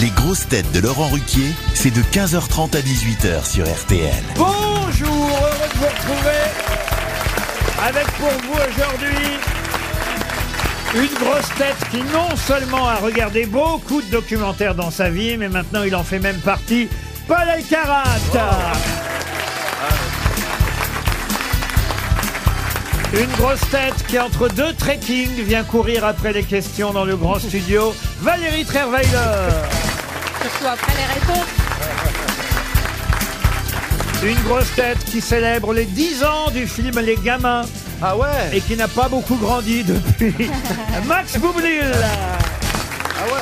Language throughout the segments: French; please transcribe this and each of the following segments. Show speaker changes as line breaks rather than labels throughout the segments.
Les grosses têtes de Laurent Ruquier, c'est de 15h30 à 18h sur RTL.
Bonjour, heureux de vous retrouver avec pour vous aujourd'hui une grosse tête qui non seulement a regardé beaucoup de documentaires dans sa vie, mais maintenant il en fait même partie, Paul Elkarat. Une grosse tête qui entre deux trekking vient courir après les questions dans le grand studio, Valérie Trierweiler.
Surtout après les réponses.
Une grosse tête qui célèbre les 10 ans du film Les Gamins. Ah ouais Et qui n'a pas beaucoup grandi depuis. Max Boublil Ah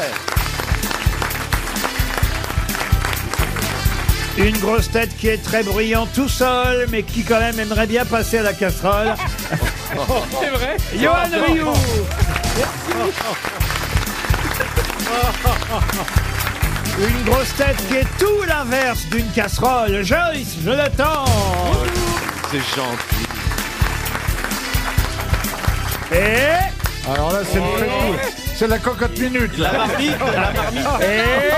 ouais Une grosse tête qui est très bruyant tout seul, mais qui quand même aimerait bien passer à la casserole.
C'est vrai
Johan Rioux Une grosse tête qui est tout l'inverse d'une casserole. Joyce, je l'attends.
C'est gentil.
Et.
Alors là, c'est
Oh.
le fait-tout. C'est la cocotte minute. Là.
Et-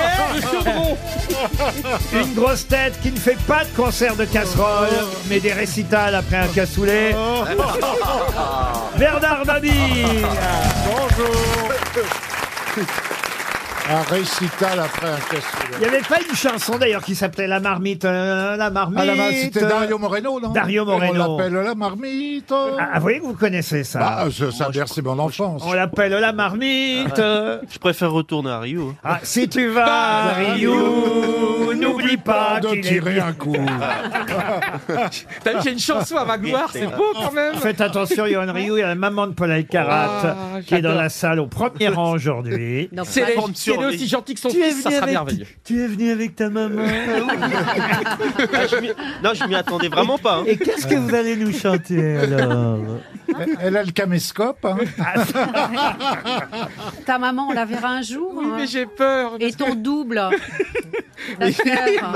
Une grosse tête qui ne fait pas de concert de casserole, mais des récitals après un cassoulet. Bernard Mabille
Bonjour. Un récital après un cassoulet.
Il n'y avait pas une chanson d'ailleurs qui s'appelait La Marmite. euh, la Marmite.
Ah, là-bas, c'était
euh,
Dario Moreno, non
Dario Moreno.
On l'appelle la marmite.
Ah, vous voyez que vous connaissez ça.
Bah, je- ça a bercé mon enfance.
On l'appelle La Marmite. euh.
Je préfère retourner Ah à Rio.
Ah, si tu
Ah,
vas à Rio, n'oublie pas
de
qu'il est
tirer
bien.
un coup.
T'as vu, j'ai une chanson à ma gloire, c'est beau quand même
Faites attention, Yohan Ryu, il y a la maman de Paul Alcarat
Ah,
qui est dans
j'adore.
la salle au premier rang aujourd'hui.
C'est les-
forme
c'est
survie.
aussi gentil que son fils, ça sera merveilleux.
tu es venu avec ta maman.
Ah,
Non, je m'y attendais vraiment pas. hein.
Et qu'est-ce que vous allez nous chanter alors
Elle- Elle a le caméscope. hein.
Ah,
Ta maman, on la verra un jour.
Oui,
hein.
mais j'ai peur.
Et ton double. Ta sœur.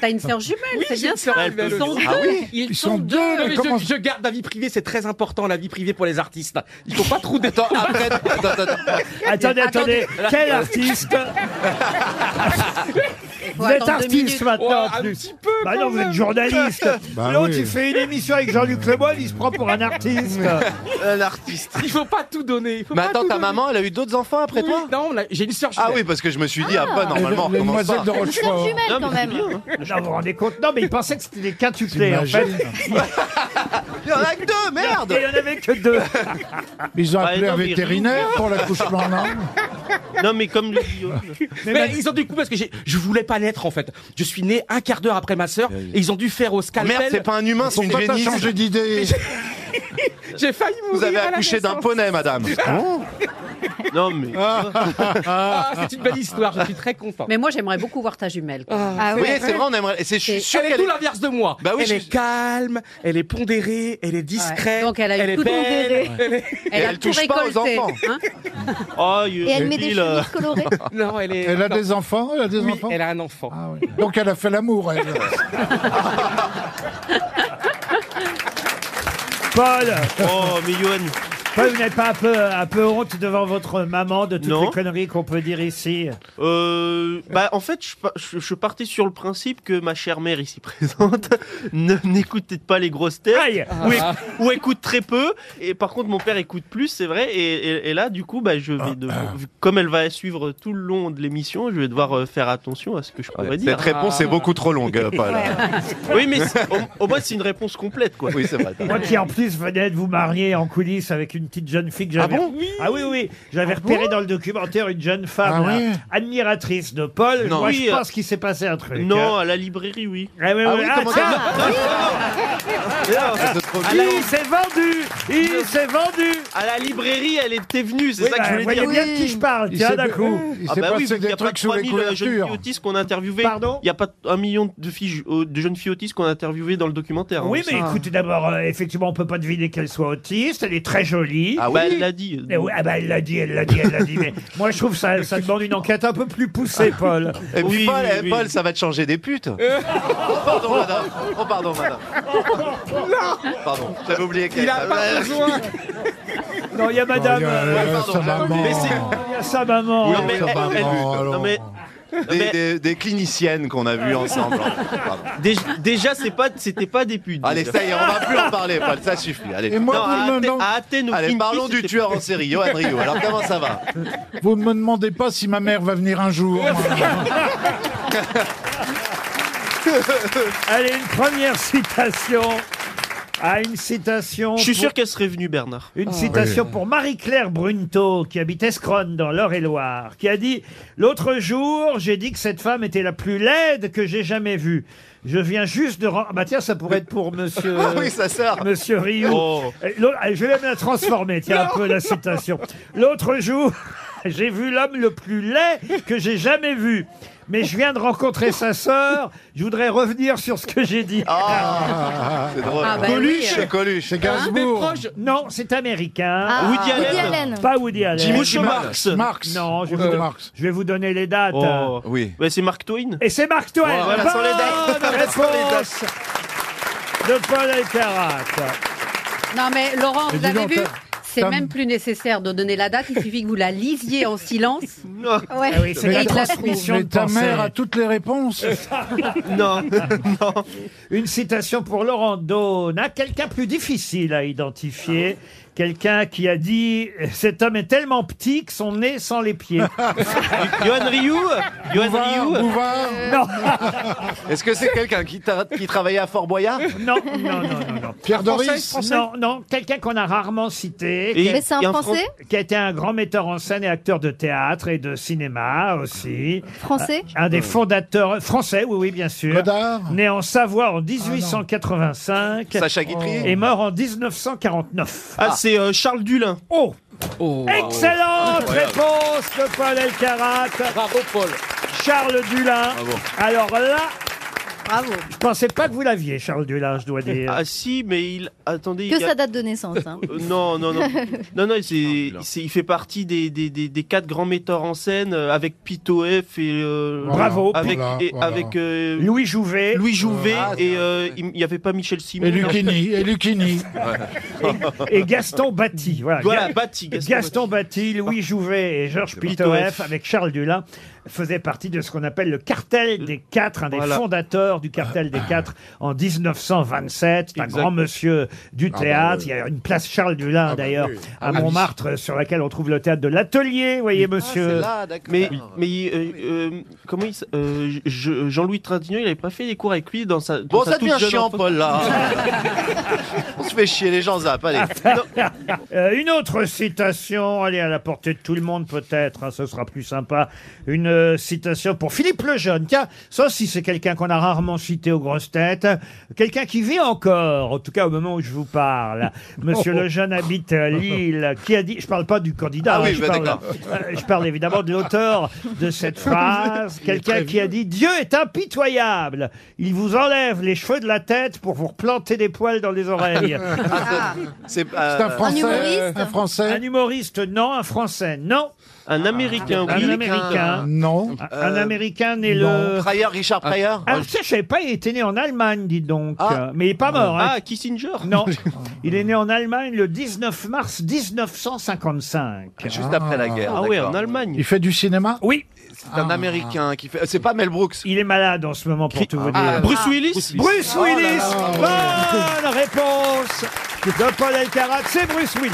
T'as une sœur jumelle,
Oui,
c'est
j'ai
bien
une sœur
ça.
jumelle
Ils sont
aussi.
deux.
Ah
Ils sont deux.
Non,
mais
mais
comment-
je, je garde la vie privée, c'est très important, la vie privée pour les artistes. Il faut pas trop de
Attends, après, attends, attends,
Attendez, attendez, quel artiste Vous êtes
attendre deux
artiste
minutes.
Ouais,
maintenant en
un
plus
petit peu
bah
quand
non, vous
même.
êtes journaliste.
Bah
L'autre,
oui.
il fait une émission avec Jean-Luc Lemoyne, il se prend pour un artiste.
Euh, l'artiste.
Il faut pas tout donner. il faut
Mais
pas
attends,
tout
ta
donner.
maman, elle a eu d'autres enfants après
Oui,
toi
Non, on a- j'ai une sœur jumelle.
Ah oui, parce que je me suis dit, ah bah
Et
normalement,
le- les
on commence
demoiselles
pas.
de
Une sœur
Rochefort.
jumelle
Non,
quand
mais c'est
même.
Non, vous vous rendez compte Non, mais il pensait que c'était des quintuplés en fait.
T'imagines
Il y en a que deux,
Et il
merde
n'y en avait que deux.
Ils ont
Bah,
appelé
non,
un
mais-
vétérinaire pour l'accouchement, non
Non, mais comme le dit Guillaume.
Mais, ils ont dû coup parce que j'ai- je voulais pas naître en fait. Je suis né un quart d'heure après ma sœur et ils ont dû faire au scalpel.
Merde, c'est pas un humain, c'est une
Pourquoi t'as
génisse.
changé d'idée
J'ai failli mourir.
Vous avez
à la
accouché d'un
naissance.
poney, madame.
Non, mais.
Ah, c'est une belle histoire. Je suis très content.
Mais moi, j'aimerais beaucoup voir ta jumelle. quoi.
Ah
Oui,
ouais.
c'est vrai, on aimerait. et c'est- Je suis
C'est-
sûr
elle est
qu'elle
tout
est.
l'inverse de moi.
Bah oui,
elle
je-
est calme, elle est pondérée, elle est discrète.
Ouais. Donc, elle a eu
est
tout
belle.
pondéré.
Elle est-
Elle, a
elle
tout
touche pas aux
récolté.
enfants.
hein.
Oh,
Et elle met des chemises colorées.
Non, elle est.
Elle a
non.
des enfants Elle a des
Oui,
enfants
elle a un enfant.
Ah oui. Donc elle a fait l'amour, elle.
Paul,
Oh, mais Yohan.
Paul, vous n'avez pas un peu, un peu honte devant votre maman de toutes
Non.
les conneries qu'on peut dire ici
Euh, bah, en fait, je, pa- je, je partais sur le principe que ma chère mère ici présente ne- n'écoute peut-être pas les grosses têtes.
Aïe
Ou, éc- ou écoute très peu. Et par contre, mon père écoute plus, c'est vrai. Et, et- et là, du coup, bah, je
Ah,
vais de- comme elle va suivre tout le long de l'émission, je vais devoir euh, faire attention à ce que je pourrais dire. Ah.
Cette réponse est beaucoup trop longue, euh, Paul.
Oui, mais c'est- au, au moins, c'est une réponse complète, quoi.
Oui, c'est vrai. t'as
Moi qui en plus venais de vous marier en coulisses avec une petite jeune fille que j'avais. Ah oui, oui. J'avais repéré dans le documentaire une jeune femme
Ah
là,
ouais
admiratrice de Paul.
Non.
Moi,
Oui,
je
euh,
pense qu'il s'est passé un truc.
Non, à la librairie, oui.
Ah, oui,
Ah
oui.
oui,
Ah,
comment
tiens, Ah,
ça
Ah,
C'est trop bien.
il s'est vendu Il s'est vendu
À la librairie, elle était venue, c'est
Oui,
ça
bah,
que je voulais
voyez
dire.
bien de qui je parle, tiens,
s'est-
d'un coup.
Il
Ah
s'est
bah oui,
passé
il n'y
des
a pas
trucs sous les
3000 jeunes filles
couvertures.
autistes qu'on a interviewées.
Pardon
Il n'y a pas t- un million de filles, euh, de jeunes filles autistes qu'on a interviewées dans le documentaire.
Oui,
hein.
mais écoutez, d'abord, euh, effectivement, on peut pas deviner qu'elle soit autiste. Elle est très jolie.
Ah
Bah,
oui
elle l'a dit.
Mais oui, ah bah, elle l'a dit, elle l'a dit, elle l'a dit. Mais moi, je trouve ça, ça demande une enquête un peu plus
Ah.
poussée, Paul. Euh,
Et
Oui,
puis Paul,
oui,
eh,
oui.
Paul, ça va te changer des putes. Oh, pardon, madame. Oh, pardon, madame. Pardon, j'avais oublié qu'elle
Il a pas besoin.
Non, il y a
Oh, il y a,
madame. euh,
euh,
pardon,
sa
pardon.
maman.
Mais c'est-
Il y a sa maman.
Non, mais
sa
elle-
maman,
elle-
alors.
non, mais
Des,
mais-
des- des cliniciennes qu'on a vues ensemble. Pardon.
Déj- déjà, c'est pas, c'était pas des putes.
Allez,
déjà.
ça y est, on va plus en parler, Paul, ça suffit. Allez,
Et moi,
Non, ah, à,
vous, me,
Athé-
non,
à Athènes, au
Allez
Kinky,
parlons du
c'était-
tueur en série, Johan Rio. Alors, comment ça va
vous ne me demandez pas si ma mère va venir un jour.
Allez, une première citation. Ah, une citation.
Je suis
pour-
sûr qu'elle serait venue, Bernard.
Une citation pour Marie-Claire Brunto, qui habite Escronne, dans l'Eure-et-Loire, qui a dit « L'autre jour, j'ai dit que cette femme était la plus laide que j'ai jamais vue. Je viens juste de... ren- Ah Bah tiens, ça pourrait être pour monsieur...
Ah oui, ça sort.
Monsieur Rioux.
Oh.
Euh, l'autre- euh, Je vais même la transformer, tiens, un peu la citation. L'autre jour, j'ai vu l'homme le plus laid que j'ai jamais vu. Mais je viens de rencontrer sa sœur. Je voudrais revenir sur ce que j'ai dit.
Ah, c'est drôle.
Ah, bah
Coluche,
oui.
c'est Coluche.
C'est Gainsbourg.
Non, c'est américain.
Ah,
Ah,
Woody Allen.
Pas Woody Allen.
Groucho Marx.
Marx.
Non, je,
Ou
vais vous
de
don-
Marx.
je vais vous donner les dates.
Oh.
Oui.
Ouais, c'est Mark Twain.
Et c'est Marc Twain.
Oh, Voilà,
Bonne
sans les dates. Sans les
réponse de Paul Alcarat.
Non, mais Laurent,
Mais
vous
dis
avez
donc,
vu
t'as-
C'est
t'as-
même plus nécessaire de donner la date, il suffit que vous la lisiez en silence.
Non,
Ouais.
Ah oui, c'est
Et
la
il la
transmission
Mais
de
ta
pensée.
mère a toutes les réponses.
non, non.
Une citation pour Laurent Dauna, quelqu'un plus difficile à identifier, quelqu'un qui a dit Cet homme est tellement petit que son nez sans les pieds.
Johan Rioux Johan
Bouvard,
Rioux
Bouvard.
Est-ce que c'est quelqu'un qui, tra- qui travaillait à Fort Boyard
non, non, non, non, non.
Pierre Doris.
Non, non, quelqu'un qu'on a rarement cité.
Et-
qui a-
Mais c'est un
et un
français
qui a été un grand metteur en scène et acteur de théâtre et de cinéma aussi.
Français
Un des fondateurs français, oui, oui, bien sûr.
Godard.
Né en
Ah,
Savoie en 1885
Sacha Guitry
et mort en 1949.
Ah, c'est euh, Charles Dulin.
Oh
Oh,
Excellente réponse de Paul Elkarat,
Bravo, Paul.
Charles Dulin. Alors là,
Bravo.
je pensais pas que vous l'aviez, Charles Dulin, je dois dire.
Ah si, mais il... Attendez,
Que
il y a-
sa date de naissance. hein.
Euh, non, non, non. non, non, c'est, c'est- il fait partie des, des, des, des quatre grands metteurs en scène euh, avec Pito F et. euh,
Voilà,
Bravo.
Avec,
voilà,
et-
voilà.
avec euh,
Louis Jouvet,
Louis Jouvet
Ah, c'est
et
vrai,
euh,
ouais.
il n'y avait pas Michel Simon.
Et Lucchini. Et Lucchini.
et Gaston Batty. Voilà.
Voilà,
Ga-
Bati. Gaston,
Gaston Batty, Louis Jouvet et Georges
Pitoef.
Pitoef, avec Charles Dulin, faisaient partie de ce qu'on appelle le cartel des quatre, un des
Voilà.
fondateurs du cartel des quatre en 1927. C'est un
Exact.
grand monsieur du
Ah bah
théâtre.
oui.
Il y a une place Charles Dulin,
bah
d'ailleurs,
oui.
à
Ah oui.
Montmartre, sur laquelle on trouve le théâtre de l'Atelier, voyez,
Ah,
monsieur.
là, d'accord.
Mais, mais euh, euh, comment il s- euh, je- Jean-Louis Trintignant, il avait pas fait des cours avec lui dans sa. dans
Bon,
sa
ça
toute
devient
jeune
chiant,
enfance.
Paul, là. On se fait chier, les gens zappent. Allez.
Euh, une autre citation, allez à la portée de tout le monde peut-être, hein, ce sera plus sympa. Une euh, citation pour Philippe Lejeune. Tiens, ça aussi c'est quelqu'un qu'on a rarement cité aux grosses têtes, quelqu'un qui vit encore, en tout cas au moment où je vous parle. Monsieur Lejeune habite euh, Lille, qui a dit, je parle pas du candidat, hein,
Ah oui,
je,
bah,
parle,
d'accord.
euh, je parle évidemment de l'auteur de cette phrase, quelqu'un
très
qui a dit Dieu est impitoyable, il vous enlève les cheveux de la tête pour vous replanter des poils dans les oreilles.
Ah. C'est
C'est un
euh,
français.
humoriste
Un
Un
français.
humoriste, non. Un français, non. Ah,
Un américain,
Un
oui.
américain.
Non.
Un- Un américain né
non.
le.
Pryor, Euh, Richard Pryor
Ah, ça, je savais pas, il était né en Allemagne, dis donc.
Ah.
Euh, Mais il est pas mort, hein.
Ah, Kissinger.
Non. Il est né en Allemagne le 19 mars 1955.
Juste après la guerre.
Ah ouais,
d'accord.
en Allemagne.
Il fait du cinéma.
Oui,
C'est un américain qui fait. C'est pas Mel Brooks. Ah.
il est malade en ce moment pour tout vous dire.
Bruce Willis.
Bruce
Oh là
Willis
là.
Bonne réponse de Paul Elkarat, c'est Bruce Willis.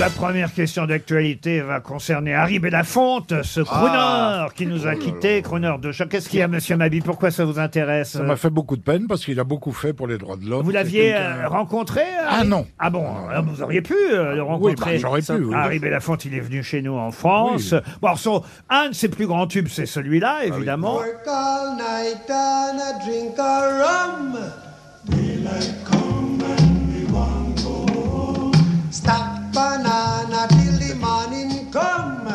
La première question d'actualité va concerner Harry Belafonte,
Ah.
ce crooner qui
Oh
nous a quittés, crooner de choc. Qu'est-ce qu'il y a, monsieur Mabi Pourquoi ça vous intéresse
Ça m'a fait beaucoup de peine parce qu'il a beaucoup fait pour les droits de l'homme.
Vous
C'est
l'aviez
quelqu'un-
euh, rencontré Harry
Ah non.
Ah bon, alors vous auriez pu euh, le rencontrer. Ah,
bah, j'aurais pu, oui.
Harry Belafonte, il est venu chez nous en France. Bon, alors, son, un de ses plus grands tubes, c'est
Ah
celui-là, évidemment.
Work all night and a drink a rum. Daylight come and we want go home. Stack banana till the morning come.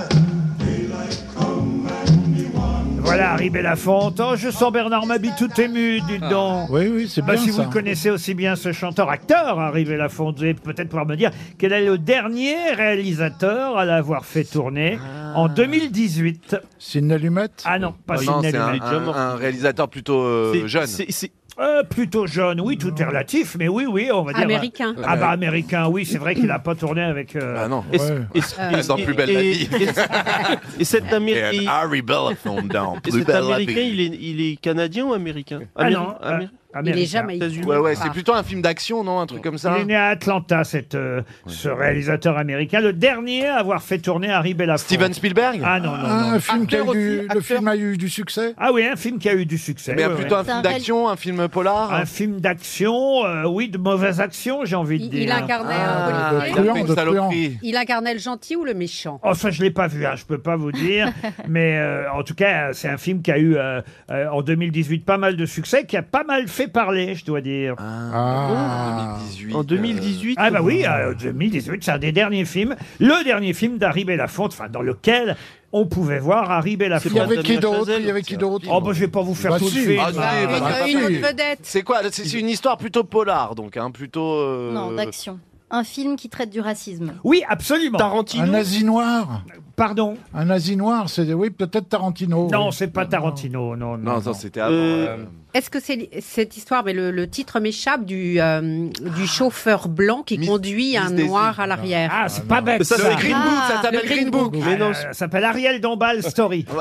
Daylight come and we want
Voilà Harry Belafonte. Oh, je sens Bernard Mabi tout ému, dis donc.
Ah. Oui, oui, c'est
Bah,
bien
si vous
ça.
le connaissez aussi bien ce chanteur-acteur, Harry Belafonte, vous allez peut-être pouvoir me dire quel est le dernier réalisateur à l'avoir fait tourner en 2018.
Ah. C'est une allumette.
Ah non, pas
Non,
Sidney
Oh,
c'est un,
Lumet.
un- un réalisateur plutôt euh,
C'est-
jeune.
c'est- c'est-
Euh, plutôt jeune, oui, tout est relatif, mais oui, oui, on va dire.
Américain.
Ah bah américain, oui, c'est vrai qu'il a pas tourné avec. euh,
Ah non.
Est-ce-
Ouais.
est-ce-
Euh,
est-ce-
Dans Plus belle la
Ah, et-
vie.
et- Et cet Américain,
And Harry Belafonte dans
et
Plus
cet
belle la
Américain,
vie.
il est, il est canadien ou américain
Ah non,
Améri-
euh,
Améri-
Il est Ah.
américain.
jamais.
États-Unis.
Ouais, ouais, c'est plutôt un film d'action, non Un truc comme ça
Il est né à Atlanta, cette, euh, ce réalisateur américain, le dernier à avoir fait tourner Harry Belafonte.
Steven Spielberg
Ah non, non, non.
Un film qui a eu
Acteur
du,
aussi,
le
acteur.
film a eu du succès
Ah oui, un film qui a eu du succès.
Mais
ouais,
plutôt
ouais.
un
C'est un
film
réel-
d'action, un film polar
Un film d'action, euh, oui, de mauvaise action, j'ai envie de
Il,
dire.
il incarnait
Ah,
un
il a
policier.
Truand,
fait une
de
saloperie.
Il incarnait le gentil ou le méchant
Oh, ça, je ne l'ai pas vu, hein, je peux pas vous dire. mais euh, en tout cas, c'est un film qui a eu euh, euh, en 2018 pas mal de succès, qui a pas mal fait parler, je dois dire. Ah,
Ah.
2018.
En 2018.
bah oui, euh, 2018, c'est un des derniers films, le dernier film d'Harry Belafonte, enfin, dans lequel on pouvait voir Harry
Il
C'est
y
pas
Belafonte.
avait
Damien
qui d'autre
Chazelle,
Il y avait qui d'autre
Oh, bah, je vais pas vous faire
Bah
tout
si.
le film.
Ah, si,
hein.
bah,
Ah,
Une autre
oui.
vedette.
C'est quoi là, C'est c'est une histoire plutôt polar, donc, hein, plutôt. euh,
Non, d'action. Un film qui traite du racisme.
Oui, absolument.
Un
Tarantino.
nazi noir
Pardon.
Un nazi noir, c'est oui, peut-être Tarantino.
Non,
oui.
c'est pas Tarantino, non, non.
Non,
non.
ça c'était avant.
Euh,
euh,
Est-ce que c'est li- cette histoire, mais le, le titre m'échappe, du, euh, du chauffeur blanc qui
Miss-
conduit un
Miss Daisy.
noir à l'arrière
Ah, c'est pas bête.
Ça,
ça.
c'est Green Book, ça s'appelle Green Book.
Ah, là, ça s'appelle Ariel Dombal Story.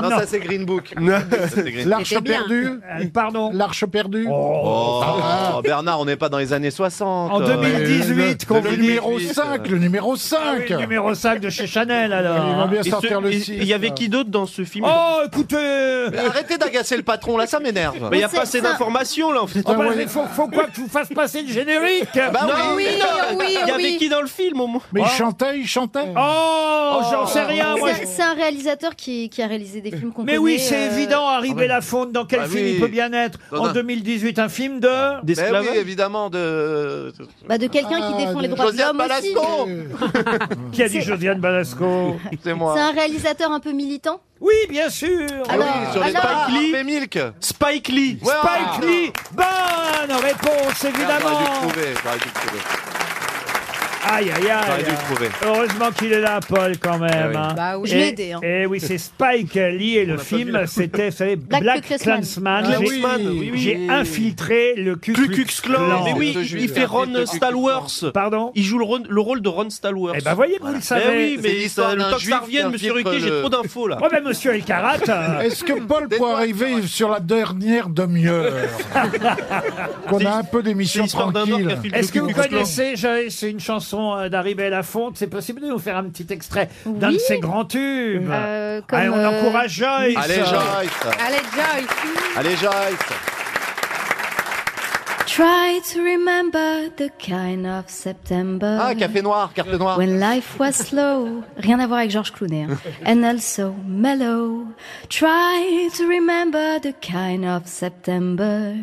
Non, ça c'est Green Book. Ça, c'est Green Book.
L'arche
C'était bien.
perdue
Euh, Pardon.
L'arche perdue Ah.
Oh.
Oh, Bernard, on n'est pas dans les années 60.
En
euh,
2018, qu'on
le,
vous dit.
numéro 5, le numéro 5
Ah oui, numéro 5 de chez Chanel,
Il va
alors.
bien
Et
sortir
ce-
le
et-
6.
et Il y avait qui d'autre dans ce film
Oh, écoutez
Mais Arrêtez d'agacer le patron, là, ça m'énerve.
Bah, Il n'y a
C'est
pas assez
ça.
d'informations là en fait.
Oh, bah,
ouais.
mais faut, faut quoi que je vous fasse passer le générique
Bah
Non,
Oui, oui,
Il y avait
oui.
qui dans le film au moins
Mais il chantait, il chantait. Oh.
Oh, j'en sais rien,
C'est
moi.
un- c'est un réalisateur qui, qui a réalisé des films qu'on
Mais
connaît,
oui, c'est
euh,
évident, Harry Belafonte, dans quel
Bah
film
oui.
il peut bien être
Dans
En
un-
2018, un film de...
Mais
D'esclavage.
oui, évidemment, de.
bah, de quelqu'un
Ah,
qui défend les
de-
droits de
Josiane
l'homme aussi.
Balasco
Qui a dit Josiane Balasco
C'est
C'est
moi.
un réalisateur un peu militant. bah,
Oui, bien sûr
Ah oui,
Alors,
sur les
alors-
Spike Lee. Harvey Milk.
Spike Lee.
Ouais,
Spike
ah,
Lee Bonne réponse,
merde,
évidemment
Ah, J'aurais dû le trouver, j'aurais dû le trouver.
Aïe, aïe,
J'aurais
aïe
dû le trouver.
Heureusement qu'il est là, Paul, quand même.
Eh oui.
hein.
Bah oui. Je
Et-
l'ai aidé, hein.
Et oui, c'est Spike Lee et le film, c'était, vous savez, Black,
Black Klansman.
Klansman.
Ah
J'ai-
oui.
Klansman, oui, oui.
J'ai infiltré le Ku
Ku
Klux
Klux Klan.
Klan.
Mais oui,
Le
il-
juif.
il fait Ron Stallworth.
Pardon
Il joue le, Ron- le rôle de Ron Stallworth.
Eh ben, voyez, vous le
Eh
savez.
oui,
C'est
mais
l'histoire
ça- le
d'un
temps que
juif
ça
qui
revienne, monsieur
infiltre
Ruquier, j'ai
le-
trop d'infos là.
Oh, ben, monsieur Elkarat euh,
Est-ce que Paul peut
Tais-toi,
arriver sur la dernière demi-heure Qu'on a un peu
C'est
d'émission
l'histoire d'un homme qui a
tranquille.
filmé
Est-ce que vous
Ku Klux Klan.
connaissez, j'ai- c'est une chanson euh, d'Harry Belafonte, c'est possible de nous faire un petit extrait d'un
Oui.
de ses grands tubes
Euh, comme,
Allez, on
euh,
encourage Joyce
Allez, Joyce.
Allez, Joyce
Allez, Joyce.
Try to remember the kind of September.
Ah, café noir, carte noire.
When life was slow, rien à voir avec Georges Clooney, hein. and also mellow. Try to remember the kind of September,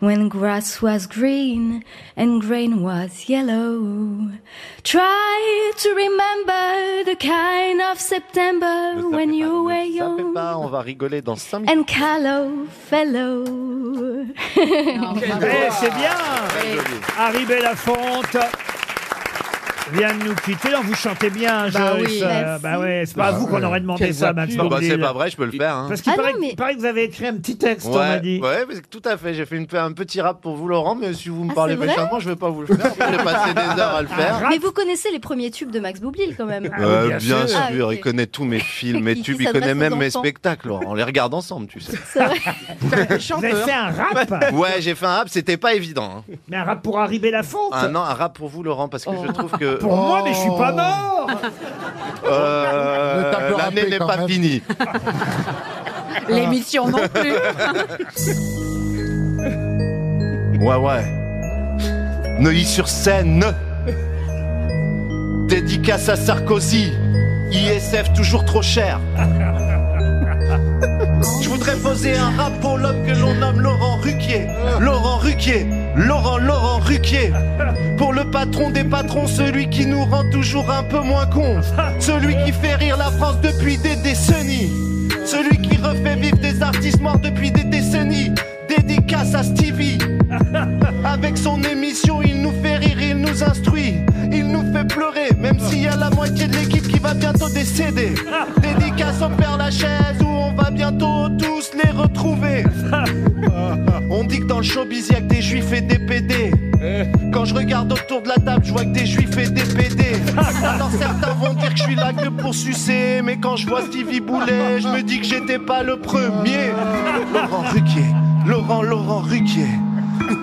when grass was green and grain was yellow. Try to remember the kind of September
Ne
when
sapez pas,
you
ne
were
sapez
young
pas, on va rigoler dans 5 minutes.
and callow fellow.
Eh, c'est bien
Très joli.
Harry Belafonte vient de nous quitter. Non, vous chantez bien,
Bah
Joyce.
oui,
Euh, bah ouais, c'est pas à vous qu'on aurait demandé
Quelle
ça,
voiture.
Max
Non, bah, c'est
Bourvil.
pas vrai, je peux le faire. Hein.
Parce qu'il
Ah non,
paraît,
mais-
il paraît que vous avez écrit un petit texte, on m'a dit.
Ouais, ouais, parce que tout à fait. J'ai fait une, un petit rap pour vous, Laurent, mais si vous me
Ah,
parlez
c'est vrai
méchamment, je vais pas vous le faire. J'ai passé des heures à le faire.
ah, Mais vous connaissez les premiers tubes de Max Boublil quand même.
Ah
Bah,
oui, bien
Euh, bien sûr,
sûr. Ah, ok.
il connaît tous mes films, mes
Il
tubes,
dit
il
ça de
connaît
face
même
aux
mes
enfants.
spectacles, Laurent. On les regarde ensemble, tu sais.
C'est vrai.
Vous avez fait un rap,
Ouais, j'ai fait un rap, c'était pas évident. hein.
mais un rap pour Harry Belafonte.
Ah non, un rap pour vous, Laurent, parce que
Oh.
je trouve que
Oh.
Pour moi, mais je suis
Oh.
pas mort.
euh,
Le tableau
l'année
râpé,
n'est
quand
pas
même.
finie.
Ah, L'émission non plus
Ouais, ouais. Neuilly-sur-Seine. Dédicace à Sarkozy. ISF toujours trop cher. Je voudrais poser un rap pour l'homme que l'on nomme Laurent Ruquier. Laurent Ruquier. Laurent, Laurent Ruquier. Pour le patron des patrons, celui qui nous rend toujours un peu moins cons. Celui qui fait rire la France depuis des décennies. Celui qui refait vivre des artistes morts depuis des décennies. Dédicace à Stevie. Avec son émission, il nous fait rire, il nous instruit, il nous fait pleurer, même s'il y a la moitié de l'équipe qui va bientôt décéder. Dédicace au Père Lachaise où on va bientôt faut tous les retrouver. On dit que dans le showbiz, y'a que des juifs et des PD. Quand je regarde autour de la table, je vois que des juifs et des PD. Alors certains vont dire que je suis là que pour sucer, mais quand je vois Stevie Boulet, je me dis que j'étais pas le premier. Laurent Ruquier, Laurent, Laurent Ruquier.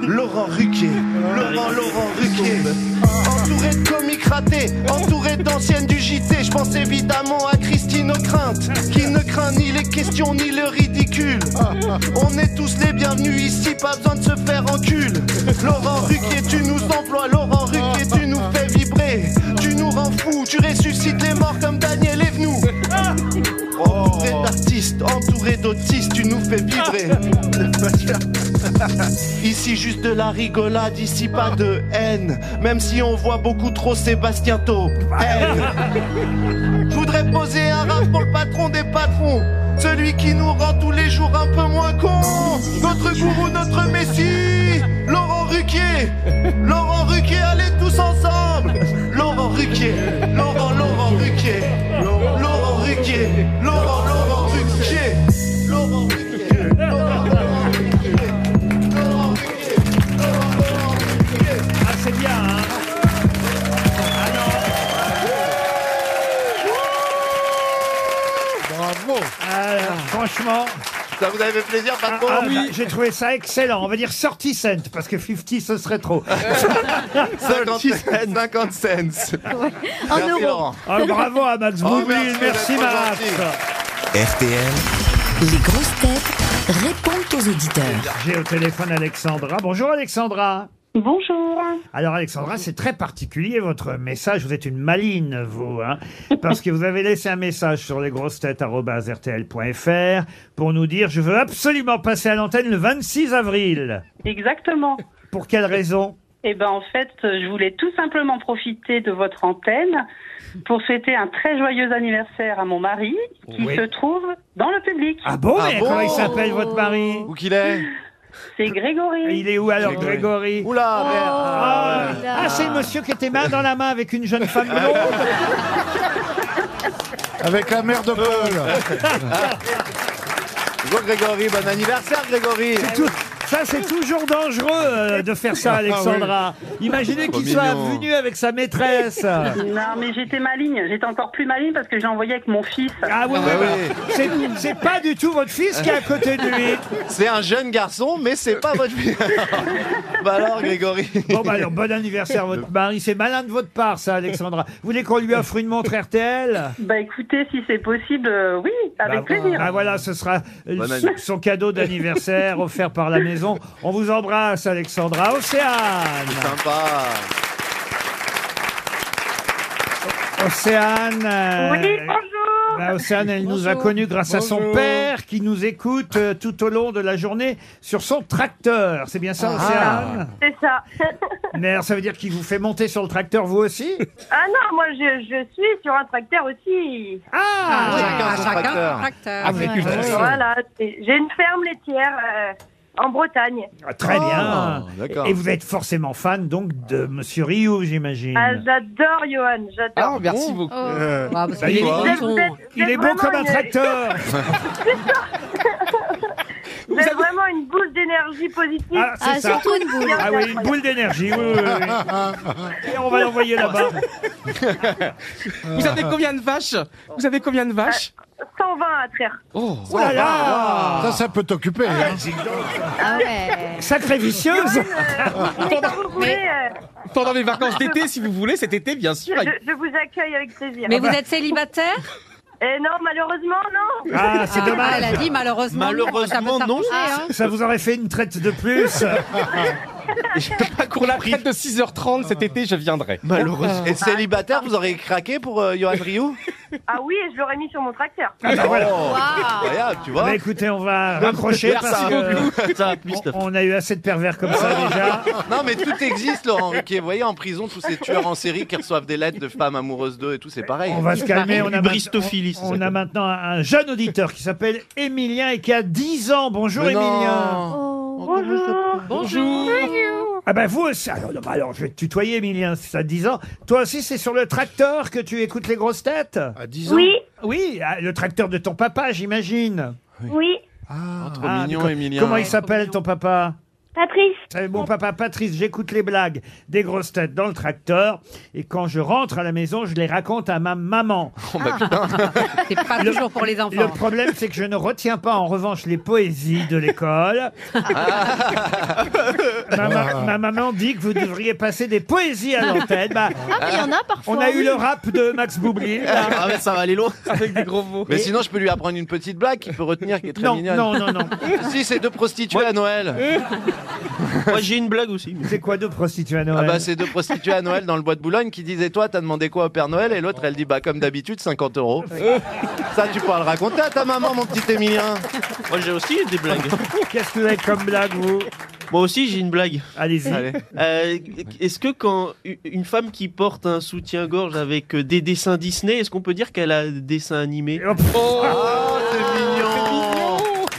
Laurent Ruquier, Laurent, Laurent Ruquier. Entouré de comiques ratés, entouré d'anciennes du JT, je pense évidemment à Christine O'Crainte, qui ne craint ni les questions ni le ridicule. On est tous les bienvenus ici, pas besoin de se faire encul. Laurent Ruquier, tu nous emploies, Laurent Ruquier, tu nous fais vibrer. Tu nous rends fous, tu ressuscites les morts comme Daniel Evenou. Entouré d'artistes, Oh. entouré d'autistes, tu nous fais vibrer. Ici juste de la rigolade, ici pas de haine. Même si on voit beaucoup trop Sébastien Taupe. Haine. Je voudrais poser un rap pour le patron des patrons. Celui qui nous rend tous les jours un peu moins cons. Notre gourou, notre messie. Laurent Ruquier. Laurent Ruquier, allez tous ensemble. Laurent Ruquier. Laurent, Laurent Ruquier. Laurent Ruquier. Laurent, Laurent Ruquier. Laurent Ruquier. Laurent, Laurent Ruquier. Laurent Ruquier. Laurent, Laurent Ruquier.
Ah, c'est bien, hein
Bravo.
Ah, franchement.
Ça vous avait fait plaisir, patron
ah, bah, J'ai trouvé ça excellent. On va dire 30 cents, parce que 50, ce serait trop.
50 cents. 50 Euh. cents.
En
Merci,
euros.
Laurent.
Ah, bravo à Max
Oh,
Boublil.
merci,
merci,
vous êtes
Max.
trop gentil.
RTL,
Les grosses têtes répondent aux auditeurs.
Eh J'ai au téléphone Alexandra. Bonjour Alexandra.
Bonjour.
Alors Alexandra, c'est très particulier votre message. Vous êtes une maline, vous, hein, parce que vous avez laissé un message sur lesgrossetêtes.rtl.fr pour nous dire je veux absolument passer à l'antenne le 26 avril.
Exactement.
Pour quelle raison
Eh ben en fait, je voulais tout simplement profiter de votre antenne pour souhaiter un très joyeux anniversaire à mon mari qui
Oui.
se trouve dans le public.
Ah bon,
Ah
mais
bon
Comment il s'appelle votre mari
Où qu'il est
C'est Grégory.
Il est où alors Grégory
Oula, merde.
Ah, ah, c'est le monsieur qui était main dans la main avec une jeune femme
Ah,
blonde.
Avec la mère
Euh.
de Paul.
Bonjour Grégory, bon anniversaire Grégory.
Tout- Ça, c'est toujours dangereux euh, de faire ça, Alexandra. Imaginez
Ah Trop
qu'il soit
mignon.
venu avec sa maîtresse. Ah
Non, mais j'étais maligne. J'étais encore plus maligne parce que j'ai envoyé avec mon fils.
oui, oui,
Ah
oui.
oui.
C'est- C'est pas du tout votre fils qui est à côté de lui.
C'est un jeune garçon, mais c'est pas votre fille. bah alors Grégory.
Bon, bah alors, bon anniversaire, votre mari. C'est malin de votre part, ça, Alexandra. Vous voulez qu'on lui offre une montre RTL
Bah écoutez, si c'est possible, euh, oui, avec
Bah,
plaisir.
Ah voilà, ce sera euh,
Bon
son- son cadeau d'anniversaire offert par la maison. On vous embrasse, Alexandra. Océane
Sympa.
Océane euh,
Oui, bonjour.
Bah, Océane, elle nous a
Bonjour.
connus grâce à son
Bonjour.
père qui nous écoute euh, tout au long de la journée sur son tracteur. C'est bien
Ah.
Ah.
ça, Océane
C'est ça.
Mais alors, ça veut dire qu'il vous fait monter sur le tracteur, vous aussi
ah non, moi je, je suis sur un tracteur aussi.
Ah
Chacun son
Chacun
facteur.
un tracteur.
Ah, vous êtes ultra-
Voilà, c'est- j'ai une ferme laitière euh, en Bretagne.
Ah, Très bien
Oh, d'accord.
Et vous êtes forcément fan, donc, de Monsieur Rioux, j'imagine
Ah, j'adore Johan, j'adore.
Ah, merci beaucoup.
Oh. Bah, parce
Bah,
qu'il
il est-
est
Vous êtes- vous
breton.
êtes- vous
Il est
êtes
beau comme
vraiment
un
une-
tracteur
Vous êtes vraiment une boule d'énergie positive.
Ah, c'est
Ah,
ça
surtout une boule.
Ah oui, une boule d'énergie, oui, oui, oui. Et on va l'envoyer là-bas.
Vous avez combien de vaches Vous avez combien de vaches
120 à traire.
Euh, Oh là là
Ça, ça peut t'occuper. hein.
Ah ouais.
Sacrée vicieuse
Mais quand vous voulez, euh,
Pendant les vacances d'été, si vous voulez, cet été, bien sûr. avec-
je, je vous accueille avec plaisir.
Mais vous êtes célibataire
Eh non, malheureusement, non.
Ah, c'est
Ah, Elle
dommage
a dit malheureusement.
Oh,
Malheureusement,
ça peut
non.
s'arranger,
Ah.
hein.
Ah, Ça vous aurait fait une traite de plus euh,
Pour la traite de 6h30
Ah.
cet été, je viendrai.
Malheureusement. Et célibataire, vous auriez craqué pour euh, Johan Rioux
hein.
Ah oui, et je l'aurais mis sur mon tracteur.
Ah,
Ah, bah
Oh, Incroyable, tu vois.
Bah, écoutez, on va raccrocher
Merci
parce que
Ça, Christophe.
on a eu assez de pervers comme ça déjà.
Non mais tout existe Laurent Ruquier. Vous voyez en prison tous ces tueurs en série qui reçoivent des lettres de femmes amoureuses d'eux et tout, c'est pareil.
On va se calmer. On a,
Bristophilie,
on- on a maintenant un jeune auditeur qui s'appelle Émilien et qui a 10 ans. Bonjour
Mais non.
Émilien.
Bonjour.
Bonjour.
Ah ben vous aussi. Alors, non, bah, alors, je vais te tutoyer Émilien si ça a 10 ans. Toi aussi c'est sur le tracteur que tu écoutes les grosses têtes
À 10 ans.
Oui,
Oui, ah, le tracteur de ton papa j'imagine.
oui.
Entre
mignon et mignon.
Comment il s'appelle ton papa
Patrice.
C'est mon papa Patrice, j'écoute les blagues des grosses têtes dans le tracteur et quand je rentre à la maison, je les raconte à ma maman.
bah, C'est pas toujours pour les enfants.
Le problème, c'est que je ne retiens pas en revanche les poésies de l'école. ma, ma- ma maman dit que vous devriez passer des poésies à l'antenne. Bah,
Ah, mais il y en a parfois,
On a eu
oui.
le rap de Max Boublil. là.
Ah mais ça va aller loin avec des gros mots. Mais sinon je peux lui apprendre une petite blague qu'il peut retenir qui est très
Non,
mignonne.
non, non, non.
si c'est deux prostituées à Noël.
Moi j'ai une blague aussi.
C'est quoi deux prostituées à
Ah
Noël
bah c'est deux prostituées à Noël dans le bois de Boulogne qui disent et toi t'as demandé quoi au Père Noël et l'autre elle dit bah comme d'habitude 50 euros. ça tu pourras le raconter à ta maman mon petit Émilien.
Moi j'ai aussi des blagues.
Qu'est-ce que vous avez comme blague vous
Moi aussi j'ai une blague.
Allez-y. Allez.
Euh, est-ce que quand u- une femme qui porte un soutien-gorge avec euh, des dessins Disney, est-ce qu'on peut dire qu'elle a des dessins animés
Oh c'est mignon.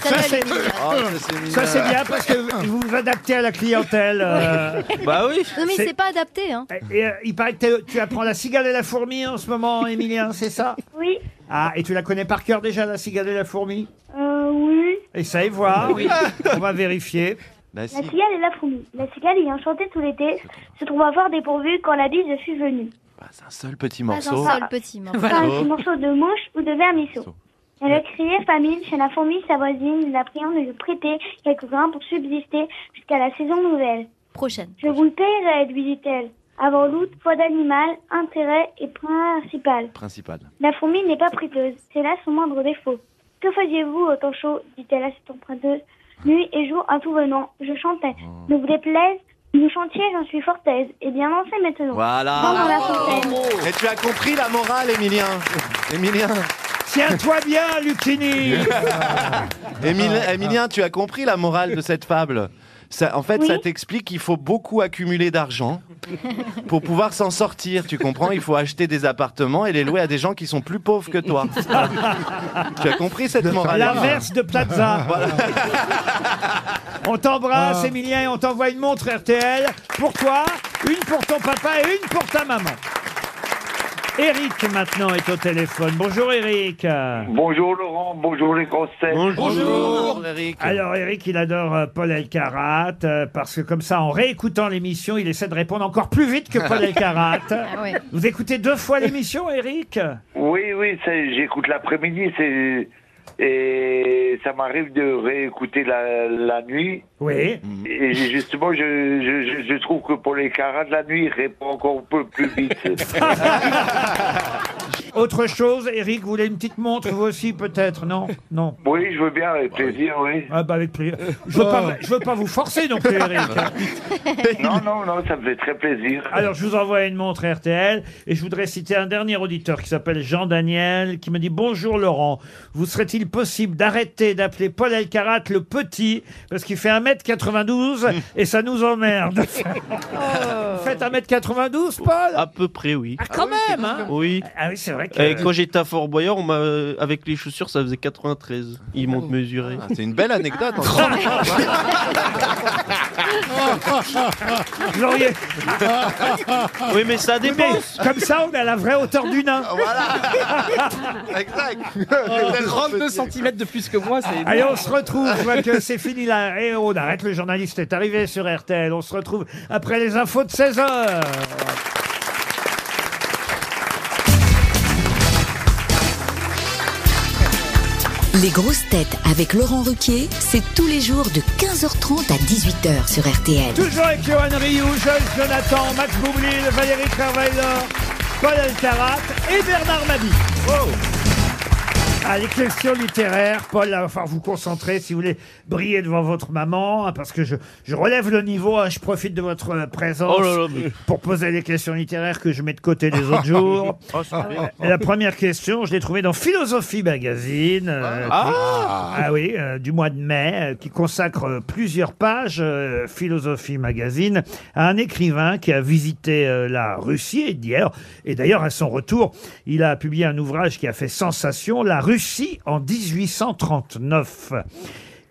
Ça c'est
Oh, c'est mignon.
ça, c'est bien parce que vous vous adaptez à la clientèle. euh.
Bah oui.
Ah, Non, mais
C'est-
c'est pas adapté, hein.
Et, euh, il paraît que t'es- tu apprends la cigale et la fourmi en ce moment, Emilien, c'est ça
Oui.
Ah, et tu la connais par cœur déjà, la cigale et la fourmi
Euh, oui.
Essaye voir.
Oui.
On va vérifier.
La cigale et la fourmi. La cigale ayant chanté tout l'été, se trouva voir dépourvue quand la bise fut venue.
Un seul petit
Pas un
morceau.
seul
petit
Par un morceau de mouche ou de vermisseau. Elle criait famine chez la fourmi, sa voisine, la priant de lui prêter quelques grains pour subsister jusqu'à la saison nouvelle.
Prochaine.
Je vous le paierai, lui dit-elle. Avant l'août, foi d'animal, intérêt et principal.
Principal.
La fourmi n'est pas prêteuse, c'est là son moindre défaut. Que faisiez-vous au temps chaud dit-elle à cette emprunteuse. Nuit et jour, à tout venant, je chantais.
Oh.
Ne vous déplaise, vous chantiez, j'en suis fort aise. Et bien lancé maintenant.
Voilà.
Dans la fontaine.
Et tu as compris la morale Émilien. Émilien.
Tiens-toi bien, Lucini
Émile- Émilien, tu as compris la morale de cette fable. Ça, en fait,
Oui.
ça t'explique qu'il faut beaucoup accumuler d'argent pour pouvoir s'en sortir. Tu comprends Il faut acheter des appartements et les louer à des gens qui sont plus pauvres que toi.
Ah.
tu as compris cette morale
L'inverse de Plaza.
Voilà.
On t'embrasse,
Ah.
Emilien, et on t'envoie une montre RTL. Pour toi, une pour ton papa et une pour ta maman. Eric, maintenant, est au téléphone. Bonjour, Eric.
Bonjour Laurent, bonjour les grosses têtes.
Eric.
Alors Eric, il adore euh, Paul Elkarat euh, parce que comme ça, en réécoutant l'émission, il essaie de répondre encore plus vite que Paul Elkarat. Vous écoutez deux fois l'émission, Eric
Oui, oui, c'est- j'écoute l'après-midi, c'est et ça m'arrive de réécouter la, la nuit.
Oui.
Et justement, je, je, je- je trouve que pour les caras de la nuit, il répond encore un peu plus vite.
Autre chose, Eric, vous voulez une petite montre vous aussi peut-être Non, non.
oui, je veux bien, avec plaisir, oui.
Ah bah avec plaisir. Je veux
Oh.
pas, je veux pas vous forcer non plus, Eric. hein.
non, non, non, ça me fait très plaisir.
Alors, je vous envoie une montre RTL et je voudrais citer un dernier auditeur qui s'appelle Jean Daniel qui me dit Bonjour Laurent, vous serait-il possible d'arrêter d'appeler Paul Alcarat le petit parce qu'il fait 1m92 et ça nous emmerde Faites 1m92, Paul
À peu près, oui.
Ah, quand même, hein
Oui.
Ah oui, c'est vrai que.
Et quand j'étais à Fort Boyard, on m'a euh, avec les chaussures, ça faisait 93. Ils m'ont mesuré.
Oh. Ah, c'est une belle anecdote.
Vous auriez-
oui, mais ça dépense.
Comme ça, on a la vraie hauteur du nain.
exact.
32 cm de plus que moi, c'est. énorme.
Allez, on se retrouve, je vois que c'est fini là. Et on arrête, le journaliste est arrivé sur RTL. On se retrouve après les infos de 16h.
Les grosses têtes avec Laurent Ruquier, c'est tous les jours de 15h30 à 18h sur RTL.
Toujours avec Johan Rioux, Joyce Jonathan, Max Boublil, Valérie Carvalho, Paul Alcarat et Bernard Mabi. Ah, les questions littéraires, Paul, il va falloir vous concentrer si vous voulez briller devant votre maman, hein, parce que je, je relève le niveau, hein, je profite de votre euh, présence
Oh là là, mais-
pour poser les questions littéraires que je mets de côté les autres jours.
Oh, c'est vrai.
Et La première question, je l'ai trouvée dans Philosophie Magazine. euh, qui-
Ah.
Ah oui, euh, du mois de mai, euh, qui consacre euh, plusieurs pages, euh, Philosophie Magazine, à un écrivain qui a visité euh, la Russie et d'hier. Et d'ailleurs, à son retour, il a publié un ouvrage qui a fait sensation, La Russie en 1839.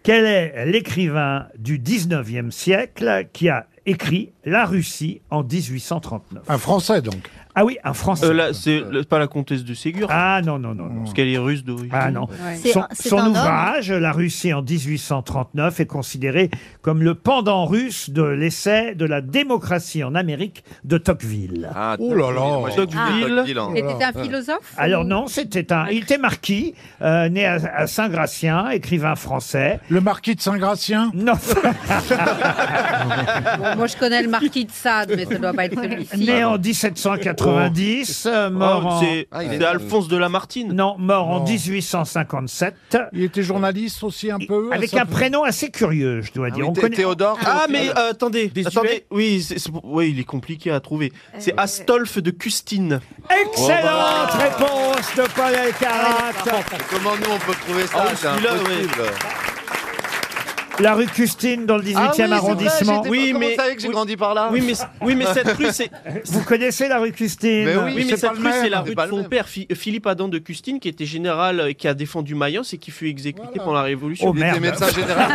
Quel est l'écrivain du 19e siècle qui a écrit La Russie en 1839.
Un Français, donc
Ah oui, un Français.
Euh, là, c'est le- pas la comtesse de Ségur.
Ah non, non, non.
Parce qu'elle est russe d'origine.
Ah non.
C'est
Son,
un- c'est
son
un homme.
ouvrage, La Russie en 1839, est considéré comme le pendant russe de l'essai de la démocratie en Amérique de Tocqueville.
Ah,
Oh là là. Moi, j'ai lu
Ah.
Tocqueville.
Tocqueville, hein. Était un philosophe
Alors
ou-
non, c'était un. Il était marquis, euh, né à, à Saint-Gratien, écrivain français. Le marquis de Saint-Gratien Non.
Bon, moi, je connais le marquis de Sade, mais ça doit pas être celui-ci.
Né en 1790, euh,
Oh.
mort
Ah,
en...
c'est- Ah, il est- c'est Alphonse
de Lamartine Non, mort en 1857. Il était journaliste aussi un
Ah,
peu Avec
ça-
un prénom assez curieux, je dois dire. On connaît-
Ah, mais euh, attendez, attendez. Oui, c'est- c'est- ouais, il est compliqué à trouver.
Euh,
C'est Astolphe de Custine.
euh,
Oh,
Excellente réponse de Paul Elkarat.
Comment nous on peut trouver ça
Ah oui,
C'est
celui-là, oui.
impossible.
La rue Custine dans le 18e
Ah oui, c'est vrai,
arrondissement.
j'étais pas- comment vous savez que j'ai grandi par là
Oui, mais, oui, mais cette rue, c'est.
Vous connaissez la rue Custine
oui, mais cette rue, c'est la rue de son père, Fi- Philippe Adam de Custine, qui était général, euh, qui a défendu Mayence et qui fut exécuté pendant la Révolution.
Oh, Il était merde. médecin
général.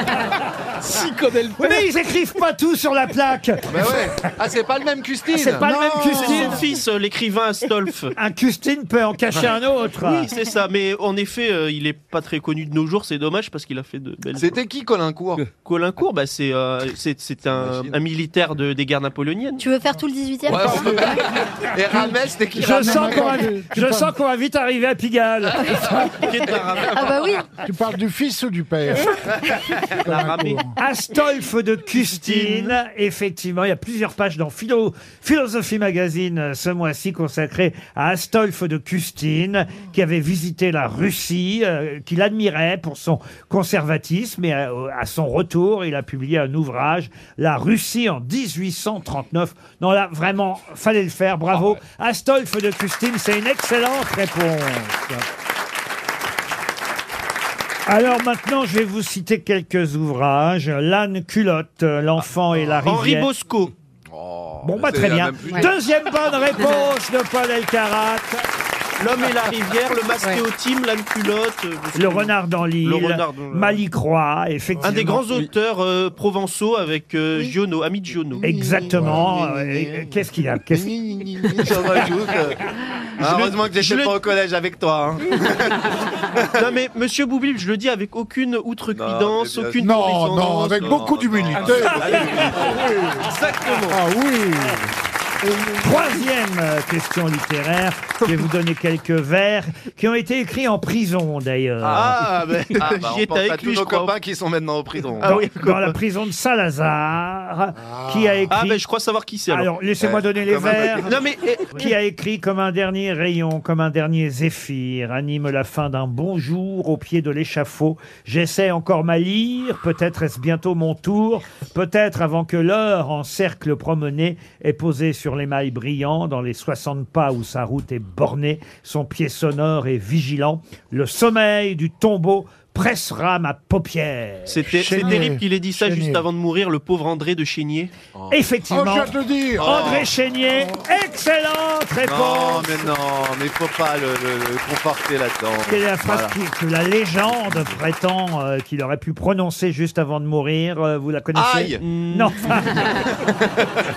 si, connaît le
Oui, mais ils écrivent pas tout sur la plaque.
Mais ouais. Ah, c'est pas le même Custine.
C'est pas le même Custine.
son fils, euh, l'écrivain Astolphe.
Un Custine peut en cacher un autre.
Oui, c'est ça. Mais en effet, euh, il est pas très connu de nos jours. C'est dommage parce qu'il a fait de belles.
C'était qui Colincourt
Colincourt, bah, c'est euh, c'est- c'est un, un militaire de- des guerres napoléoniennes.
Tu veux faire tout le 18e
Ouais, on peut.
Et Ramel, c'était qui
Je sens qu'on va, je sens qu'on va vite arriver à Pigalle.
Ah bah oui.
Tu parles du fils ou du père
Astolphe de Custine, effectivement, il y a plusieurs pages dans Philo, Philosophie Magazine euh, ce mois-ci consacrées à Astolphe de Custine, qui avait visité la Russie, euh, qu'il admirait pour son conservatisme, et à, à son retour, il a publié un ouvrage, La Russie en 1839. Non, là, vraiment, fallait le faire, bravo. Astolphe de Custine, c'est une excellente réponse. Alors maintenant, je vais vous citer quelques ouvrages. L'âne culotte, euh, l'enfant et la rivière.
Henri Bosco.
Bon, bah
c'est
très
la
bien.
même plus-
Deuxième bonne réponse de Paul Elkarat.
L'homme et la rivière, le mastéotime, l'âne culotte. euh, Bosco.
Le renard dans l'île.
Le renard dans l'île.
Malicroix, effectivement.
Un des grands auteurs euh, provençaux avec euh, Giono, ami de Giono.
Exactement. Euh, Qu'est-ce qu'il y a Qu'est-ce-
J'en rajoute. Ah, heureusement que j'étais pas au collège avec toi. hein.
Non mais Monsieur Boublil, je le dis avec aucune outrecuidance,
mais bien
aucune
sûr. Non,
condescendance.
non, avec Non, beaucoup non. Ah, bah, d'humilité.
Exactement.
Ah oui Troisième euh, question littéraire. Je vais vous donner quelques vers qui ont été écrits en prison d'ailleurs.
Ah, ben,
bah,
j'y
on pense
étais
à
avec
tous
lui,
nos
je crois.
copains
qui sont maintenant en prison.
dans, Ah dans la prison de Salazar, qui a écrit.
Ah ben je crois savoir qui c'est. Alors,
Alors, laissez-moi
Eh,
donner les
comme un-
vers.
Non mais eh,
Qui a écrit comme un dernier rayon, comme un dernier zéphyr, anime la fin d'un bon jour au pied de l'échafaud. J'essaie encore ma lyre, peut-être est-ce bientôt mon tour, peut-être avant que l'heure en cercle promené est posée sur l'émail brillant, dans les 60 pas où sa route est bornée, son pied sonore et vigilant, le sommeil du tombeau pressera ma paupière.
c'était c'est
Chénier.
terrible qu'il ait dit ça juste avant de mourir, le pauvre André de Chénier.
Effectivement.
Oh, je viens de le dire.
André
Oh.
Chénier, excellente
Non,
réponse.
mais non, mais faut pas le, le- le conforter là-dedans.
Quelle est la phrase
Voilà.
qui- que la légende prétend euh, qu'il aurait pu prononcer juste avant de mourir euh, Vous la connaissez
Aïe
Non.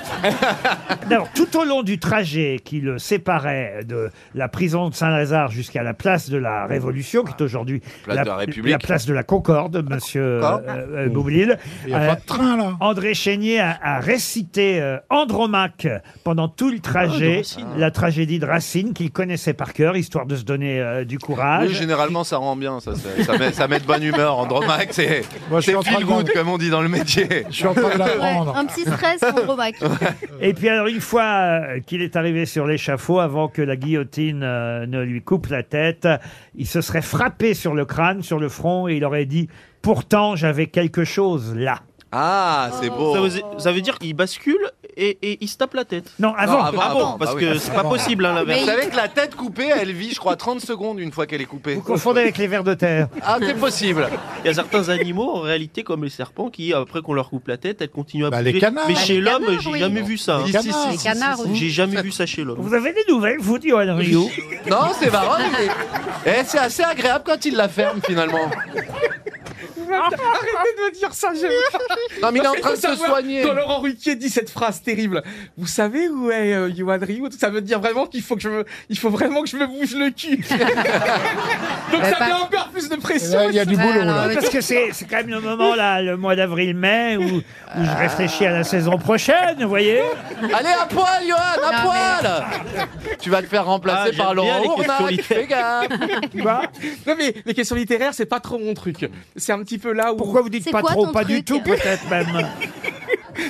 Alors, tout au long du trajet qui le séparait de la prison de Saint-Lazare jusqu'à la place de la Révolution, qui est aujourd'hui
Place de la République.
place de la Concorde, monsieur
Concorde.
euh, euh, Boublil.
Il y a pas de train, là.
André Chénier a, a récité euh, Andromaque pendant tout le trajet,
Racine.
la tragédie de Racine qu'il connaissait par cœur, histoire de se donner euh, du courage.
Oui, généralement, ça rend bien, ça, c'est- ça, met, ça met de bonne humeur. Andromaque, c'est
Moi, je suis
c'est
en train
feel
de-
good, comme on dit dans le métier.
Je suis en train de
Oh,
l'apprendre.
Un petit stress pour Romac.
Et puis alors une fois euh, qu'il est arrivé sur l'échafaud, avant que la guillotine euh, ne lui coupe la tête, il se serait frappé sur le crâne, sur le front, et il aurait dit ⁇ Pourtant j'avais quelque chose là
Ah, c'est beau.
Ça veut, ça veut dire qu'il bascule et, et il se tape la tête.
Non, avant.
avant,
Ah bon,
avant,
parce
bah
que
oui.
c'est pas possible hein,
Vous
l'inverse.
savez que la tête coupée, elle vit, je crois, 30 secondes une fois qu'elle est coupée.
⁇ Confondez avec les vers de terre.
Ah, c'est possible.
Il y a certains animaux, en réalité, comme les serpents, qui, après qu'on leur coupe la tête, elles continuent à
Bah,
bouger.
les canards.
Mais
Bah,
chez
les
l'homme,
canards,
j'ai
oui.
jamais vu ça. hein.
Les canards. Les canards, oui.
J'ai jamais vu ça chez l'homme.
Vous avez des nouvelles, vous, Johan Rio
Non, c'est marrant. mais- Eh, c'est assez agréable quand il la ferme, finalement.
Arrêtez de me dire ça, je...
Non, mais il est en train de
Faut
se
savoir,
soigner.
Quand Laurent Ruquier dit cette phrase terrible, vous savez où est euh, Yoann Rioux Ça veut dire vraiment qu'il faut que je me... il faut vraiment que je me bouge le cul. Donc
Mais
ça
pas-
met encore plus de pression.
Parce que c'est c'est quand même le moment, là, le mois d'avril-mai, où, où je réfléchis à la saison prochaine, vous voyez
Allez, à poil, Johan, à poil
Tu vas te faire remplacer
Ah, par j'aime Laurent bien les Hournac, questions littéraires. fais gaffe. Tu vois
Non mais les questions littéraires, c'est pas trop mon truc. C'est un petit peu là où. Pourquoi vous
dites pas trop Pas du tout, peut-être même.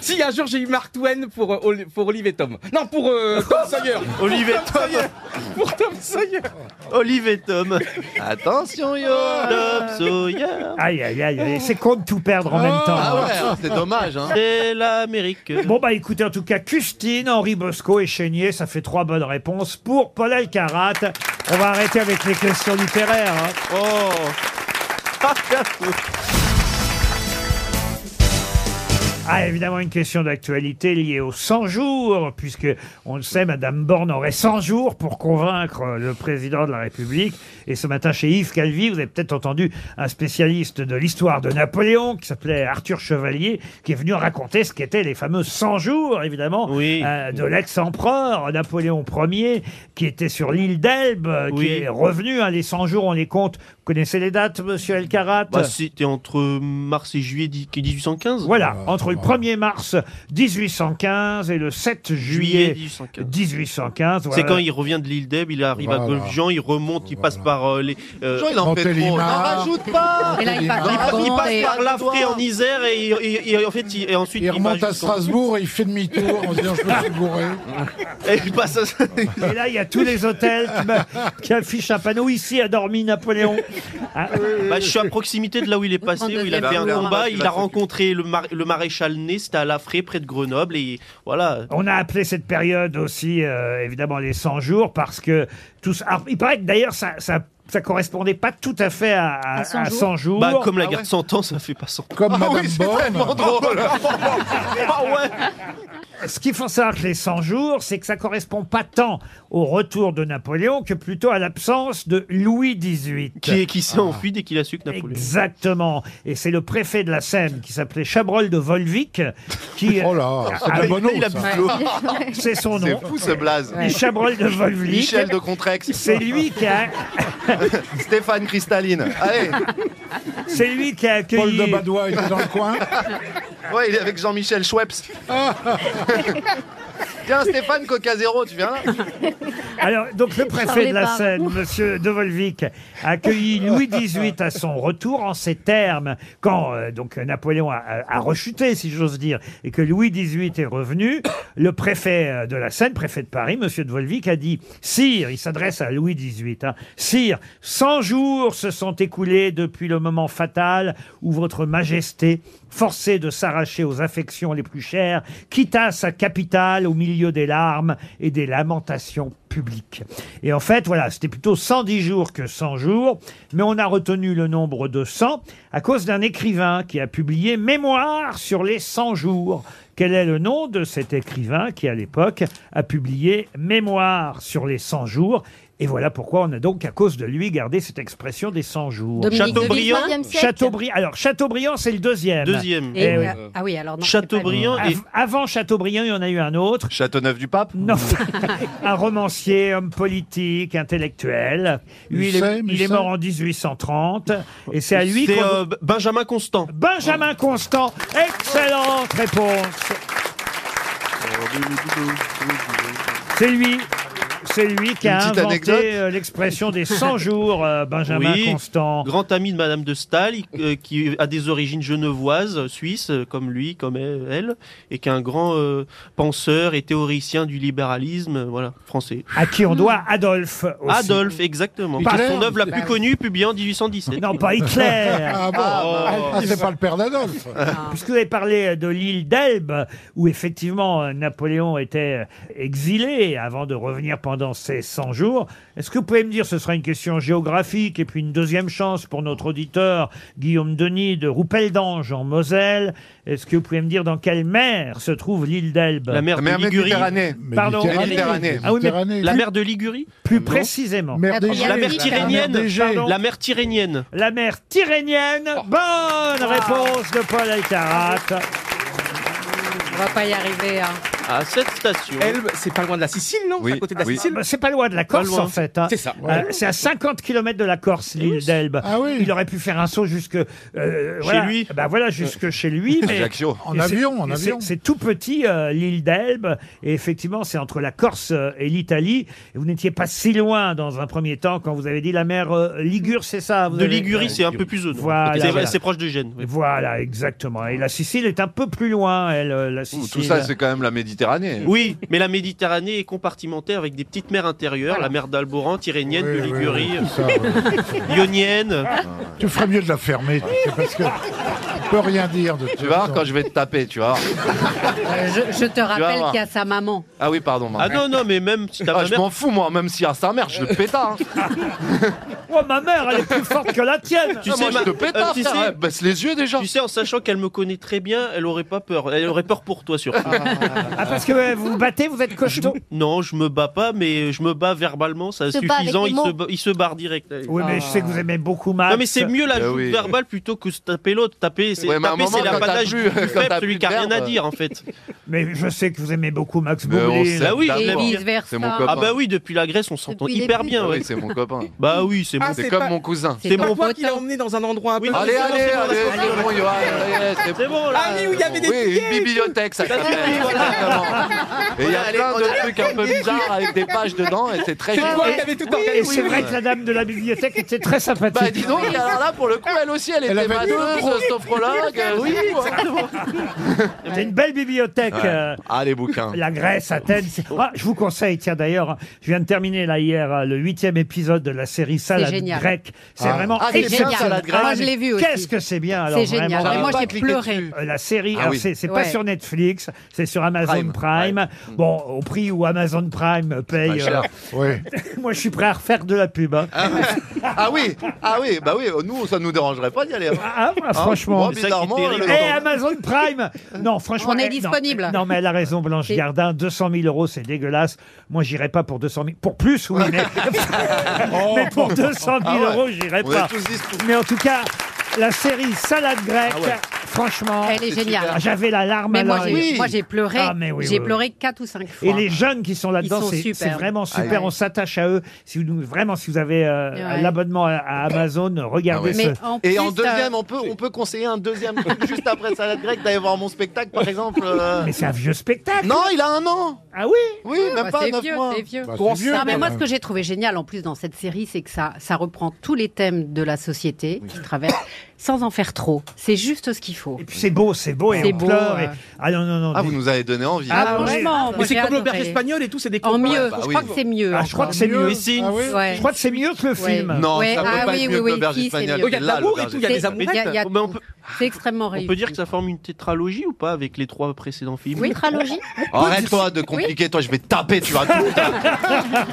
Si un jour j'ai eu Mark Twain pour, euh, Oli- pour Olive et Tom. Non, pour euh, Tom Sawyer.
Olive et
Pour Tom. Sawyer. Pour Tom Sawyer.
Olive et Tom. Attention, yo Tom Sawyer.
Aïe, aïe, aïe, aïe, c'est con de tout perdre en même temps.
Ah ouais, c'est dommage. Hein.
C'est l'Amérique. Bon, bah écoutez, en tout cas, Custine, Henri Bosco et Chénier, ça fait trois bonnes réponses pour Paul Alcarat. On va arrêter avec les questions littéraires. hein. Oh. Ah, évidemment, une question d'actualité liée aux 100 jours, puisque, on le sait, Madame Borne aurait 100 jours pour convaincre euh, le président de la République. Et ce matin, chez Yves Calvi, vous avez peut-être entendu un spécialiste de l'histoire de Napoléon, qui s'appelait Arthur Chevalier, qui est venu raconter ce qu'étaient les fameux 100 jours, évidemment, euh, de l'ex-empereur Napoléon Ier, qui était sur l'île d'Elbe, euh,
Oui.
qui est revenu. hein. les 100 jours, on les compte. Vous connaissez les dates, monsieur Elkarat
Bah, c'était entre mars et juillet dix- 1815.
Voilà, entre le 1er mars 1815 et le 7 juillet
Juillet 1815.
1815.
C'est
voilà.
quand il revient de l'île d'Elbe, il arrive à
Voilà.
Golfe Jean, il remonte, il passe par euh, les. euh,
Jean, il en fait trop. hein. Montélimar. N'en rajoute pas
Il,
Et là, il passe
passe-
par
il passe
Gand
par
et-
l'Afrique en Isère et, il- il- il- en fait, il- et ensuite
Il
il
remonte
va
à
jusqu'en-
Strasbourg et il fait demi-tour en se disant je me suis gouré.
Et il passe à-
Et là, il y a tous les hôtels qui, m'a- qui affichent un panneau. Ici a dormi Napoléon. Ah,
Bah, je suis à proximité de là où il est passé, où il a fait un
Bah,
combat,
bah,
il a rencontré le, mar- le maréchal Ney, c'était à Lafré, près de Grenoble, et voilà.
On a appelé cette période aussi, euh, évidemment, les 100 jours, parce que tous. alors, il paraît que d'ailleurs, ça. ça ça correspondait pas tout à fait à, à- à 100 jours. Ah
Bah, comme la guerre de 100 ans, ça fait pas 100 ans.
Comme Ah oui, Madame c'est Borne.
tellement drôle. Ah ouais.
Ce qu'il faut savoir que les 100 jours, c'est que ça correspond pas tant au retour de Napoléon que plutôt à l'absence de Louis XVIII.
Qui, qui
Ah.
s'est enfui dès qu'il a su que Napoléon.
Exactement. Et c'est le préfet de la Seine qui s'appelait Chabrol de Volvic qui.
Oh là, c'est de la
Ah,
bonne eau,
il a
ça.
bu de l'eau.
Ouais.
C'est son nom.
C'est fou, ce blaze.
Et Chabrol de Volvic.
Michel de Contrex.
C'est lui qui a.
Stéphane Cristalline. Allez.
C'est lui qui a accueilli.
Paul de
Badois était dans le coin.
Ouais, il est avec Jean-Michel Schweppes. Tiens, Stéphane Coca Zéro, tu viens là
Alors, donc le préfet de la
Charles
Seine,
Barbe.
monsieur De Volvic, a accueilli Louis XVIII à son retour en ces termes. Quand euh, donc Napoléon a, a- a rechuté, si j'ose dire, et que Louis XVIII est revenu, le préfet euh, de la Seine, préfet de Paris, monsieur De Volvic, a dit Sire, il s'adresse à Louis XVIII, hein, Sire, 100 jours se sont écoulés depuis le moment fatal où votre majesté, forcée de s'arracher aux affections les plus chères, quitta sa capitale au milieu des larmes et des lamentations publiques. Et en fait, voilà, c'était plutôt 110 jours que 100 jours, mais on a retenu le nombre de 100 à cause d'un écrivain qui a publié Mémoire sur les 100 jours. Quel est le nom de cet écrivain qui, à l'époque, a publié Mémoire sur les 100 jours Et voilà pourquoi on a donc, à cause de lui, gardé cette expression des 100 jours.
Dominique Chateaubriand du XIXe siècle
Chateaubri- Alors, Chateaubriand, c'est le deuxième.
Deuxième.
Eh oui.
Ah oui, alors non.
Av- Avant Chateaubriand, il y en a eu un autre.
Châteauneuf du Pape
Non. un romancier, homme politique, intellectuel. Lui, il est,
Musset,
il est
Musset.
mort en 1830. Et c'est à lui
C'est,
qu'on-
euh, B- Benjamin Constant. Oh.
Benjamin Constant. Excellente réponse. C'est lui. C'est lui qui a
Une petite
inventé
anecdote.
euh, l'expression des 100 jours, euh, Benjamin
Oui,
Constant.
Grand ami de Madame de Staël, il- euh, qui a des origines genevoises, euh, suisses, euh, comme lui, comme elle, elle, et qui est un grand euh, penseur et théoricien du libéralisme, euh, voilà, français.
À qui on doit Adolphe aussi.
Adolphe, exactement.
Hitler
Par son œuvre la
Bah
plus
oui.
connue, publiée en 1817.
Non, Oh, pas Hitler.
Ah bon
Oh.
Ah, c'est pas le père d'Adolphe.
Ah. Puisque vous avez parlé de l'île d'Elbe, où effectivement euh, Napoléon était euh, exilé avant de revenir pendant ces 100 jours. Est-ce que vous pouvez me dire, ce sera une question géographique et puis une deuxième chance pour notre auditeur Guillaume Denis de Roupeldange en Moselle. Est-ce que vous pouvez me dire dans quelle mer se trouve l'île d'Elbe
La mer de La mer Ligurie. Méditerranée.
Pardon
Méditerranée.
Ah oui, mais
Méditerranée. La mer de Ligurie
Plus précisément.
La mer tyrénienne. pardon. La mer tyrénienne.
La mer tyrénienne. Bonne réponse de Paul Alcarat.
Ah, On va pas y arriver. Hein.
À cette station.
Elbe, c'est pas loin de la Sicile, non C'est à côté de la Sicile.
Ah bah, c'est pas loin de la
Pas
Corse,
loin.
en fait. hein.
C'est ça.
Euh, c'est à 50 km de la Corse, l'île d'Elbe.
Ah
Il aurait pu faire un saut jusque. euh,
Chez
voilà.
lui.
Bah voilà, jusque chez lui. mais-
Ajaccio. En
mais c'est-
avion, en
mais
avion.
c'est- C'est tout petit, euh, l'île d'Elbe. Et effectivement, c'est entre la Corse euh, et l'Italie. Et vous n'étiez pas si loin dans un premier temps quand vous avez dit la mer euh, Ligure, c'est ça vous
De
avez-
Ligurie, c'est un peu plus au nord.
Voilà,
C'est-
voilà.
C'est proche de Gênes. oui.
Voilà, exactement. Et la Sicile est un peu plus loin, elle, euh, la Sicile.
Tout ça, c'est quand même la Méditerranée.
Oui, mais la Méditerranée est compartimentée avec des petites mers intérieures, la mer d'Alboran, Tyrrhénienne, de Ligurie, Ionienne.
euh, Tu ferais mieux de la fermer, tu sais, parce que on peut rien dire de
Tu vas voir quand je vais te taper, tu vois.
Euh, Je, je te
vas
rappelle
voir.
qu'il y a sa maman.
Ah oui, pardon.
Ah non, non, mais même si t'as
Je m'en fous, moi, même si à sa mère, je le hein. pétard.
Oh, ma mère, elle est plus forte que la tienne.
Tu
Ah,
sais,
moi, je
ma-
te pétard,
tu
frère,
sais-
ouais, baisse les yeux déjà.
hein, Tu sais, en sachant qu'elle me connaît très bien, elle aurait pas peur. Elle aurait peur pour toi surtout.
Ah, parce que euh, vous vous battez, vous êtes costaud.
Non, je me bats pas, mais je me bats verbalement, c'est
Se bat avec
suffisant.
les
Il
mots.
se, ba- il se barre direct. Allez.
Oui, mais je sais que vous aimez beaucoup Max.
Ah. Non, mais c'est mieux la
Eh
joute
oui.
verbale plutôt que se taper l'autre. Taper, c'est
Ouais, mais à un
taper,
moment,
c'est
quand t'as
l'apanage
plus-
du
quand
plus
t'as
faible,
plus
celui qui a
de
rien à
verbe.
dire en fait.
Mais je sais que vous aimez beaucoup Max
Mais on
Boublil.
s'aime Ah oui, je d'amour. l'aime bien.
Vice-versa.
C'est mon copain. Ah bah oui, depuis la Grèce, on s'entend
Depuis
hyper
les
bien.
buts.
ouais.
Oui,
c'est mon copain.
Bah oui, c'est
Ah,
mon-
c'est pas- C'est pas toi qui l'as emmené dans un endroit un peu.
allez, allez, allez, c'est bon, Johan, allez,
c'est bon, là.
Ah oui, où il y avait des
Oui,
billets.
une bibliothèque, ça s'appelle. Et il y a plein de trucs un peu bizarres avec des pages dedans et c'est très
Et-
chouette.
Et c'est vrai que la dame de la bibliothèque était très sympathique.
Bah dis donc, alors là, pour le coup, elle aussi, elle
Elle
était
avait deux
masseuse,
gros-
sophrologue. euh,
Oui,
c'est tout, hein.
C'est une belle bibliothèque.
Ouais.
euh,
Ah, les bouquins.
La Grèce, Athènes. c'est- Ah, je vous conseille, tiens d'ailleurs, je viens de terminer là hier euh, le huitième épisode de la série Salade
génial.
grecque. C'est
Ah.
vraiment
Ah, c'est génial,
exceptionnel.
Salade grecque. Moi, je l'ai vu aussi.
Qu'est-ce que c'est bien alors
C'est génial.
vraiment.
Vraiment, j'ai pleuré.
Euh, La série,
Ah
alors,
oui.
c'est c'est
Ouais.
pas sur Netflix, c'est sur Amazon Prime.
Prime.
Bon, au prix où Amazon Prime paye. euh,
pas cher.
Ouais.
Moi, je suis prêt à refaire de la pub. hein.
Ah oui, ah oui, bah oui, nous, ça nous dérangerait pas d'y aller.
Ah,
bah,
ah, franchement.
Hein, bizarrement, le-
Eh, Amazon Prime Non, franchement.
On
eh,
est
non.
disponible.
Non, mais elle a raison, Blanche Gardin. 200 000 euros, c'est dégueulasse. Moi, j'irai pas pour 200 000. Pour plus, oui, mais, mais pour 200 000
Ah ouais.
euros, j'irai
On
pas.
est tous dispo.
Mais en tout cas, la série Salade grecque.
Ah ouais.
Franchement,
Elle est C'est géniale. super.
Ah, J'avais la larme
Mais
à
moi,
l'œil.
j'ai moi, j'ai pleuré.
Ah, mais oui,
j'ai
oui, oui.
pleuré 4 ou 5 fois.
Et les jeunes qui sont là-dedans,
Ils sont
c'est
super.
c'est vraiment super.
Ah oui.
On s'attache à eux. Si vous, nous- vraiment, si vous avez euh,
Ouais.
l'abonnement à, à Amazon, regardez
Ah ouais.
ce.
Et en deuxième, on, peut, on peut conseiller un deuxième truc juste après Salade Grecque d'aller voir mon spectacle, par exemple. euh.
Mais c'est un vieux spectacle.
Non, il a un an
Ah oui
Oui, même
Bah,
pas
c'est
9
vieux,
mois.
c'est vieux.
Bah,
Non,
c'est vieux,
mais
quand
moi, ce
même.
que j'ai trouvé génial en plus dans cette série, c'est que ça, ça reprend tous les thèmes de la société qui traverse sans en faire trop. C'est juste ce qu'il faut.
Puis C'est beau, c'est beau, et
euh, C'est
on
beau,
pleure.
ouais.
et- Ah non, non, non.
Ah, vous nous avez donné envie.
Ah, franchement, moi,
Mais c'est
j'ai
comme l'auberge
adoré.
espagnole et tout, c'est des
En
copains.
mieux,
Bah
je
oui.
crois que c'est mieux.
Ah, je crois
encore.
que c'est mieux.
Ah oui
Ouais.
Je crois que c'est mieux que le
Ouais.
film.
Non,
Ouais,
ça peut
ah
pas
oui,
être
oui,
mieux que
oui,
l'auberge
si, c'est
espagnole.
mieux.
Il y a de l'amour et tout, il y a des
C'est-
amourettes.
il y a- il y a-
Mais on peut-
C'est extrêmement
On
réussi.
peut dire que ça forme une tétralogie ou pas avec les trois précédents films
Oui, tralogie.
Arrête-toi de compliquer, toi, je vais te taper, tu vas Ah, tout.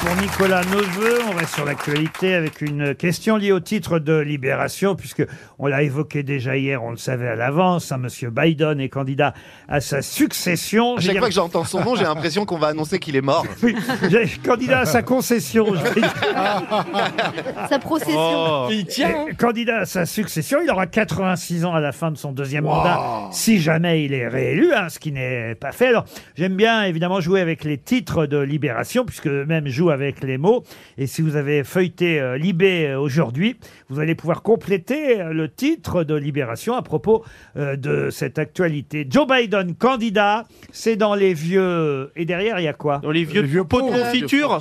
Pour Nicolas Neveu, on va sur l'actualité avec une question liée au titre de Libération, puisque on l'a évoqué déjà hier, on le savait à l'avance, hein, Monsieur Biden est candidat à sa succession. Je
À
veux
chaque
dire-
fois que j'entends son nom, j'ai l'impression qu'on va annoncer qu'il est mort.
Oui, j'ai- candidat à sa concession. je veux dire.
Ah.
Sa procession.
Oh.
Oh.
hein.
Et Candidat à sa succession, il aura 86 ans à la fin de son deuxième mandat, si jamais il est réélu, hein, ce qui n'est pas fait. Alors, j'aime bien évidemment jouer avec les titres de Libération, puisque même joue avec les mots. Et si vous avez feuilleté euh, Libé euh, aujourd'hui, vous allez pouvoir compléter euh, le titre de Libération à propos euh, de cette actualité. Joe Biden, candidat, c'est dans les vieux. Et derrière, il y a quoi
Dans les vieux,
pots
de confiture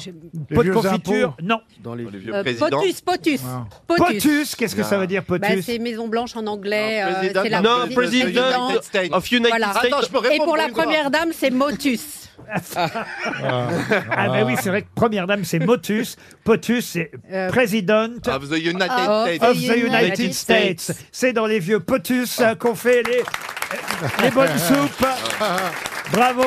Pot de confiture Non.
Dans les vieux
Euh, potus, potus. Potus.
Potus, qu'est-ce que ça veut dire,
Bah,
potus
c'est Maison Blanche en anglais. euh,
President
c'est la
of
Non,
the
President
United States.
of United
Voilà.
States.
Et pour la première dame, c'est motus.
Ah bah oui, c'est vrai que première dame, c'est Motus. Potus, c'est
Euh,
President
Of the United
Ah,
States.
of the United States. C'est dans les vieux Potus euh, qu'on fait les, les bonnes soupes. Bravo.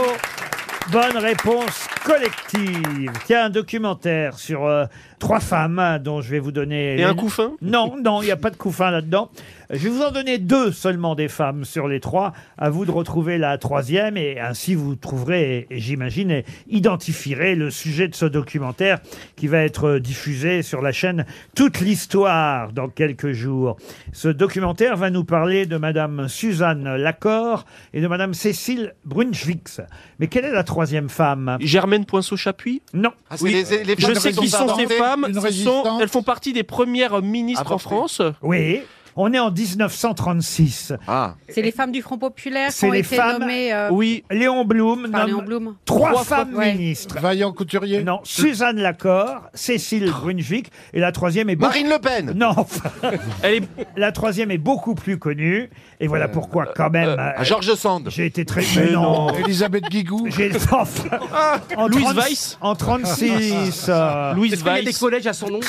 Bonne réponse collective. Tiens, un documentaire sur euh, trois femmes hein, dont je vais vous donner.
Et un
couffin Non, non, il n'y a pas de couffin là-dedans. Je vais vous en donner deux seulement des femmes sur les trois. À vous de retrouver la troisième et ainsi vous trouverez, et j'imagine, et identifierez le sujet de ce documentaire qui va être euh, diffusé sur la chaîne Toute l'histoire dans quelques jours. Ce documentaire va nous parler de Madame Suzanne Lacor et de Madame Cécile Brunschwix. Mais quelle est la troisième femme
Germaine Poinçot-Chapuis
Non.
Ah, c'est les- les femmes
je sais
qui
qui
sont
sont ces
inventées,
femmes.
une
ce sont-
Ah, résistance.
elles font partie des premières ministres en France.
Oui. On est en 1936.
Ah.
C'est les femmes du Front Populaire qui
C'est
ont
les
été
femmes.
nommées. euh,
Léon Blum.
par
nomme
Léon Blum.
Trois,
Trois
femmes
fois- ouais.
ministres. Vaillant Couturier. Non. Suzanne Lacor, Cécile Brunvik et la troisième est Marine Le Pen. Non. enfin, La troisième est beaucoup plus connue et voilà pourquoi quand même. euh,
Georges Sand.
J'ai été très.
Mais
Mais non.
non. Elisabeth
Guigou. Ah, J'ai enfin, en
Louise
30
Weiss.
En 36. euh,
Ah, Est-ce qu'il y a des collèges à son nom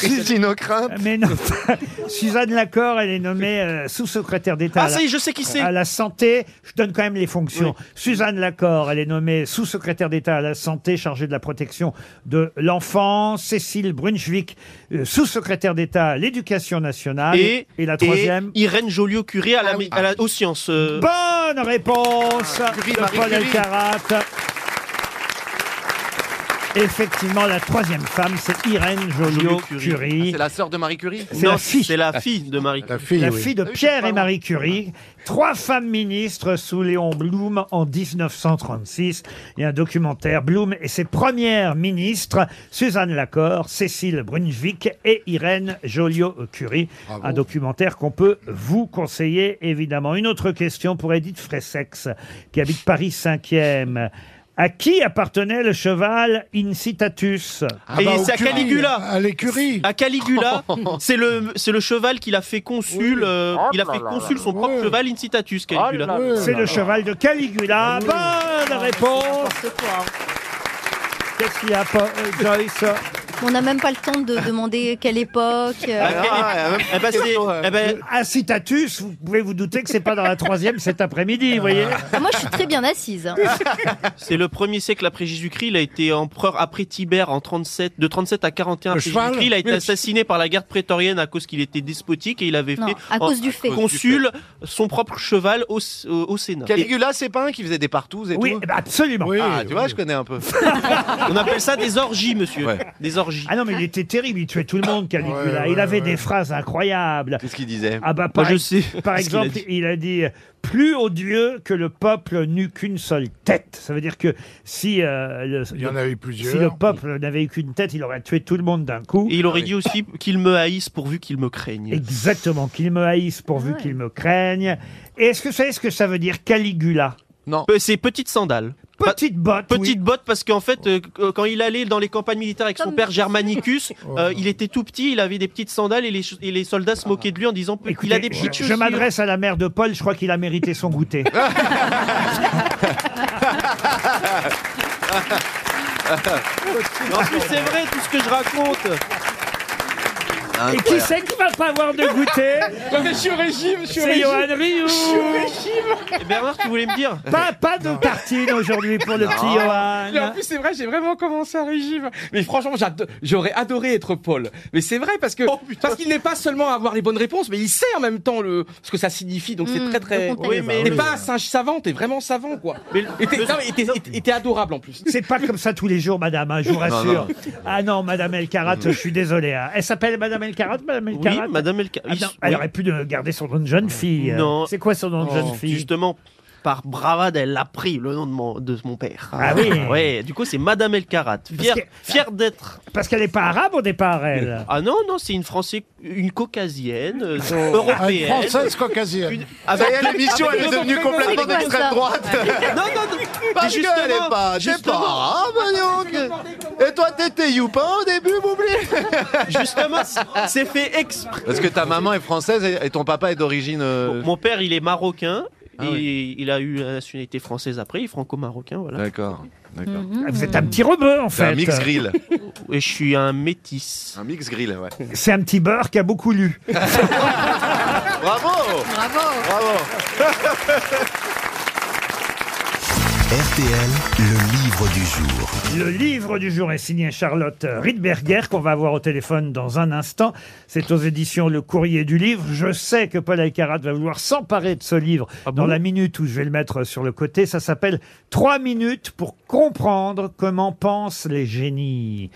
Mais non. Suzanne Lacor, elle est nommée euh, sous-secrétaire d'État.
Ah,
à la-
ça y est, je sais qui c'est.
À la santé. Je donne quand même les fonctions. Suzanne Lacor, elle est nommée sous-secrétaire d'État à la santé, chargée de la protection de l'enfant. Cécile Brunswick, euh, sous-secrétaire d'État à l'éducation nationale.
Et,
la troisième.
et Irène Joliot-Curie
Ah
à la, à la- aux sciences. euh,
Bonne réponse
Curie,
de
Ah, Marie
Paul
Curie.
Elkarat. Effectivement, la troisième femme, c'est Irène Joliot-Curie.
Ah, C'est la sœur de Marie Curie
C'est la fille.
de Marie
La fille,
oui.
de
Ah
Pierre et Marie Curie. Trois femmes ministres sous Léon Blum en 1936. Il y a un documentaire Blum et ses premières ministres, Suzanne Lacor, Cécile Brunvik et Irène Joliot-Curie. Un documentaire qu'on peut vous conseiller, évidemment. Une autre question pour Edith Fressex, qui habite Paris 5e. À qui appartenait le cheval Incitatus
Ah
et
bah,
c'est à Caligula. À Caligula,
Oh.
c'est le c'est le cheval qu'il a fait consul. euh, il a
Oh
fait consul son propre cheval Incitatus Caligula.
C'est le cheval de Caligula. Bonne réponse. Qu'est-ce qu'il y a, Paul- euh, Joyce
On n'a même pas le temps de demander quelle époque. euh,
Ah, quelle- eh ben, c'est- eh ben,
Euh, Incitatus, vous pouvez vous douter que c'est pas dans la troisième cet après-midi, vous voyez.
Ah, Moi, je suis très bien assise. hein.
C'est le premier siècle après Jésus-Christ. Il a été empereur après Tibère en 37, de 37 à 41
Le
après
cheval
Jésus-Christ. Il a été
Mais-
assassiné par la garde prétorienne à cause qu'il était despotique et il avait
Non,
fait
à
en-
cause du fait.
consul son propre cheval au, au, au Sénat.
Caligula, c'est pas un qui faisait des partous et
Oui,
tout
eh ben absolument.
ah, tu
Oui,
vois,
oui.
je connais un peu.
On appelle ça des orgies, monsieur. Des orgies.
Ah non, mais il était terrible, il tuait tout le monde, Caligula.
Ouais, ouais,
il avait des phrases incroyables.
Qu'est-ce qu'il disait
Ah bah,
Moi,
par,
je sais
par
ce qu'il a
exemple,
dit.
il a dit plus odieux que le peuple n'eut qu'une seule tête. Ça veut dire que si euh, le, il
y en avait
si
plusieurs.
le peuple n'avait eu qu'une tête, il aurait tué tout le monde d'un coup.
Et il
Ah
aurait dit aussi qu'il me haïsse pourvu qu'il me craigne.
Exactement, qu'ils me haïssent pourvu qu'ils me craignent. Et est-ce que vous savez ce que ça veut dire Caligula
Non. C'est petite sandale.
Petite botte.
Petite botte parce qu'en fait, euh, euh, quand il allait dans les campagnes militaires avec son père Germanicus,
Oh.
euh, il était tout petit, il avait des petites sandales et les, ch- et les soldats se moquaient de lui en disant qu'il a des petites
Je,
chaussures.
je m'adresse à la mère de Paul, je crois qu'il a mérité son goûter.
En plus, c'est vrai tout ce que je raconte.
Et qui c'est qui va pas avoir de goûter
Non, mais je suis au régime, je suis au
C'est
régime.
Johan Rioux.
Je suis au régime.
Et Eh, Bernard, tu voulais me dire
Pas, pas de tartine aujourd'hui pour le
Non.
petit Johan.
Mais en plus, c'est vrai, j'ai vraiment commencé un régime. Mais franchement, j'ado- j'aurais adoré être Paul. Mais c'est vrai parce que parce qu'il n'est pas seulement à avoir les bonnes réponses, mais il sait en même temps le ce que ça signifie. Donc c'est
Mmh,
très très.
le contexte. Oui, mais-
t'es pas un singe savant, t'es vraiment savant quoi. Et t'es- non, mais t'es- et t'es adorable en plus.
C'est pas comme ça tous les jours, madame, hein, je vous
Non,
rassure.
non.
Ah non, madame Elkarat, je suis désolé. hein. Elle s'appelle madame Elkarat, madame Elkarat
madame Elkarat.
Ah non, elle
Oui.
aurait pu de- garder son nom de jeune fille. euh.
Non. Oh,
C'est quoi son nom de jeune fille
Justement, par bravade, elle a pris le nom de mon, de mon père.
Ah oui.
Ouais, du coup, c'est Madame Elkarat. Fière,
que-
fière d'être.
Parce qu'elle n'est pas arabe au départ, elle.
Ah non, non, c'est une Française, une caucasienne, euh,
Ah, une
européenne.
Française caucasienne.
Avec-
Ça y est, l'émission, elle est devenue complètement d'extrême droite.
non, non, non.
Parce
Mais
qu'elle est
justement,
pas, j'ai pas,
justement.
ah, bah donc. Et toi, t'étais youpin au début, m'oublie
Justement, c'est fait exprès.
Parce que ta maman est française et, et ton papa est d'origine. euh,
Mon père, il est marocain.
Ah
et
oui.
il a eu la nationalité française après, il est franco-marocain, voilà.
D'accord. d'accord.
Ah, Vous êtes un petit rebeu, en
C'est
fait.
un mix grill.
Et je suis un métis.
Un mix grill, ouais.
C'est un petit beurre qui a beaucoup lu.
Bravo Bravo Bravo
RTL, le livre du jour.
Le livre du jour est signé Charlotte Riedberger, qu'on va avoir au téléphone dans un instant. C'est aux éditions Le Courrier du Livre. Je sais que Paul Alcarat va vouloir s'emparer de ce livre dans la minute où je vais le mettre sur le côté. Ça s'appelle « Trois minutes pour comprendre comment pensent les génies ».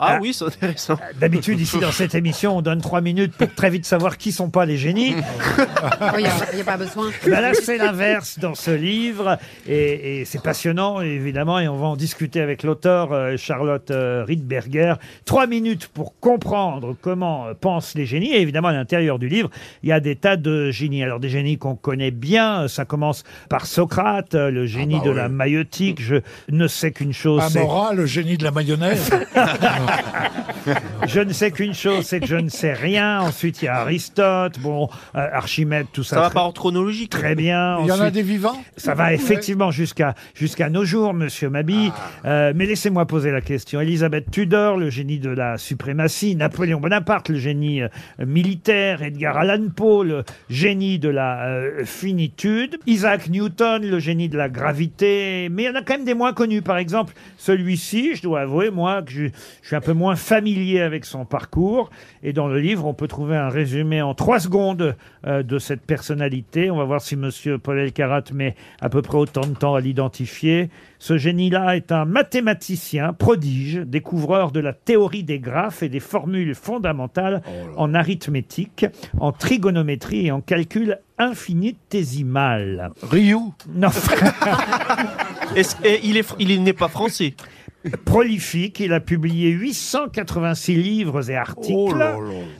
Ah oui, c'est intéressant.
D'habitude, ici, dans cette émission, on donne trois minutes pour très vite savoir qui sont pas les génies.
Il n'y a, y a pas besoin.
Ben là, c'est l'inverse dans ce livre. Et, et c'est passionnant, évidemment. Et on va en discuter avec l'auteur, euh, Charlotte euh, Riedberger. Trois minutes pour comprendre comment euh, pensent les génies. Et évidemment, à l'intérieur du livre, il y a des tas de génies. Alors, des génies qu'on connaît bien. euh, Ça commence par Socrate, euh, le génie de la maïotique. Je ne sais qu'une chose. c'est-
Amora, le génie de la mayonnaise.
je ne sais qu'une chose, c'est que je ne sais rien. Ensuite, il y a Aristote, bon, euh, Archimède, tout ça.
Ça va
très-
par ordre chronologique.
Très bien.
Il y en a
Ensuite,
des vivants
Ça va
Ouais.
effectivement jusqu'à jusqu'à nos jours, monsieur Mabi.
Ah.
Euh, mais laissez-moi poser la question. Elisabeth Tudor, le génie de la suprématie. Napoléon Bonaparte, le génie euh, militaire. Edgar Allan Poe, le génie de la euh, finitude. Isaac Newton, le génie de la gravité. Mais il y en a quand même des moins connus. Par exemple, celui-ci, je dois avouer, moi, que je, je suis un peu moins familier avec son parcours. Et dans le livre, on peut trouver un résumé en trois secondes euh, de cette personnalité. On va voir si Monsieur Paul Elkarat met à peu près autant de temps à l'identifier. Ce génie-là est un mathématicien prodige, découvreur de la théorie des graphes et des formules fondamentales en arithmétique, en trigonométrie et en calcul infinitésimal. Ryu Non.
Est-ce- et il est, fr- il n'est pas français.
prolifique. Il a publié 886 livres et articles.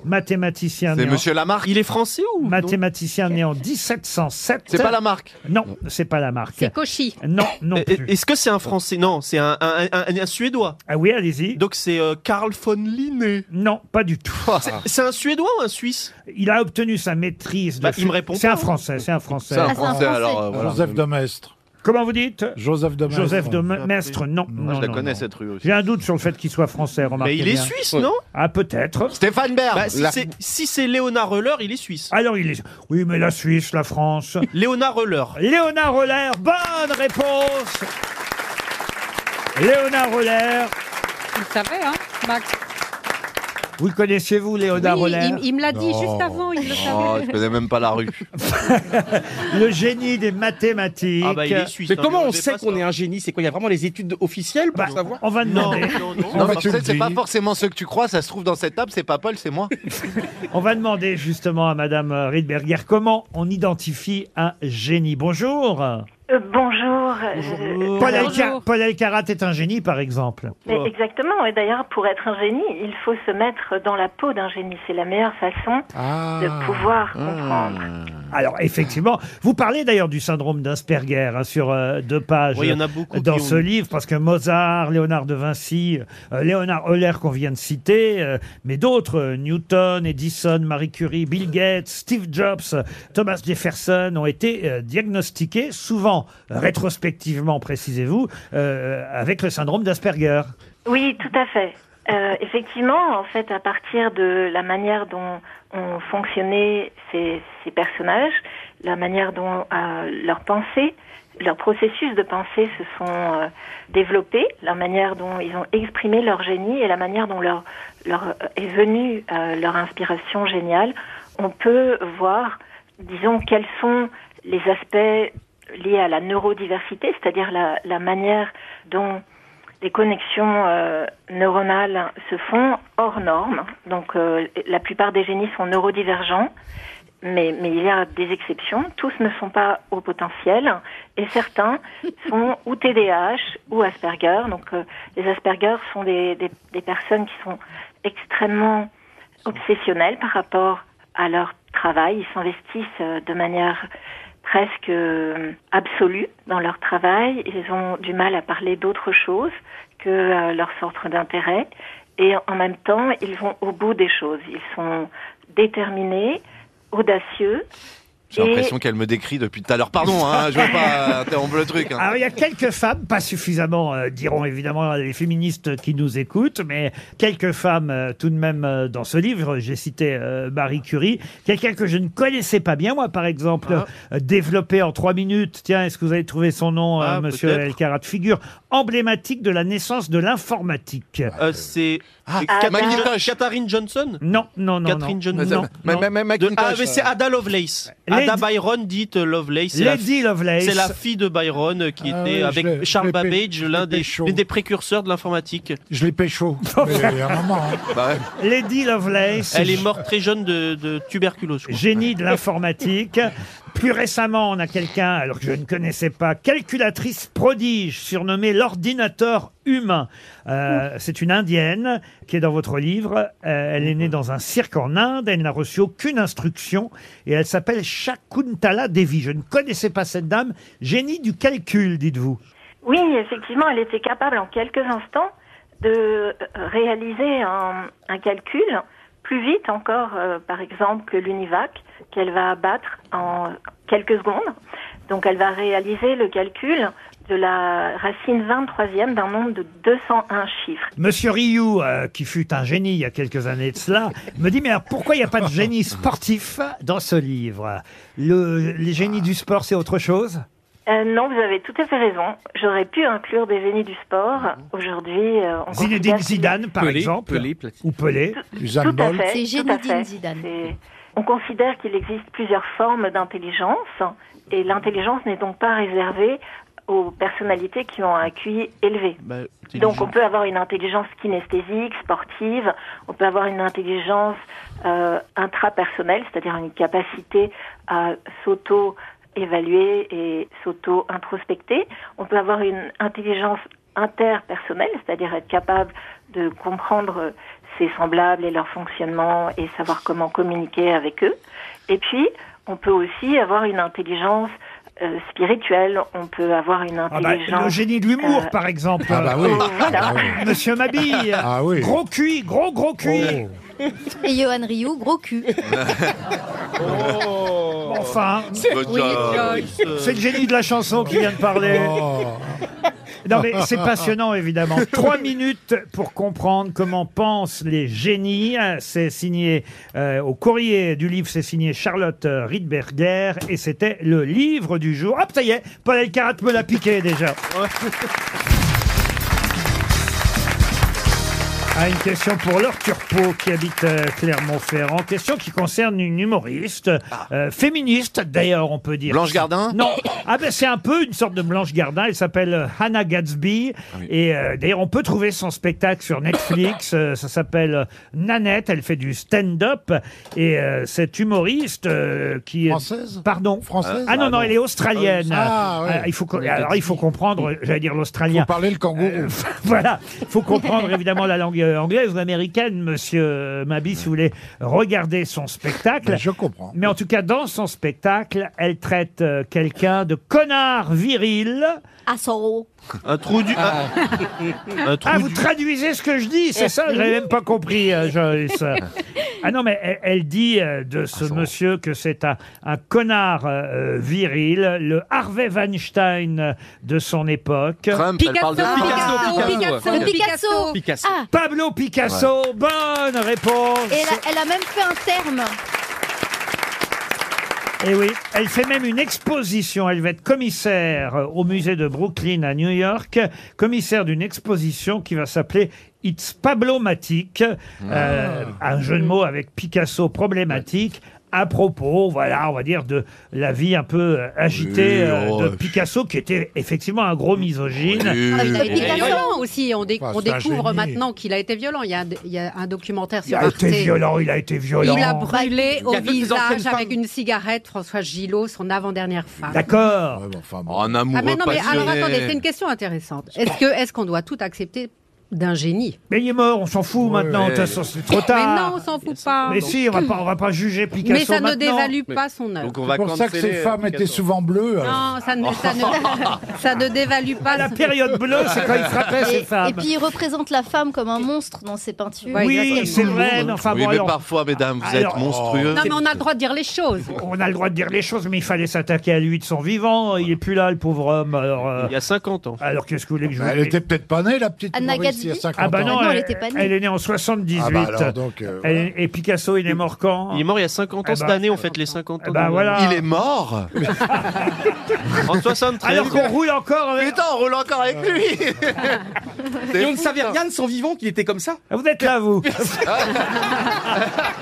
Mathématicien.
C'est
né en-
monsieur Lamarck Il
est français ou
Mathématicien né en 1707.
C'est pas
Lamarck Non, c'est pas Lamarck.
C'est Cauchy.
Non, non.
Et- Est-ce que c'est un français Non, c'est un, un, un- un- un Suédois.
Ah oui, allez-y.
Donc c'est euh, Karl von Linné. Ah.
Non, pas du tout.
C'est- C'est un Suédois ou un Suisse
Il a obtenu sa maîtrise de.
Bah, il me répond
C'est
pas.
un français, c'est un français.
C'est un Ah, c'est un Français, Français. alors, euh, voilà.
Joseph de Maistre.
Comment vous dites
Joseph de Maistre.
Joseph de Me- Maistre, non.
Moi, je
non,
la
non,
connais,
non.
cette rue aussi.
J'ai un doute sur le fait qu'il soit français, remarquez.
il est
bien.
suisse, non
Ah, peut-être.
Stéphane
Bern.
si
La-
c'est si Léonard Roller, il est suisse.
Alors il est. Oui, mais la Suisse, la France.
Léonard Roller.
Léonard Roller, bonne réponse Léonard Roller,
Vous le savez, hein, Max
vous le connaissiez vous, Léonard
Oui,
Roller
il, il me l'a dit
Non.
juste avant, il le
Oh,
savait.
je connais même pas la rue.
Le génie des mathématiques.
Ah bah, il est suisse, Mais hein, comment on on sait qu'on est un génie C'est quoi Il y a vraiment les études officielles
Bah,
pour savoir
On va demander.
Non, mais tu sais, c'est pas forcément ceux que tu crois, ça se trouve dans cette table, c'est pas Paul, c'est moi.
On va demander justement à Madame Riedberger comment on identifie un génie. Bonjour.
bonjour. euh,
Paul, Elka- Paul Elkarat est un génie, par exemple.
Mais exactement, et d'ailleurs pour être un génie, il faut se mettre dans la peau d'un génie. C'est la meilleure façon de pouvoir comprendre.
Alors, effectivement, vous parlez d'ailleurs du syndrome d'Asperger hein, sur euh, deux pages euh,
Oui, il y en a beaucoup
dans
qui
ce
ont-
livre, parce que Mozart, Léonard de Vinci, euh, Léonard Euler qu'on vient de citer, euh, mais d'autres, euh, Newton, Edison, Marie Curie, Bill Gates, Steve Jobs, euh, Thomas Jefferson, ont été euh, diagnostiqués, souvent euh, rétrospectivement, précisez-vous, euh, avec le syndrome d'Asperger.
Oui, tout à fait. Euh, effectivement, en fait, à partir de la manière dont ont fonctionné ces, ces personnages, la manière dont euh, leurs pensées, leurs processus de pensée se sont euh, développés, la manière dont ils ont exprimé leur génie et la manière dont leur, leur euh, est venue euh, leur inspiration géniale, on peut voir, disons, quels sont les aspects liés à la neurodiversité, c'est-à-dire la, la manière dont les connexions euh, neuronales se font hors normes. Donc euh, la plupart des génies sont neurodivergents, mais, mais il y a des exceptions. Tous ne sont pas au potentiel et certains sont ou TDAH ou Asperger. Donc euh, les Asperger sont des, des- des personnes qui sont extrêmement obsessionnelles par rapport à leur travail. Ils s'investissent euh, de manière presque euh, absolus dans leur travail. Ils ont du mal à parler d'autre chose que euh, leur centre d'intérêt. Et en même temps, ils vont au bout des choses. Ils sont déterminés, audacieux
J'ai
Et-
l'impression qu'elle me décrit depuis tout à l'heure. Pardon, hein, je veux pas interrompre le truc. hein.
Alors, Ah, il y a quelques femmes, pas suffisamment, euh, diront évidemment les féministes qui nous écoutent, mais quelques femmes euh, tout de même euh, dans ce livre. J'ai cité euh, Marie Curie, quelqu'un que je ne connaissais pas bien, moi, par exemple,
Ah.
euh, développé en trois minutes. Tiens, est-ce que vous avez trouvé son nom, euh,
Ah,
monsieur
peut-être.
Elkarat Figure emblématique de la naissance de l'informatique.
Euh, c'est
Ah,
Catherine-
Macintosh.
Catherine Johnson
Non, non, non.
Catherine
non.
Johnson.
Non, non.
De- ah, mais
euh,
c'est Ada Lovelace.
Lady-
Ada Byron dite euh, Lovelace. c'est
Lady
la-
Lovelace.
C'est la fille de Byron euh, qui
Ah
était
ouais, je l'ai-
avec
je
Charles
l'ai pé-
Babbage,
je
l'un
l'ai
des,
pécho.
l'un des précurseurs de l'informatique.
Je l'ai pécho. Mais il y a un moment. hein.
Bah Lady Lovelace.
Elle est morte très jeune de, de tuberculose. je crois.
génie de l'informatique. Plus récemment, on a quelqu'un, alors que je ne connaissais pas, calculatrice prodige, surnommée l'ordinateur humain. Euh, c'est une indienne qui est dans votre livre. Euh, elle est née dans un cirque en Inde. Elle n'a reçu aucune instruction et elle s'appelle Shakuntala Devi. Je ne connaissais pas cette dame. Génie du calcul, dites-vous.
Oui, effectivement, elle était capable en quelques instants de euh, réaliser un, un calcul plus vite encore, euh, par exemple, que l'univac, qu'elle va abattre en quelques secondes. Donc elle va réaliser le calcul de la racine 23e d'un nombre de 201 chiffres.
Monsieur Rioux, euh, qui fut un génie il y a quelques années de cela, me dit, mais alors pourquoi il n'y a pas de génie sportif dans ce livre Le, Les génies du sport, c'est autre chose
Euh, non, vous avez tout à fait raison. J'aurais pu inclure des génies du sport. Aujourd'hui, euh, on
Zinedine
considère-
Zidane, par
Pelé,
exemple,
Pelé, Platini.
ou Pelé,
Tout à fait.
C'est
tout à
Zinedine
fait.
Zidane.
C'est- On considère qu'il existe plusieurs formes d'intelligence et l'intelligence n'est donc pas réservée aux personnalités qui ont un QI élevé. Donc on peut avoir une intelligence kinesthésique, sportive, on peut avoir une intelligence euh, intrapersonnelle, c'est-à-dire une capacité à s'auto-évaluer et s'auto-introspecter. On peut avoir une intelligence interpersonnelle, c'est-à-dire être capable de comprendre euh, ses semblables et leur fonctionnement et savoir comment communiquer avec eux. Et puis, on peut aussi avoir une intelligence euh, spirituelle, on peut avoir une
Ah bah,
intelligence...
le génie de l'humour,
euh, Oh,
par exemple.
Ah bah oui.
Voilà.
Ah oui.
Monsieur Mabille,
Ah oui.
gros cul, gros gros cul.
Et Johan Rioux, gros cul.
Oh.
Oh.
Enfin,
C'est- Good Oui, job. Joyce.
Ah, c'est le génie de la chanson qui vient de parler.
Oh.
Oh.
Non mais c'est passionnant évidemment. Trois minutes pour comprendre comment pensent les génies. C'est signé euh, au courrier du livre, c'est signé Charlotte euh, Riedberger et c'était le livre du jour. Hop, ça y est, Paul Elkarat me l'a piqué déjà. Ah, une question pour Laure Turpo qui habite euh, Clermont-Ferrand. Question qui concerne une humoriste, euh, féministe d'ailleurs, on peut dire. Blanche Gardin Non. Ah ben c'est un peu une sorte de Blanche Gardin. Elle s'appelle euh, Hannah Gadsby. Et euh, d'ailleurs, on peut trouver son spectacle sur Netflix. Euh, ça s'appelle euh, Nanette. Elle fait du stand-up. Et euh, cette humoriste euh, qui est.
Française
Pardon
Française
Ah non, non, elle est australienne.
Ah, ouais.
Ah, il faut, co- alors, il faut comprendre, j'allais dire l'australien.
Faut parler le kangourou.
Euh, voilà, faut comprendre évidemment la langue euh, anglaise ou américaine, monsieur euh, Mabi, si vous voulez regarder son spectacle.
Mais je comprends.
Mais en tout cas, dans son spectacle, elle traite euh, quelqu'un de connard viril.
Asshole.
Un trou du.
Ah.
un trou
ah, vous
du-
traduisez ce que je dis, c'est ça J'avais même pas compris, euh, Joyce. Ah non, mais elle, elle dit euh, de ce monsieur que c'est un, un connard euh, viril, le Harvey Weinstein euh, de son époque.
Picasso, Picasso.
Picasso.
Ah,
Pablo Picasso, bonne réponse.
et elle a, elle a même fait un terme.
Et Eh oui, elle fait même une exposition. Elle va être commissaire euh, au musée de Brooklyn à New York, commissaire d'une exposition qui va s'appeler It's Pablomatique,
Ah.
Euh, un jeu de mots avec Picasso problématique. À propos, voilà, on va dire de la vie un peu euh, agitée
Oui,
euh,
oh,
de
ouais.
Picasso, qui était effectivement un gros misogyne.
Oui. Ah,
Il a été violent aussi. On, dé-
Bah,
on
c'est un
découvre
génie.
maintenant qu'il a été violent. Il y a, un d- il y a un documentaire
Il
sur
a
Arte.
été violent, il a été violent.
Il a
Il
brûlé
y a
au
toutes les anciennes
visage
femmes.
avec une cigarette François Gillot, son avant-dernière femme.
D'accord.
En amoureux
Ah mais non mais alors
passionné.
attendez, c'est une question intéressante. Est-ce que est-ce qu'on doit tout accepter d'un génie.
Mais il est mort, on s'en fout maintenant, de toute
ouais.
façon, c'est trop tard.
Mais Ah, non, on s'en fout pas.
Mais si, on va pas, on va pas juger Picasso
Mais ça ne
maintenant.
dévalue pas son œuvre.
C'est pour ça que ces femmes étaient souvent bleues. alors.
Non, ça ne, ça ne- ça ne dévalue pas.
La période bleue, c'est quand il frappait ses
Et,
femmes.
et puis il représente la femme comme un monstre dans ses peintures.
oui, c'est vrai. mais enfin,
Oui,
bon,
mais
alors-
parfois, mesdames, vous
Alors-
êtes monstrueux.
Non, mais on a le droit de dire les choses.
On a le droit de dire les choses, mais il fallait s'attaquer à lui de son vivant. Il est plus là, le pauvre homme. il y a 50 ans. Alors qu'est-ce que vous voulez que je vous
Bah, elle était peut-être pas née, la petite
Anna
humoriste, il y a
Gatsby
50
Ah bah
ans.
non,
non,
elle,
elle était pas née.
elle est née en 78.
Ah bah alors, donc, euh,
Elle- Et Picasso, il est mort quand
Il est mort il y a 50 ans.
Eh
Cette
ben,
année, on fête les 50 ans.
eh ben
de-
voilà. Il est
mort
En 73.
Alors qu'on roule encore. avec-
Putain, on roule encore avec lui
Et on ne savait rien de son vivant qu'il était comme ça.
Ah, Vous êtes là, vous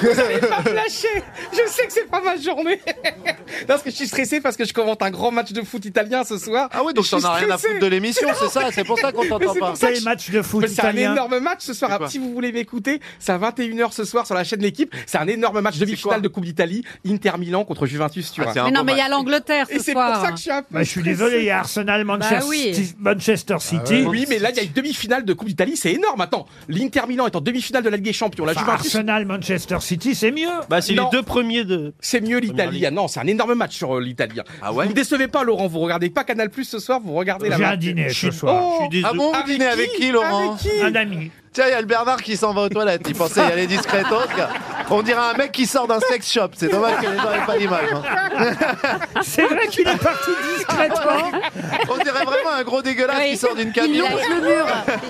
Vous allez pas me lâcher Je sais que c'est pas ma journée Non, Parce que je suis stressé parce que je commente un grand match de foot italien ce soir.
Ah oui, donc
Je
t'en
suis
as rien à
stressé.
foutre de l'émission, c'est ça, c'est pour ça qu'on t'entend
Mais c'est
pas.
pour ça que
Quel
je-
match de foot
Mais C'est un
italien
énorme match ce soir.
C'est quoi
Si vous voulez m'écouter, c'est à 21h ce soir sur la chaîne L'équipe. C'est un énorme match de finale de Coupe d'Italie. Inter Milan contre Juventus Turin.
Ah, c'est un
Mais non,
bon
mais il y a
match.
l'Angleterre
Et
ce
c'est pour
soir.
ça que je suis un peu
Bah, je suis
stressé.
désolé, il y a Arsenal, Manchester,
Bah oui.
City- Manchester City.
Oui, mais là, il y a une demi-finale de Coupe d'Italie, c'est énorme. Attends, l'Inter Milan est en demi-finale de la Ligue des Champions. La
Enfin,
Juventus,
Bah, Arsenal, Manchester City, c'est mieux.
Bah, c'est les
Non.
deux premiers de.
c'est mieux l'Italien. Non, c'est un énorme match sur euh, l'Italien. Ah ouais Vous me décevez pas, Laurent. Vous regardez pas Canal Plus ce soir, vous regardez la
J'ai un
match.
dîner ce soir.
Oh,
Je suis désolé.
Ah bon, vous dînez avec qui, Laurent
Avec qui
Un ami.
Tiens, il y a le Bernard qui s'en va aux toilettes. Il pensait y aller discrètement. On dirait un mec qui sort d'un sex shop. C'est dommage que les gens n'aient pas l'image. hein.
C'est vrai qu'il est parti discrètement.
On dirait vraiment un gros dégueulasse
Oui.
qui sort d'une Ah,
Il
camion.
lâche le mur.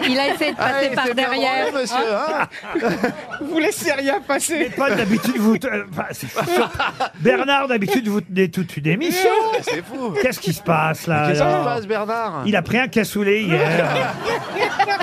Il a essayé de passer
Allez,
par
fais bien
derrière.
branler, monsieur, hein.
Vous laissez rien passer.
Pas d'habitude, vous. euh, bah, c'est sûr. Bernard, d'habitude, vous tenez toute une émission.
C'est fou.
Qu'est-ce qui se passe là
Qu'est-ce qui se
alors
passe, Bernard
Il a pris un cassoulet hier.
Ah,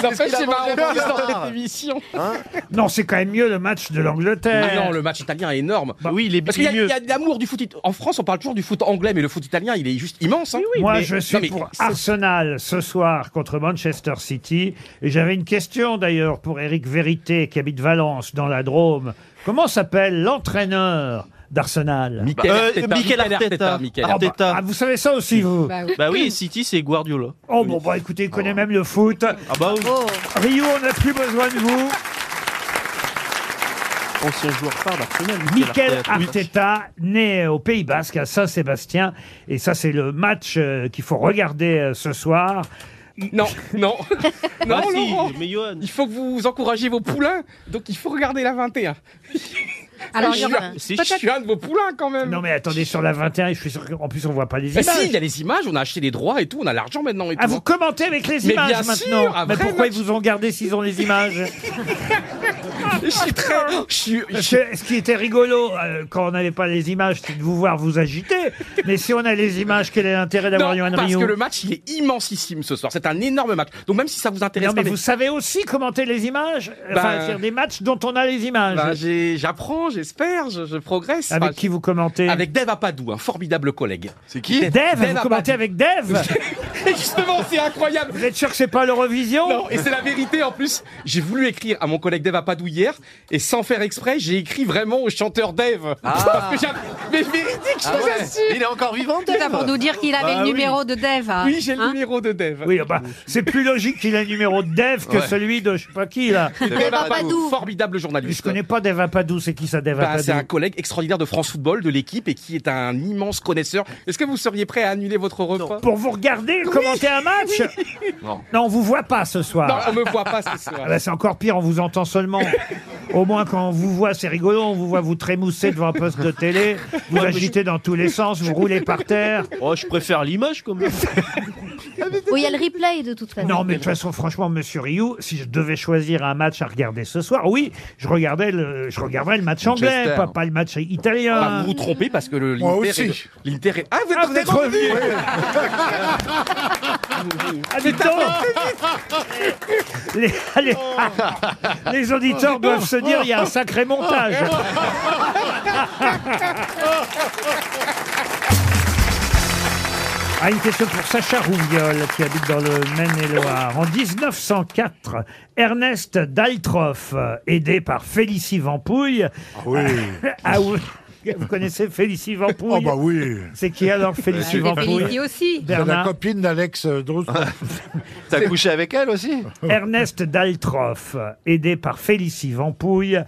Ça fait,
qu'il a mangé
c'est marrant
Bernard
dans cette émission.
Hein
non, c'est quand même mieux le match de l'Angleterre.
Mais non, le match italien est énorme.
Bah oui, il est
Parce qu'il y a-
mieux.
il y a, de l'amour du foot. it- En France, on parle toujours du foot anglais, mais le foot italien, il est juste immense. hein.
Moi,
Mais-
je
non,
suis
mais
pour
c'est-
Arsenal ce soir contre Manchester City. Et j'avais une question d'ailleurs pour Eric Vérité, qui habite Valence, dans la Drôme. Comment s'appelle l'entraîneur d'Arsenal
Mikel
Euh,
Arteta,
Mikel Arteta.
Mikel
Ah,
Arteta.
bah, ah, vous savez ça aussi, vous
Bah oui.
Bah oui, City, c'est Guardiola.
Oh, bon, bah écoutez, il connaît même le foot.
Ah bah oui.
Rio, on n'a plus besoin de vous.
Ancien joueur phare d'Arsenal.
Mikel
Oui.
Arteta, né au Pays Basque, à Saint-Sébastien. Et ça, c'est le match euh, qu'il faut regarder euh, ce soir.
Non, non, non,
Ah si,
Laurent.
mais Johan.
Il faut que vous encouragiez vos poulains, donc il faut regarder la 21.
Alors,
je, suis
il y aura-
un,
Si,
peut-être je suis un de vos poulains quand même.
Non, mais attendez, sur la 21, je suis sûr qu'en plus, on voit pas les
Mais
images.
Bah, si, il y a les images, on a acheté les droits et tout, on a l'argent maintenant et
Ah,
tout. hein.
vous commentez avec les
Mais
images
bien
maintenant
sûr, ah, un
Mais
vrai
pourquoi
match.
ils vous ont gardé s'ils ont les images
Je suis très. Je suis, je
Parce
suis-
que Ce qui était rigolo euh, quand on n'avait pas les images, c'est de vous voir vous agiter. Mais si on a les images, quel est l'intérêt d'avoir
Non,
Yoann
parce
Rioux
que le match, il est immensissime ce soir. C'est un énorme match. Donc même si ça vous intéresse
Non, mais
pas,
vous savez aussi commenter les images Enfin,
Ben-
faire des matchs dont on a les images.
bah, j'ai- j'apprends, j'espère, je, je progresse.
avec
Enfin,
qui vous commentez
Avec Dave Apadou, un formidable collègue.
C'est qui
Dave, vous
Apadou.
commentez avec Dave
Et justement, c'est incroyable.
Vous êtes sûr que c'est pas l'Eurovision
Non, et c'est la vérité en plus. J'ai voulu écrire à mon collègue Dave Apadou hier, et sans faire exprès, j'ai écrit vraiment au chanteur Dave. Parce que j'avais- Mais véridique, je
Ah
vous
ouais
assure.
Il est encore vivant,
Tout ça
Dave
pour nous dire qu'il avait
Bah
le numéro de Dev. hein.
Oui, j'ai le
Hein
numéro de Dave.
Oui, bah, c'est plus logique qu'il ait le numéro de Dave que
Ouais.
celui de je sais pas qui là.
Dave
Dave
Apadou.
Apadou, formidable journaliste.
Je connais pas Dave Apadou, c'est qui ça Dave
Bah,
Apadou
c'est un collègue extraordinaire de France Football, de l'équipe, et qui est un immense connaisseur. Est-ce que vous seriez prêt à annuler votre repas
Pour vous regarder commenter un match
Non.
Non, on vous voit pas ce soir.
Non, on me voit pas ce
Ah
soir.
bah, c'est encore pire, on vous entend seulement. Au moins, quand on vous voit, c'est rigolo, on vous voit vous trémousser devant un poste de télé, vous agitez dans tous les sens, vous roulez par terre.
Oh, je préfère l'image quand même.
Oui, il y a le replay de toute façon.
Non, mais de toute façon, franchement, Monsieur Rioux, si je devais choisir un match à regarder ce soir, oui, je regardais le, je regarderais le match anglais,
Manchester.
pas, pas le match italien.
Bah, vous vous trompez parce que le-
Moi
l'Inter est,
aussi.
de- l'Inter est- Ah, vous êtes,
Ah, vous êtes revenu Ah, dites donc. les, ah. les-
Oh.
les
Oh,
auditeurs doivent se dire il y a un sacré montage. Ah, une question pour Sacha Rouviol, qui habite dans le Maine-et-Loire. En 1904, Ernest Daltroff, euh, aidé par Félicie Vampouille,
Ah oui.
a, ou- Vous connaissez Félicie Vampouille
Oh bah oui.
C'est qui alors Félicie Vampouille
C'est la
Bernard.
copine d'Alex euh, Drouz.
Ah. T'as couché avec elle aussi
Ernest Daltroff, aidé par Félicie Vampouille,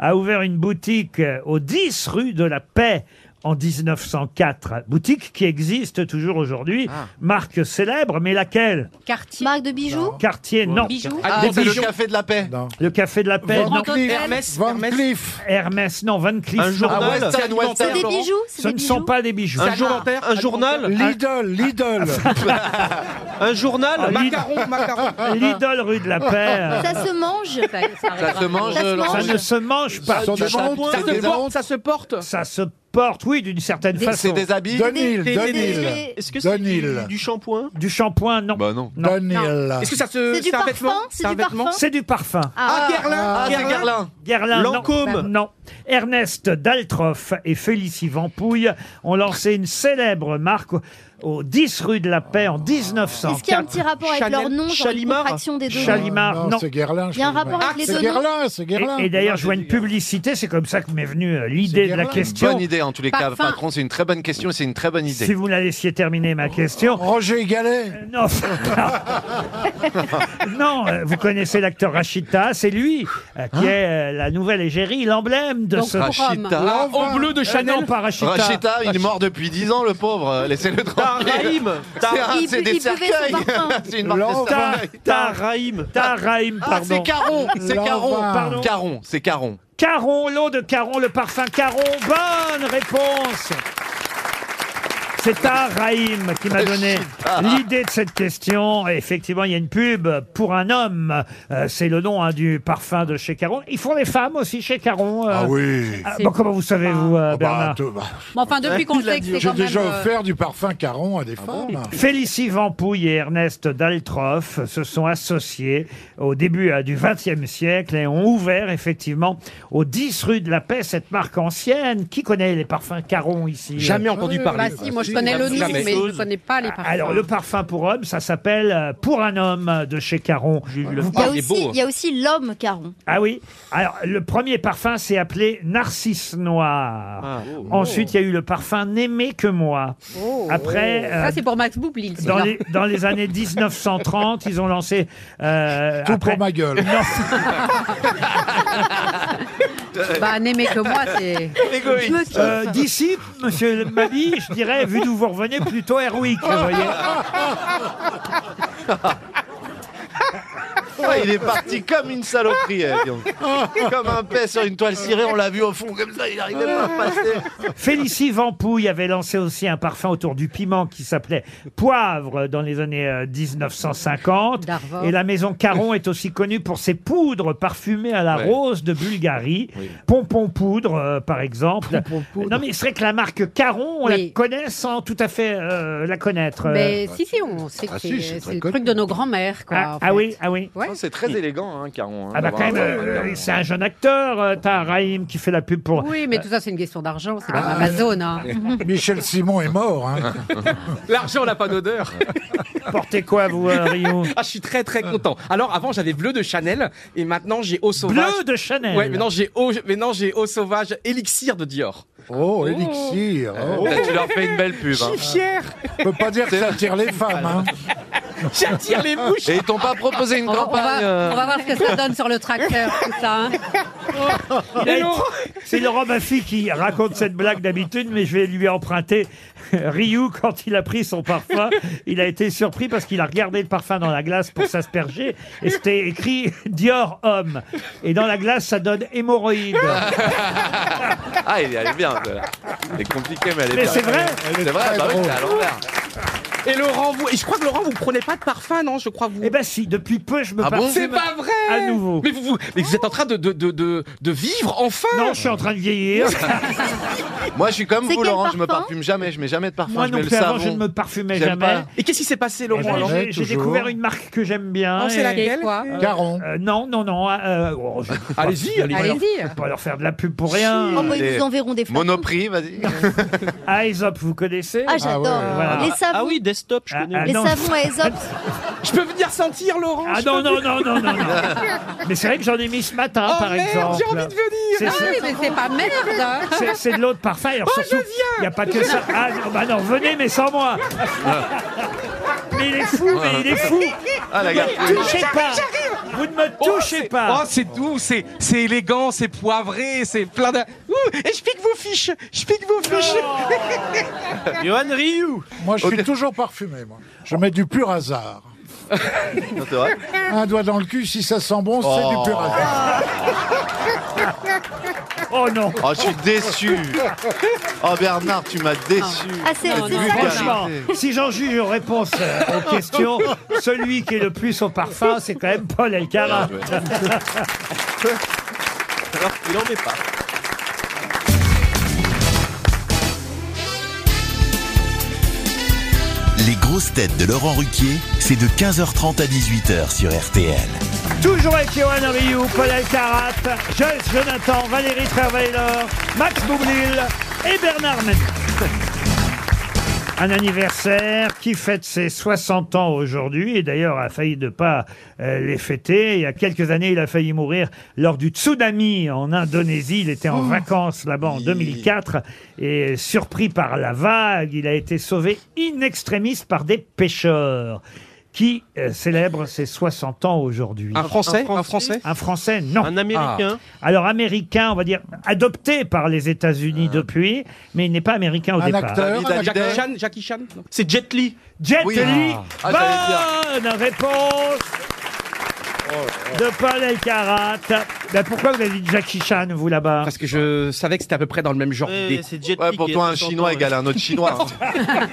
a ouvert une boutique euh, au 10 rue de la Paix en 1904. Boutique qui existe toujours aujourd'hui,
Ah.
marque célèbre, mais laquelle
Cartier.
Marque de bijoux
Cartier, non.
Bijoux
Ah,
Des
c'est le
bijoux.
café de la paix.
Le café de la paix.
Van
non.
Cleef. Hermès, Van Hermès. Cleef.
Hermès, non. Van Cleef.
Un
non.
journal. Ah, Western, C'est des Western, bijoux, Laurent c'est
Ce
des
ne sont
bijoux.
pas des bijoux. Ah,
Un jour- un journal Lidl, Lidl.
Un journal
Macaron, macaron.
L'idole rue de la paix.
Oh.
euh.
Ça hein. se mange.
Ça se mange, Ça se Laurent. mange.
Ça ne se mange pas.
Ça se
Du
porte,
shampoing.
ça se porte, ça se porte.
Ça se porte, oui, d'une certaine
Des-
façon.
C'est des habits Des- des- des- des-
Est-ce que c'est du, du shampoing
Du shampoing, non. Bah
non.
non.
Est-ce que ça se- C'est du c'est un parfum vêtement C'est C'est un du vêtement parfum
C'est du parfum.
Ah, Guerlain
Ah,
Guerlain
Guerlain, non. Bah,
Lancôme
Non. Ernest Daltroff et Félicie Vampouille ont lancé une célèbre marque au- au 10 rue de la Paix en 1904.
Est-ce qu'il y a un petit rapport avec leur nom, genre une contraction des deux noms
Chalimard, non.
C'est Guerlain. Ah,
Il y a un rapport avec les deux noms
Et, et d'ailleurs, je vois une publicité, c'est comme ça que m'est venue euh, l'idée de la question.
Bonne idée en tous les cas,
Parfum.
patron. C'est une très bonne question et c'est une très bonne idée.
Si vous la laissiez terminer ma question.
Oh,
Euh,
Roger Gallet
Non. non, euh, vous connaissez l'acteur Rachita, c'est lui euh,
Hein
qui est euh, la nouvelle égérie, l'emblème de
Donc,
ce.
Rachita. Ah, au bleu de
Euh,
Chanel.
non, pas Rachita.
Rachita, il est mort depuis 10 ans, le pauvre. Euh, Laissez-le tranquille.
Tahraïm.
C'est un-
Il
C'est
bu-
des
il buvait son
cercueils.
parfum.
C'est une marque de cercueils.
Taraïm. Taraïm,
Ah,
pardon.
c'est Caron. C'est Caron.
Pardon.
Caron, c'est Caron.
Caron, l'eau de Caron, le parfum Caron. Bonne réponse. C'est
Ah.
Taraïm qui m'a donné l'idée de cette question. Et effectivement, il y a une pub pour un homme. Euh, c'est le nom hein, du parfum de chez Caron. Ils font les femmes aussi chez Caron. euh.
Ah oui.
bon, comment vous savez, vous, euh,
Ah bah,
Bernard
tout- bah,
Mais enfin, depuis qu'on
il a
sait que
dit-
c'est
J'ai
quand même...
déjà
euh,
offert du parfum Caron à des femmes.
Félicie Vampouille et Ernest Daltroff se sont associés au début euh, du XXe siècle et ont ouvert effectivement au 10 rue de la Paix cette marque ancienne. Qui connaît les parfums Caron ici euh
Jamais entendu
bah
parler. Ah
si, moi je connais le nom,
Jamais.
mais je ne connais pas les parfums.
Ah, Alors le parfum pour homme, ça s'appelle euh, Pour un homme de chez Caron. Vous
Il y a
parlez- hein.
aussi- il y a aussi l'homme Caron.
Ah oui. Alors le premier parfum s'est appelé Narcisse Noir.
oh.
Ensuite, il y a eu le parfum N'aimez que moi.
Oh.
Après, euh,
ça c'est pour Max Boublil.
Dans
celui-là.
les, dans les années 1930, ils ont lancé. euh,
Tout
après-
pour ma gueule.
Non.
Bah n'aimez que moi, c'est...
Égoïste.
Je me kiffe.
Euh, D'ici, monsieur Mabi, je dirais, vu d'où vous revenez, plutôt Airwick, vous voyez.
Ah, il est parti comme une saloperie. eh, dis donc. comme un paix sur une toile cirée, on l'a vu au fond comme ça, il arrivait pas à passer.
Félicie Vampouille avait lancé aussi un parfum autour du piment qui s'appelait Poivre dans les années euh, 1950.
Darvor.
Et la maison Caron est aussi connue pour ses poudres parfumées à la rose de Bulgarie. Pompon poudre, euh, par exemple. Non, mais c'est vrai que la marque Caron, on la
Oui.
connaît sans tout à fait euh, la connaître. euh.
Mais si, si, on sait
Ah
que
si,
c'est
c'est
c'est
très
le
connu.
truc de nos grands-mères. quoi,
Ah,
en
ah
fait.
oui, ah oui.
Ouais.
Non, C'est très élégant, hein, Caron. hein,
Ah bah
d'avoir
quand même,
un-
euh, c'est un jeune acteur, euh, t'as Raïm qui fait la pub pour...
Oui, mais tout ça c'est une question d'argent, c'est
Ah.
comme Amazon. hein.
Michel Simon est mort. hein.
L'argent n'a pas d'odeur.
Portez quoi, vous, euh, Rio
Ah, je suis très très content. Alors avant j'avais bleu de Chanel et maintenant j'ai eau sauvage.
Bleu de Chanel
Ouais, maintenant j'ai eau, maintenant j'ai eau sauvage élixir de Dior.
Oh, Elixir. oh.
Peut-être tu leur fais une belle pub. hein.
fier.
On peut pas dire que ça attire les femmes. hein.
J'attire les mouches.
Et ils t'ont pas proposé une
On, va, on,
campagne
va,
euh,
on va voir ce que ça donne sur le tracteur, tout ça. hein.
Il a été- C'est Laurent Baffy qui raconte cette blague d'habitude, mais je vais lui emprunter. Ryu, quand il a pris son parfum, il a été surpris parce qu'il a regardé le parfum dans la glace pour s'asperger et c'était écrit Dior homme. Et dans la glace, ça donne hémorroïde.
Ah, il elle est bien. celle-là. Elle est compliquée, mais elle est
Mais
bien.
c'est vrai
C'est vrai, bah oui, c'est à l'envers.
Et Laurent, vous, et je crois que Laurent, vous prenez pas de parfum, non Je crois que vous.
Eh ben si, depuis peu, je me
Ah bon
parfume
C'est pas vrai
à nouveau.
Mais vous, vous, mais vous êtes en train de, de, de, de, de vivre enfin
Non, je suis en train de vieillir.
Moi, je suis comme
C'est
vous,
quel
Laurent. Je me
parfum
parfume jamais. Je mets jamais de parfum.
Moi
je
non
mets le
plus, avant,
savon.
je ne me parfumais
J'aime
jamais.
pas.
Et qu'est-ce qui s'est passé,
Eh
Laurent
ben,
alors
j'ai- J'ai découvert une marque que j'aime bien.
Oh, c'est
et-
laquelle
Et quoi
Caron.
Euh, non, non, non. euh, oh, je vais pas-
Allez-y, allez-y.
je vais pas leur-
Allez-y.
je vais pas leur faire de la pub pour rien. Ah,
Oh, bah, ils
Allez.
nous enverront des flacons.
Monoprix, vas-y.
Aesop, vous connaissez
Ah, j'adore.
Ah ouais.
Voilà.
Les savons.
Ah oui, desktop, je
Ah,
connais.
ah,
Les
non.
savons à Aesop.
Je peux venir sentir, Laurent
Ah
je
non,
peux
non, non, non, non, non. Mais c'est vrai que j'en ai mis ce matin,
Oh
par
merde,
exemple.
j'ai envie de venir
C'est- c'est-
Ah oui, mais c'est pas merde. hein.
C'est- C'est de l'autre parfum. Alors,
Oh,
surtout,
je viens
Il n'y a pas que ça. Ah non, bah non, venez, mais sans moi. Mais il est fou, mais il est fou.
Ah, la
Vous
gare
ne me touchez
J'arrive,
pas.
j'arrive
Vous ne me touchez pas.
Oh, c'est doux, c'est c'est élégant, c'est poivré, c'est plein de. Ouh, et je pique vos fiches Je pique vos fiches
Johan Ryu
Moi, je suis toujours parfumé, moi. Je mets du pur hasard.
c'est vrai
Un doigt dans le cul, si ça sent bon, c'est
Oh.
du pur hasard.
Oh non
Oh, je suis déçu Oh Bernard, tu m'as déçu
Ah, c'est-
Tu m'as
c'est ça.
vulgarisé.
Franchement, si j'en juge aux réponses euh, aux questions, celui qui est le plus au parfum, c'est quand même Paul Elkarat.
Bien
Alors, il en met pas.
Les grosses têtes de Laurent Ruquier, c'est de 15h30 à 18h sur RTL.
Toujours avec Johan Rioux, Paul Alcarat, Joyce Jonathan, Valérie Travailleur, Max Boublil et Bernard Menard. Un anniversaire qui fête ses 60 ans aujourd'hui et d'ailleurs a failli de pas euh, les fêter. Il y a quelques années, il a failli mourir lors du tsunami en Indonésie. Il était en
Oh.
vacances là-bas en 2004 et surpris par la vague, il a été sauvé in extremis par des pêcheurs qui euh, célèbrent ses 60 ans aujourd'hui.
Un Français Un Français
Un Français, non. Un
Américain
Alors américain, on va dire adopté par les États-Unis depuis, mais il n'est pas américain au
Ah. Un
départ.
acteur, David un Jackie acteur Chan, Jackie Chan Non.
C'est Jet Li. Jet
Oui.
Li.
Ah, ah,
Bonne réponse de Paul Elkarat. Ben, pourquoi vous avez dit Jackie Chan, vous là-bas
Parce que je savais que c'était à peu près dans le même genre
Ouais,
d'idée.
Euh, c'est Jet
Ouais, pour toi, un Chinois égale un autre Chinois. hein.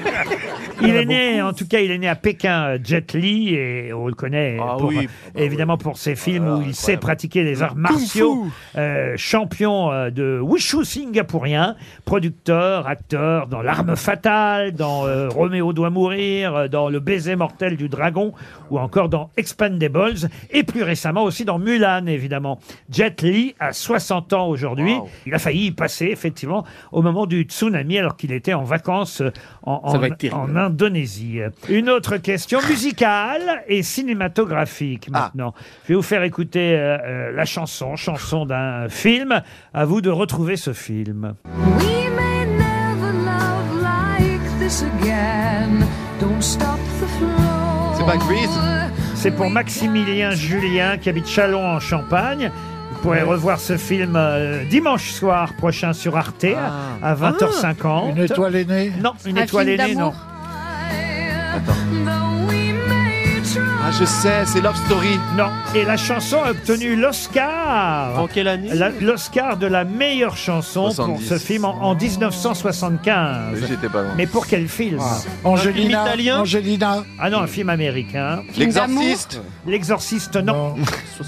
Il est né, en tout cas, il est né à Pékin, euh, Jet Li, et on le connaît pour, euh,
oui,
évidemment pour ses films où il sait pratiquer les arts martiaux. euh, champion euh, de Wushu singapourien, producteur, acteur dans L'arme fatale, dans euh, Roméo doit mourir, euh, dans Le baiser mortel du dragon, ou encore dans Expandables, et plus récemment aussi dans Mulan, évidemment. Jet Li a 60 ans aujourd'hui. Il a failli y passer, effectivement, au moment du tsunami, alors qu'il était en vacances euh, en, en-
Ça doit être terrible.
en Indonésie. Une autre question musicale et cinématographique maintenant. Je vais vous faire écouter euh, euh, la chanson, chanson d'un film. À vous de retrouver ce film.
We may never love like this again. Don't stop the flow.
C'est C'est pour Maximilien Julien qui habite Chalon en Champagne. Vous pourrez revoir ce film euh, dimanche soir prochain sur Arte à 20h50.
Une étoile aînée
Non, une
Un
étoile
film
aînée, non.
d'amour.
Ah, je sais, c'est Love Story.
Non, et la chanson a obtenu l'Oscar. En
quelle année
L'Oscar de la meilleure chanson pour
70.
ce film en, en 1975.
Mais j'étais pas loin.
Mais pour quel film
Ah. Angelina,
Angelina. Ah non, un film américain.
Film d'amour L'Exorciste
L'Exorciste, non.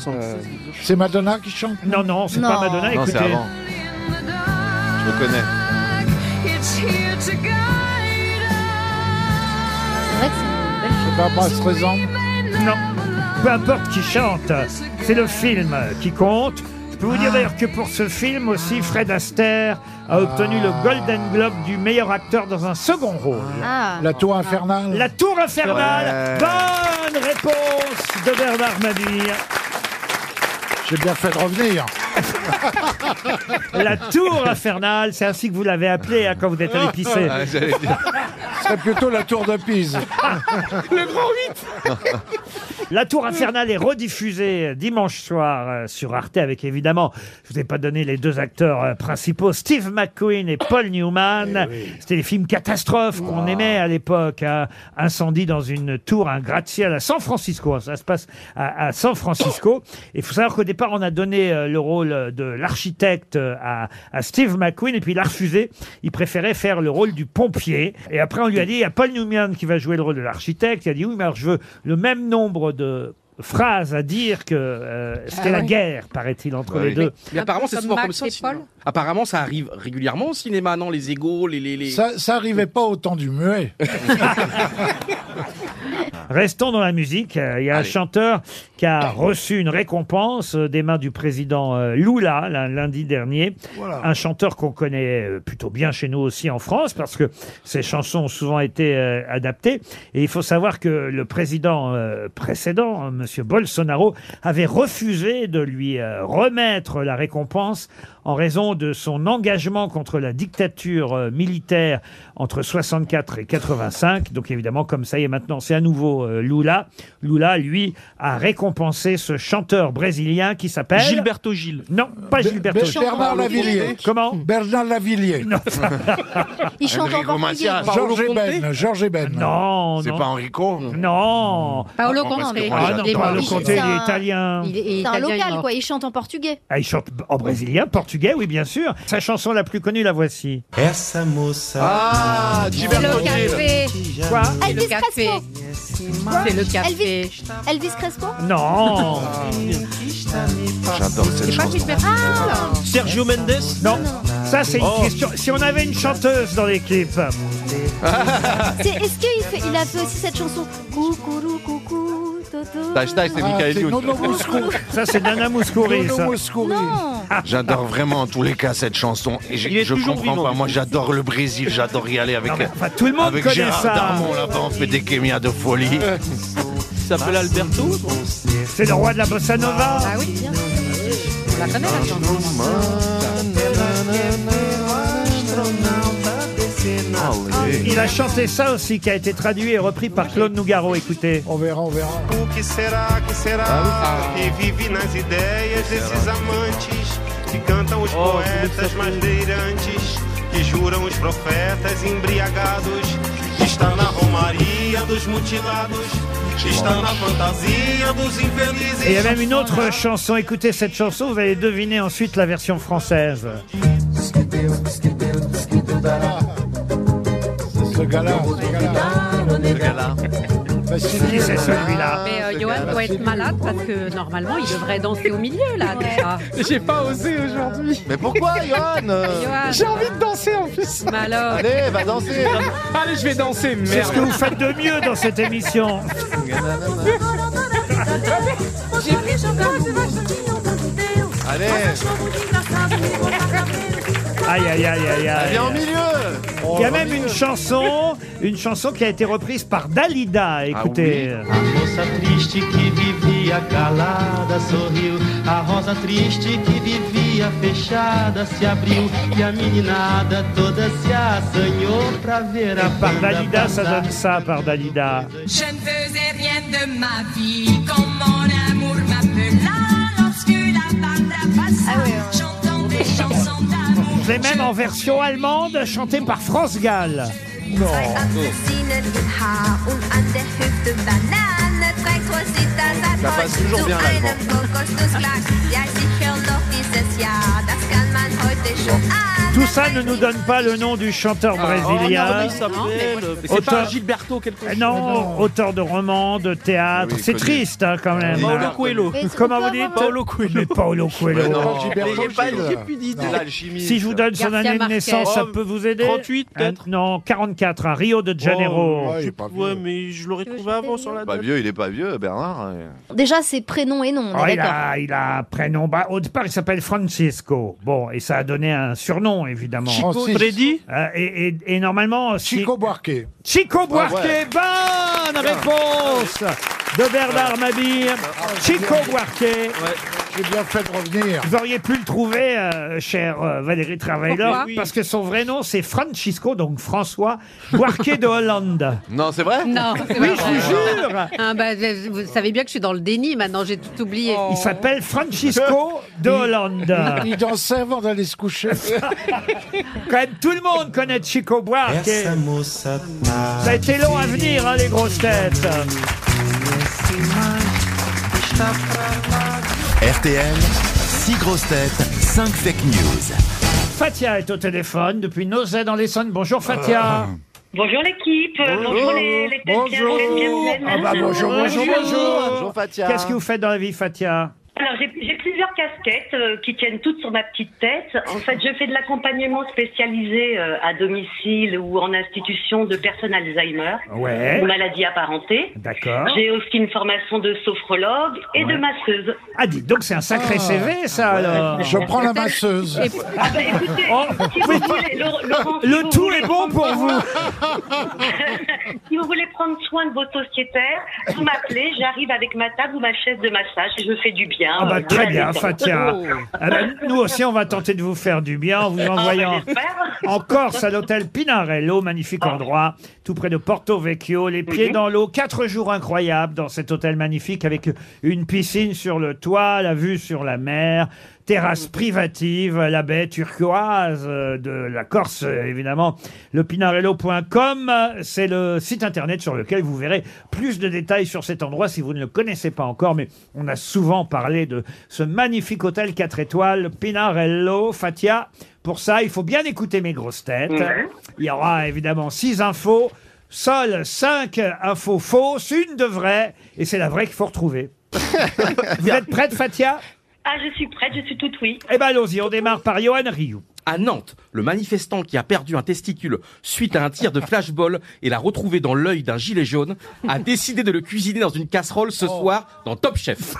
Euh,
C'est Madonna qui chante
Non, non, c'est pas Madonna,
Non, c'est
écoutez.
avant. Je le connais.
It's here to guide
C'est pas moi, se ressemble.
Non, peu importe qui chante, c'est le film qui compte. Je peux vous
Ah.
dire d'ailleurs que pour ce film aussi, Fred Astaire a obtenu le Golden Globe du meilleur acteur dans un second rôle.
Ah. La tour infernale
La tour infernale. Bonne réponse de Bernard Mabille.
J'ai bien fait de revenir.
La tour infernale, c'est ainsi que vous l'avez appelée hein, quand vous êtes allé pisser.
Ah, j'allais dire. Ce serait plutôt la tour de Pise.
Le grand 8 La Tour Infernale est rediffusée dimanche soir euh, sur Arte avec évidemment, je vous ai pas donné les deux acteurs euh, principaux, Steve McQueen et Paul Newman.
Eh
C'était les films catastrophes qu'on aimait à l'époque. hein. Incendie dans une tour, un gratte-ciel à San Francisco. Ça se passe à, à San Francisco. Il faut savoir qu'au départ, on a donné euh, le rôle de l'architecte euh, à, à Steve McQueen et puis il a refusé. Il préférait faire le rôle du pompier. Et après, on lui a dit, il y a Paul Newman qui va jouer le rôle de l'architecte. Il a dit, oui, mais alors je veux le même nombre de phrases à dire que euh, c'était
Ah
la
ouais.
guerre, paraît-il, entre les
Mais-
deux.
Mais apparemment, c'est souvent comme ça. au cinéma. Apparemment, ça arrive régulièrement au cinéma, non Les égaux, les. les, les...
Ça, ça arrivait pas au temps du muet.
Restons dans la musique. Euh, Il y a un chanteur qui a reçu une récompense euh, des mains du président euh, Lula l- lundi dernier.
Voilà.
Un chanteur qu'on connaît euh, plutôt bien chez nous aussi en France parce que ses chansons ont souvent été euh, adaptées. Et il faut savoir que le président euh, précédent, euh, Monsieur Bolsonaro, avait refusé de lui euh, remettre la récompense en raison de son engagement contre la dictature euh, militaire entre 64 et 85. Donc évidemment, comme ça y est maintenant, c'est à nouveau euh, Lula. Lula, lui, a récompensé ce chanteur brésilien qui s'appelle
Gilberto Gil.
Non, pas Gilberto Gil.
Bernard Lavillier.
Comment
Bernard Lavillier.
Il chante
Enrico
encore plus
Macias.
bien.
Georges Eben. Georges Eben.
Non,
C'est
non.
pas Enrico
Non.
Paolo
parce
Conte.
que moi,
Ah non,
j'adore.
Paolo
Il-
Conte, il
c'est
est
un-
italien.
Il est,
est
un
italien,
local,
alors.
quoi. Il chante en portugais.
Ah, il chante en brésilien, portugais, oui, bien sûr. Sa chanson la plus connue, la voici. Essa moça.
Ah,
Le café.
Quoi
Elvis Crespo.
C'est le café.
Elvis, Elvis Crespo.
Non
J'adore cette chanson.
Ah,
Sergio Mendes
Non. Ça, c'est une
Oh.
question. Si on avait une chanteuse dans l'équipe.
C'est- Est-ce qu'il fait- il a fait aussi cette chanson Coucourou, coucou, toto.
Tâche, tâche, c'est
Ah,
Michael Youn.
Ça, c'est Nana Mouskouri. ça.
Non.
J'adore vraiment en tous les cas cette chanson. Et je,
Il est
je
toujours
comprends
vivant.
pas. Moi j'adore le Brésil, j'adore y aller avec,
Non, mais enfin, tout le monde
avec
connaît
Gérard
ça.
Darmon là-bas, on fait des kémias de folie.
Il s'appelle Alberto.
C'est le roi de la bossa nova.
Ah oui, bien sûr. On la connaît, la chanson. ah
Il a chanté ça aussi, qui a été traduit et repris par Claude Nougaro. Écoutez.
On verra, on verra.
O que será, que será que vive nas ideias desses amantes que cantam os poetas madeirantes que juram os profetas embriagados? Está na romaria dos mutilados, está na fantasia dos infelizes.
Et il y a même une autre chanson. Écoutez cette chanson, vous allez deviner ensuite la version française.
Ce gars-là, Bah, ce gars-là. Facile.
Qui c'est celui-là
Mais euh, Johan doit être malade parce que normalement, il devrait danser au milieu, là, déjà.
J'ai pas osé aujourd'hui.
Mais pourquoi, Johan euh
Johan,
J'ai envie de danser en plus.
mais alors,
Allez, va danser.
Allez, je vais danser,
C'est ce que
merde.
vous faites de mieux dans cette émission.
Allez,
Aïe, aïe, aïe, aïe, aïe.
viens au milieu.
Il y a même une chanson, une chanson qui a été reprise par
Ah
Dalida. Écoutez.
A moça triste que vivia calada sorriu. A rosa triste que vivia fechada se abriu. E a meninada toda se assanhou pra ver a
Par
banda
Dalida, ça
passar.
donne ça, par Dalida.
Je ne faisais rien de ma vie quand mon amour m'appela lorsque la banda passa. J'entends des chansons d'amour.
Je l'ai même en version allemande, chantée par France Gall.
Zwei Apfelsinen im Haar und an der Hüfte Banane. Drei Croissants an
Ça passe toujours bien, l'allemand.
Kokosnussglas. Ja, sicher noch dieses Jahr. Das kann man heute schon an.
Tout ça ne nous donne pas le nom du
Ah.
chanteur brésilien.
il s'appelle.
C'est pas
Auteur-
Gilberto quelque chose.
Non, auteur de romans, de théâtre.
Oui,
C'est
connu.
triste hein, quand même.
Paolo Coelho.
Mais c'est
Comment
pas
vous dites
vraiment-
Paolo Coelho. Mais Paolo Coelho.
Mais non.
Gilbert
J'ai pas-
Rochefort.
j'ai plus d'idée.
l'alchimie.
Si je vous donne son
Garcia
année de
Marquez.
naissance, ça
Oh,
peut vous aider
38,
Un-
peut-être
Non, 44, à Rio de Janeiro.
Oh,
Ouais, il est pas vieux.
Ouais, mais je l'aurais
Tu veux
trouvé
chanter
avant sur la
Pas
date.
vieux, il est pas vieux, Bernard.
Déjà, c'est prénom et nom, on
Oh,
est
il,
d'accord.
a, il a un prénom. Bah, au départ, il s'appelle Francisco. Bon, et ça a donné un surnom, évidemment.
Francis.
Freddy
Euh, et, et- et normalement, si-
Chico Buarque. Ah.
Chico Buarque,
ouais.
bonne réponse de Bernard Mabille.
Ah,
Chico Buarque,
J'ai bien fait de revenir.
vous auriez pu le trouver, euh, cher euh, Valérie Travailleur,
Pourquoi
parce que son vrai nom c'est Francisco, donc François Buarque de Hollande.
Non, c'est vrai
non, c'est
Oui,
pas
je
vrai.
vous jure.
Ah, bah, je- vous savez bien que je suis dans le déni maintenant, j'ai tout oublié.
Il s'appelle Francisco de Hollande.
Il dansait avant d'aller se coucher.
Quand même, tout le monde connaît Chico Buarque.
moça
Ça a été long à venir, hein, les grosses têtes.
RTL, 6 grosses têtes, 5 fake news.
Fatia est au téléphone depuis Nozay dans l'Essonne. Bonjour Fatia.
Bonjour l'équipe, bonjour, les, les têtes bien-
Bonjour.
les têtes bien pleines.
Ah bah bonjour, bonjour, bonjour.
Bonjour Fatia.
Qu'est-ce que vous faites dans la vie, Fatia
alors j'ai j'ai plusieurs casquettes euh, qui tiennent toutes sur ma petite tête. En fait, je fais de l'accompagnement spécialisé euh, à domicile ou en institution de personnes Alzheimer
Ouais.
ou maladies apparentées.
D'accord.
J'ai aussi une formation de sophrologue et de
Ouais.
masseuse.
Ah, dites donc, c'est un
Oh.
sacré CV, ça, alors.
Je prends la masseuse.
Et- Ah bah, écoutez, si vous voulez, Laure- Laurent, si
Oh. Le
vous
tout
voulez
est bon
prendre-
pour vous.
si vous voulez prendre soin de vos sociétaires, vous m'appelez, j'arrive avec ma table ou ma chaise de massage et je fais du bien.
Ah bah,
euh,
très
à
bien,
la
Fatia.
détente.
Ah bah, nous aussi, on va tenter de vous faire du bien en vous
Ah bah,
envoyant
j'espère.
en Corse à l'hôtel Pinarello, magnifique endroit, tout près de Porto Vecchio, les pieds dans l'eau, quatre jours incroyables dans cet hôtel magnifique avec une piscine sur le toit, la vue sur la mer. Terrasse privative, euh, la baie turquoise euh, de la Corse, euh, évidemment. Le pinarello.com, euh, c'est le site internet sur lequel vous verrez plus de détails sur cet endroit si vous ne le connaissez pas encore. Mais on a souvent parlé de ce magnifique hôtel 4 étoiles, Pinarello, Fatia. Pour ça, il faut bien écouter mes grosses têtes.
Ouais.
Il y aura évidemment six infos. Seules cinq infos fausses, une de vraie, et c'est la vraie qu'il faut retrouver. Vous êtes prête, Fatia
Ah, je suis prête, je suis toute oui.
Eh ben allons-y, on démarre par Johan Rioux.
À Nantes, le manifestant qui a perdu un testicule suite à un tir de flashball et l'a retrouvé dans l'œil d'un gilet jaune a décidé de le cuisiner dans une casserole ce
Oh.
soir dans Top Chef.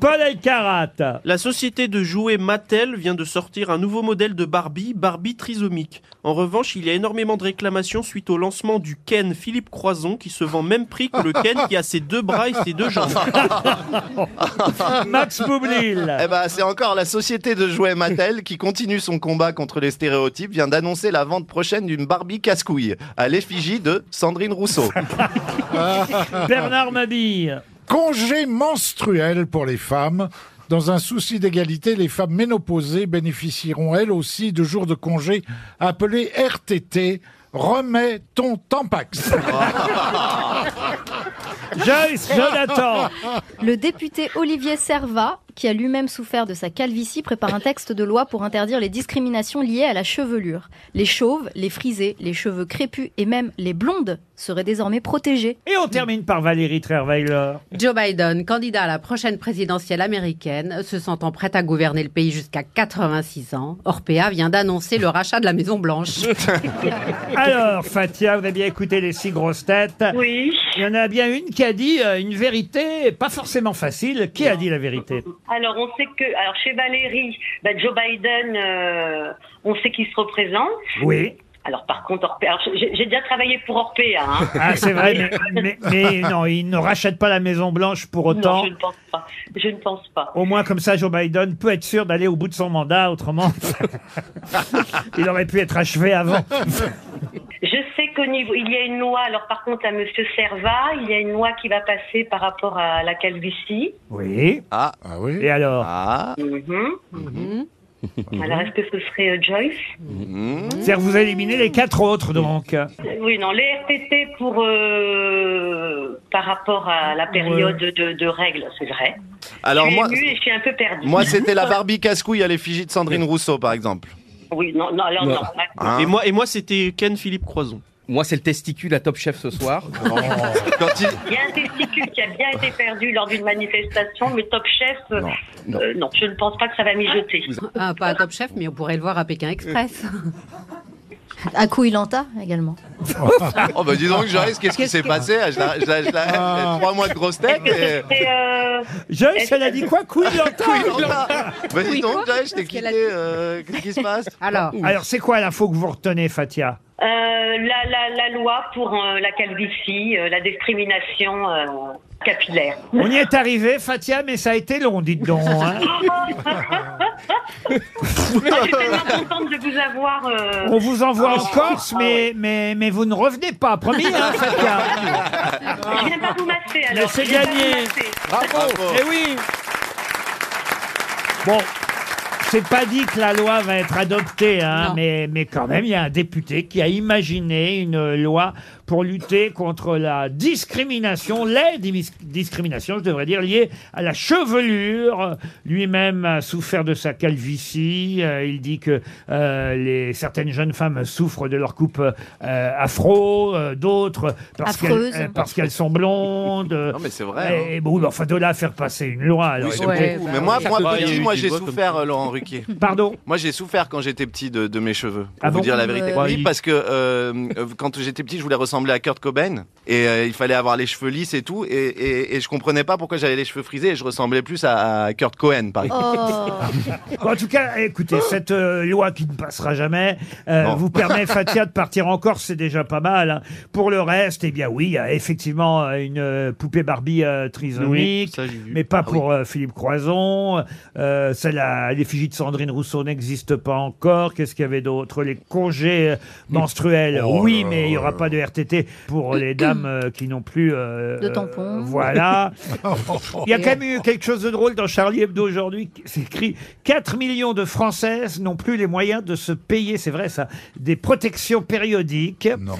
Paul Elkarat.
Oh. La société de jouets Mattel vient de sortir un nouveau modèle de Barbie, Barbie trisomique. En revanche, il y a énormément de réclamations suite au lancement du Ken Philippe Croison qui se vend même prix que le Ken qui a ses deux bras et ses deux jambes.
Max Boublil.
Eh ben, c'est encore la société de jouets Mattel qui continue son combat contre les stéréotypes vient d'annoncer la vente prochaine d'une Barbie casse-couille à l'effigie de Sandrine Rousseau.
Bernard Mabille.
Congé menstruel pour les femmes. Dans un souci d'égalité, les femmes ménopausées bénéficieront elles aussi de jours de congé appelés RTT. Remets ton tampax.
Joyce Jonathan.
Le député Olivier Servat, qui a lui-même souffert de sa calvitie, prépare un texte de loi pour interdire les discriminations liées à la chevelure. Les chauves, les frisés, les cheveux crépus et même les blondes seraient désormais protégés.
Et on termine par Valérie Trierweiler.
Joe Biden, candidat à la prochaine présidentielle américaine, se sentant prête à gouverner le pays jusqu'à 86 ans, Orpea vient d'annoncer le rachat de la Maison Blanche.
Alors, Fatia, vous avez bien écouté les six grosses têtes.
Oui.
Il y en a bien une qui a dit euh, une vérité pas forcément facile. Qui a dit la vérité
Alors, on sait que, alors chez Valérie, bah, Joe Biden, euh, on sait qu'il se représente.
Oui.
Alors, par contre, Orpea, alors, j'ai j'ai déjà travaillé pour Orpea. hein.
Ah, c'est vrai, mais, mais- mais non, il ne rachète pas la Maison Blanche pour autant.
Non, je ne pense pas. Je ne pense pas.
Au moins, comme ça, Joe Biden peut être sûr d'aller au bout de son mandat. Autrement, il aurait pu être achevé avant.
Je sais qu'au niveau, il y a une loi. Alors, par contre, à Monsieur Serva, il y a une loi qui va passer par rapport à la calvitie.
Oui.
Ah,
oui.
Et alors
Mhm.
Mhm.
Alors, est-ce que ce serait euh, Joyce
C'est-à-dire que vous éliminez les quatre autres, donc.
Oui, non, les RTT pour euh, par rapport à la période de, de règles, c'est vrai.
Alors
je suis
moi,
émue et je suis un peu perdue.
moi c'était la Barbie casse-couille à l'effigie de Sandrine Rousseau par exemple.
Oui, non, non, alors non.
Hein
et moi, et moi c'était Ken Philippe Croison.
Moi, c'est le testicule à Top Chef ce soir.
Quand il-
Il y a un testicule qui a bien été perdu lors d'une manifestation, mais Top Chef, euh, euh, non, je ne pense pas que ça va mijoter.
Ah, pas à Top Chef, mais on pourrait le voir à Pékin Express.
À Kouilanta également.
Oh bah dis donc Joyce, qu'est-ce qui s'est passé Je la- je la- je la- Trois mois de grosse tête. Et...
Ah. Et, euh,
Joyce, elle a dit quoi Couille
Vas-y
Oui,
donc
quoi
Joyce, je t'ai
Parce qu'elle a
quitté. euh, Qu'est-ce qui se passe
Alors,
Alors, c'est quoi l'info que vous retenez, Fatia
euh, la, la- la loi pour euh, la calvitie, euh, la discrimination euh, capillaire.
On y est arrivé, Fatia, mais ça a été long, dites donc. hein.
Moi, je suis tellement contente de vous avoir. euh,
On vous envoie
ah,
en Corse,
ah,
mais, mais, mais vous ne revenez pas, promis, hein, Fatia
Je viens pas vous masser alors.
Mais c'est
Je viens pas
gagné.
vous masser.
Eh oui Bon, c'est pas dit que la loi va être adoptée, hein, mais, mais quand même, il y a un député qui a imaginé une loi pour lutter contre la discrimination, les dimis- discriminations, je devrais dire, liées à la chevelure. Lui-même a souffert de sa calvitie. Euh, il dit que euh, les, certaines jeunes femmes souffrent de leur coupe euh, afro, euh, d'autres parce qu'elles
Affreuse.
euh, parce qu'elles sont blondes.
Non, mais c'est vrai, hein.
Et, bon, enfin, de là à faire passer une loi. alors,
c'est Bah
écoutez.
beaucoup.
Mais moi, moi,
Ouais,
petit,
il y a eu
moi,
des
j'ai
voix comme
souffert, euh, Laurent Ruquier.
Pardon
Moi, j'ai souffert quand j'étais petit de, de mes cheveux, pour
Ah
vous
bon
dire la vérité.
Ouais.
Oui, parce que euh, euh, quand j'étais petit, je voulais ressembler à Kurt Cobain, et euh, il fallait avoir les cheveux lisses et tout, et, et, et je comprenais pas pourquoi j'avais les cheveux frisés, et je ressemblais plus à, à Kurt Cohen, par exemple.
Oh.
En tout cas, écoutez, cette euh, loi qui ne passera jamais euh, vous permet, Fatia, de partir en Corse, c'est déjà pas mal. hein. Pour le reste, eh bien oui, il y a effectivement euh, une euh, poupée Barbie euh, trisomique,
Oui, ça, j'ai vu.
mais pas
Ah
pour euh, Philippe Croison. Euh, celle à l'effigie de Sandrine Rousseau n'existe pas encore. Qu'est-ce qu'il y avait d'autre Les congés euh, menstruels,
Oh
oui,
là
mais il n'y aura pas de RTT pour les dames euh, qui n'ont plus... euh,
De tampons.
Voilà.
Oh.
Il y a quand même eu quelque chose de drôle dans Charlie Hebdo aujourd'hui. C'est écrit 4 millions de Françaises n'ont plus les moyens de se payer, c'est vrai ça, des protections périodiques. Non,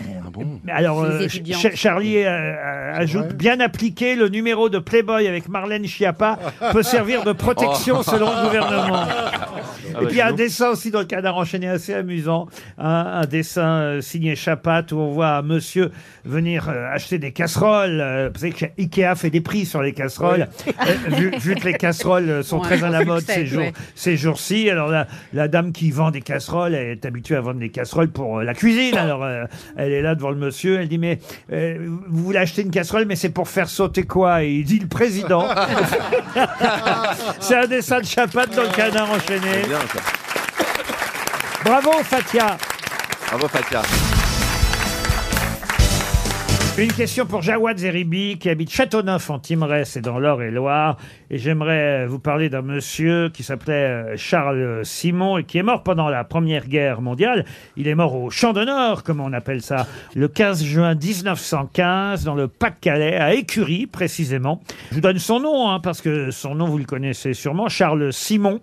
Alors,
Les
euh,
étudiantes.
Ch- Charlie euh, euh, ajoute bien appliqué, le numéro de Playboy avec Marlène Schiappa peut servir de protection
Oh.
selon le gouvernement.
Ah
Et
bah,
puis il y a
dis
un
donc.
dessin aussi dans le canard enchaîné assez amusant, hein, un dessin euh, signé Chapat où on voit un monsieur venir euh, acheter des casseroles. euh, vous savez que Ikea fait des prix sur les casseroles, Euh, vu, vu que les casseroles euh, sont
Ouais,
très à la
on
mode
le sait,
ces jours
ouais.
ces jours-ci. Alors la, la dame qui vend des casseroles, elle est habituée à vendre des casseroles pour euh, la cuisine. Alors euh, elle est là devant le monsieur, elle dit mais euh, vous voulez acheter une casserole, mais c'est pour faire sauter quoi Et il dit le président. c'est un dessin de Chapat dans le canard enchaîné.
C'est bien, ça.
Bravo Fatia.
Oh.
Bravo, Fatia.
Une question pour Jawad Zeribi qui habite Châteauneuf en Timerey, c'est dans l'Eure-et-Loire. Et j'aimerais euh, vous parler d'un monsieur qui s'appelait euh, Charles Simon et qui est mort pendant la Première Guerre mondiale. Il est mort au Champ d'honneur, comme on appelle ça, le 15 juin 1915 dans le Pas-de-Calais, à Écurie précisément. Je vous donne son nom, hein, parce que son nom vous le connaissez sûrement, Charles Simon.